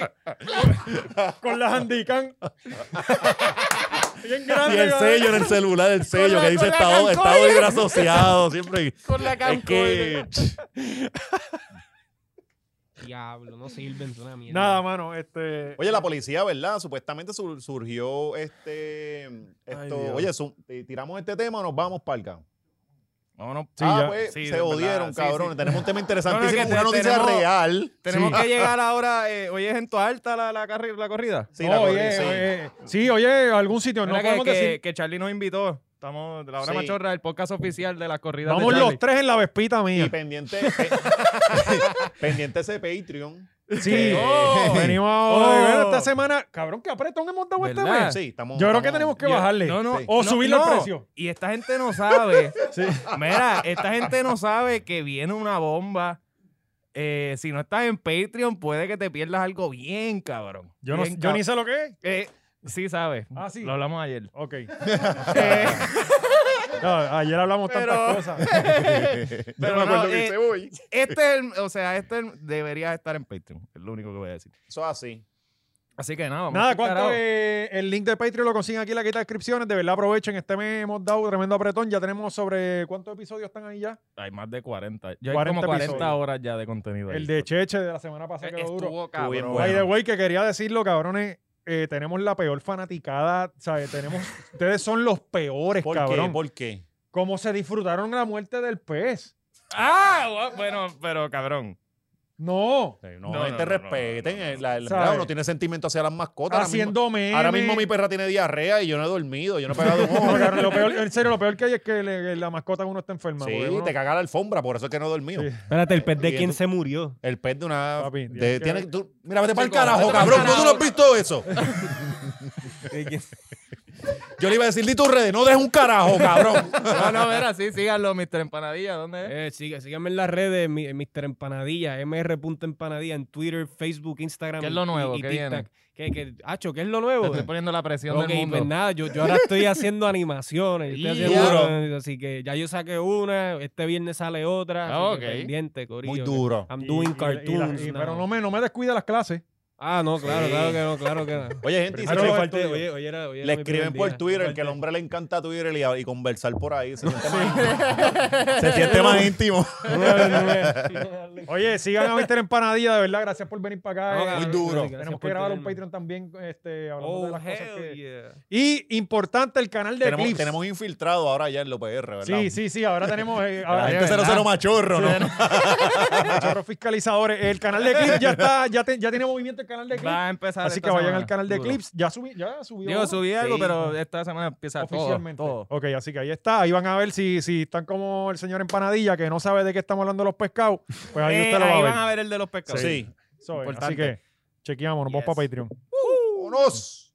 S1: con las handican. bien
S2: y
S1: grande.
S2: el
S1: cabrón.
S2: sello en el celular, el sello
S3: la-
S2: que dice
S3: con la
S2: estado,
S3: cancoide.
S2: estado de libre asociado. Siempre.
S3: Con la
S2: Es que.
S4: Diablo, no sirven, es una mierda.
S1: Nada, mano, este.
S2: Oye, la policía, ¿verdad? Supuestamente sur- surgió este. Esto,
S1: Dios.
S2: oye, su- eh, tiramos este tema o nos vamos para el campo.
S3: Vámonos.
S2: ah,
S1: ya.
S2: pues
S3: Sí,
S2: se
S3: de verdad,
S2: odieron,
S3: sí,
S2: cabrones.
S3: sí.
S2: Tenemos un tema interesantísimo,
S3: No, no, es que
S2: una
S3: te-
S2: noticia
S3: tenemos-
S2: real.
S3: Tenemos
S1: Sí.
S3: que llegar ahora. eh, hoy es en tu alta la, la, carri- la corrida.
S2: Sí,
S1: No,
S2: la
S1: oye,
S2: corri- sí.
S1: oye, sí, oye, algún sitio, no
S3: Mira
S1: podemos
S3: que, que-
S1: decir.
S3: que Charlie nos invitó. Estamos, la hora
S2: Sí.
S3: machorra, el podcast oficial de las corridas.
S1: Vamos
S3: de
S1: los
S3: Charlie.
S1: tres en la vespita
S2: Y
S1: mía.
S2: pendiente, pe- pendiente ese Patreon.
S1: Sí.
S3: Oh.
S1: Venimos
S3: Oh.
S1: ahora. y bueno, esta semana, cabrón, qué apretón hemos dado este
S3: ¿Verdad?
S1: mes.
S2: Sí, estamos.
S1: Yo creo que
S2: estamos-
S1: tenemos que
S3: Yo-
S1: bajarle.
S3: no, no,
S2: Sí.
S1: O
S3: no,
S1: subirle el
S3: no.
S1: precio.
S3: Y esta gente no sabe. Mira, esta gente no sabe que viene una bomba. eh, si no estás en Patreon, puede que te pierdas algo bien, cabrón.
S1: Yo, no,
S3: Bien
S1: yo
S3: cab-
S1: ni sé lo que es.
S3: Eh, sí, sabes.
S1: Ah, sí.
S3: Lo hablamos ayer.
S1: Ok.
S3: Eh,
S1: No, ayer hablamos
S3: Pero-
S1: tantas cosas.
S3: pero
S7: no me acuerdo
S3: no,
S7: que
S3: eh,
S7: hice hoy.
S3: este, es el- o sea, este es el- debería estar en Patreon. Es lo único que voy a decir.
S2: Eso es así.
S3: Así que nada, vamos
S1: Nada,
S3: al
S1: ¿cuánto
S3: carajo.
S1: eh, el link de Patreon lo consiguen aquí en la quita de descripciones? De verdad, aprovechen. Este mes hemos dado tremendo apretón. Ya tenemos sobre. ¿Cuántos episodios están ahí ya?
S3: Hay más de 40. Yo
S1: 40
S3: hay como 40
S1: episodios.
S3: horas ya de contenido. ahí.
S1: El de Cheche de la semana pasada
S3: Eh,
S1: quedó duro.
S3: Estuvo cabrón.
S2: bien
S1: By
S2: bueno.
S1: the way, que quería decirlo, cabrones. eh, tenemos la peor fanaticada, ¿sabes? Tenemos, ustedes son los peores,
S2: ¿Por
S1: cabrón.
S2: qué? ¿Por qué?
S1: ¿Cómo se disfrutaron la muerte del pez?
S3: Ah, bu- bueno, pero cabrón.
S1: No.
S2: Sí, No,
S3: No, no,
S2: te
S3: no, no,
S2: respeten.
S3: no, no, no.
S2: eh, la- la-
S1: ¿Sabes?
S2: claro, no tiene sentimiento hacia las mascotas. Ahora mismo-
S1: haciendo memes.
S2: Ahora mismo mi perra tiene diarrea y yo no he dormido, yo no he pegado un
S1: No,
S2: ojo.
S1: cabrón, lo peor- en serio, lo peor que hay es que le- la mascota de uno está enferma.
S2: Sí,
S1: porque uno-
S2: te caga la alfombra, por eso es que no he dormido.
S1: Sí.
S4: Espérate, el pez
S2: Y
S4: de quién
S2: eso-
S4: se murió.
S2: El pez de una.
S1: Papi,
S2: de-
S1: tienes que-
S2: tiene, tú- mira, vete para el
S3: Chico,
S2: carajo,
S3: vete pa'l
S2: cabrón. ¿Cómo tú no has
S3: carajo.
S2: visto eso? Yo le iba a decir, di tus redes, no dejes un carajo, cabrón.
S3: No, no, mira, sí, síganlo, Mr. Empanadilla. ¿Dónde es?
S4: Eh, sí- síganme en las redes, mi- Mr. Empanadilla, mr.empanadilla en Twitter, Facebook, Instagram.
S3: ¿Qué es lo
S4: y-
S3: nuevo?
S4: y
S3: ¿Qué
S4: TikTok.
S3: viene?
S4: ¿Qué, qué, Acho, ¿qué es lo nuevo?
S3: Te estoy poniendo la presión
S4: Ok,
S3: del mundo.
S4: pues nada, yo, yo ahora estoy haciendo animaciones. yo estoy
S3: Y-
S4: haciendo-
S2: Duro.
S4: así que ya yo saqué una, este viernes sale otra.
S3: Ah,
S4: así que
S3: ok.
S4: pendiente, corillo,
S2: Muy
S4: que
S2: duro.
S4: I'm
S1: Y-
S4: doing
S1: y- y-
S4: cartoons.
S1: y-
S4: now.
S1: Pero no me, no me descuida las clases.
S4: Ah, no, claro, claro que no, claro que no.
S2: Oye, gente, y si
S1: Primero
S2: le-
S1: el
S4: Falté,
S1: tuyo.
S4: oye, oye, era- oye, era
S2: le
S4: mi
S2: escriben
S4: primer
S2: por
S4: día.
S2: Twitter, que al hombre le encanta Twitter y, y conversar por ahí. Se siente más, se siente más íntimo.
S1: Oye, sigan a Mr. Empanadilla, de verdad. Gracias por venir para acá.
S4: No,
S1: eh.
S2: Muy
S4: cabrón,
S2: duro.
S4: gracias
S1: Tenemos que
S4: por
S1: grabar un
S4: tenerme.
S1: Patreon también, este, hablando de
S4: Oh,
S1: las cosas
S4: hell
S1: que-
S4: yeah.
S1: Y importante, el canal de
S2: tenemos,
S1: Clips.
S2: tenemos infiltrado ahora ya en el OPR, ¿verdad?
S1: sí, sí, sí. Ahora tenemos... eh,
S2: La
S1: ahora-
S2: gente 00 machorro, ¿no?
S1: Chorros fiscalizadores. El canal de Clips ya está, ya, te- ya tiene movimiento el canal de Clips.
S3: Va a empezar.
S1: Así
S3: esta
S1: que vayan
S3: semana.
S1: al canal de
S3: Duro.
S1: Clips. Ya subí, ya subió.
S3: Digo,
S1: uno
S3: subí algo,
S4: Sí.
S3: pero esta semana empieza todo,
S1: oficialmente.
S3: todo.
S1: Ok, así que ahí está. Ahí van a ver si, si están como el señor Empanadilla, que no sabe de qué estamos hablando los pescados. Pues ahí
S3: Eh,
S1: usted lo va a
S3: ahí
S1: ver.
S3: van a ver el de los pescados.
S2: Sí.
S1: Eso es. Así
S3: Importante.
S1: que chequeamos, nos vamos
S3: Yes.
S1: para Patreon.
S2: ¡Vámonos!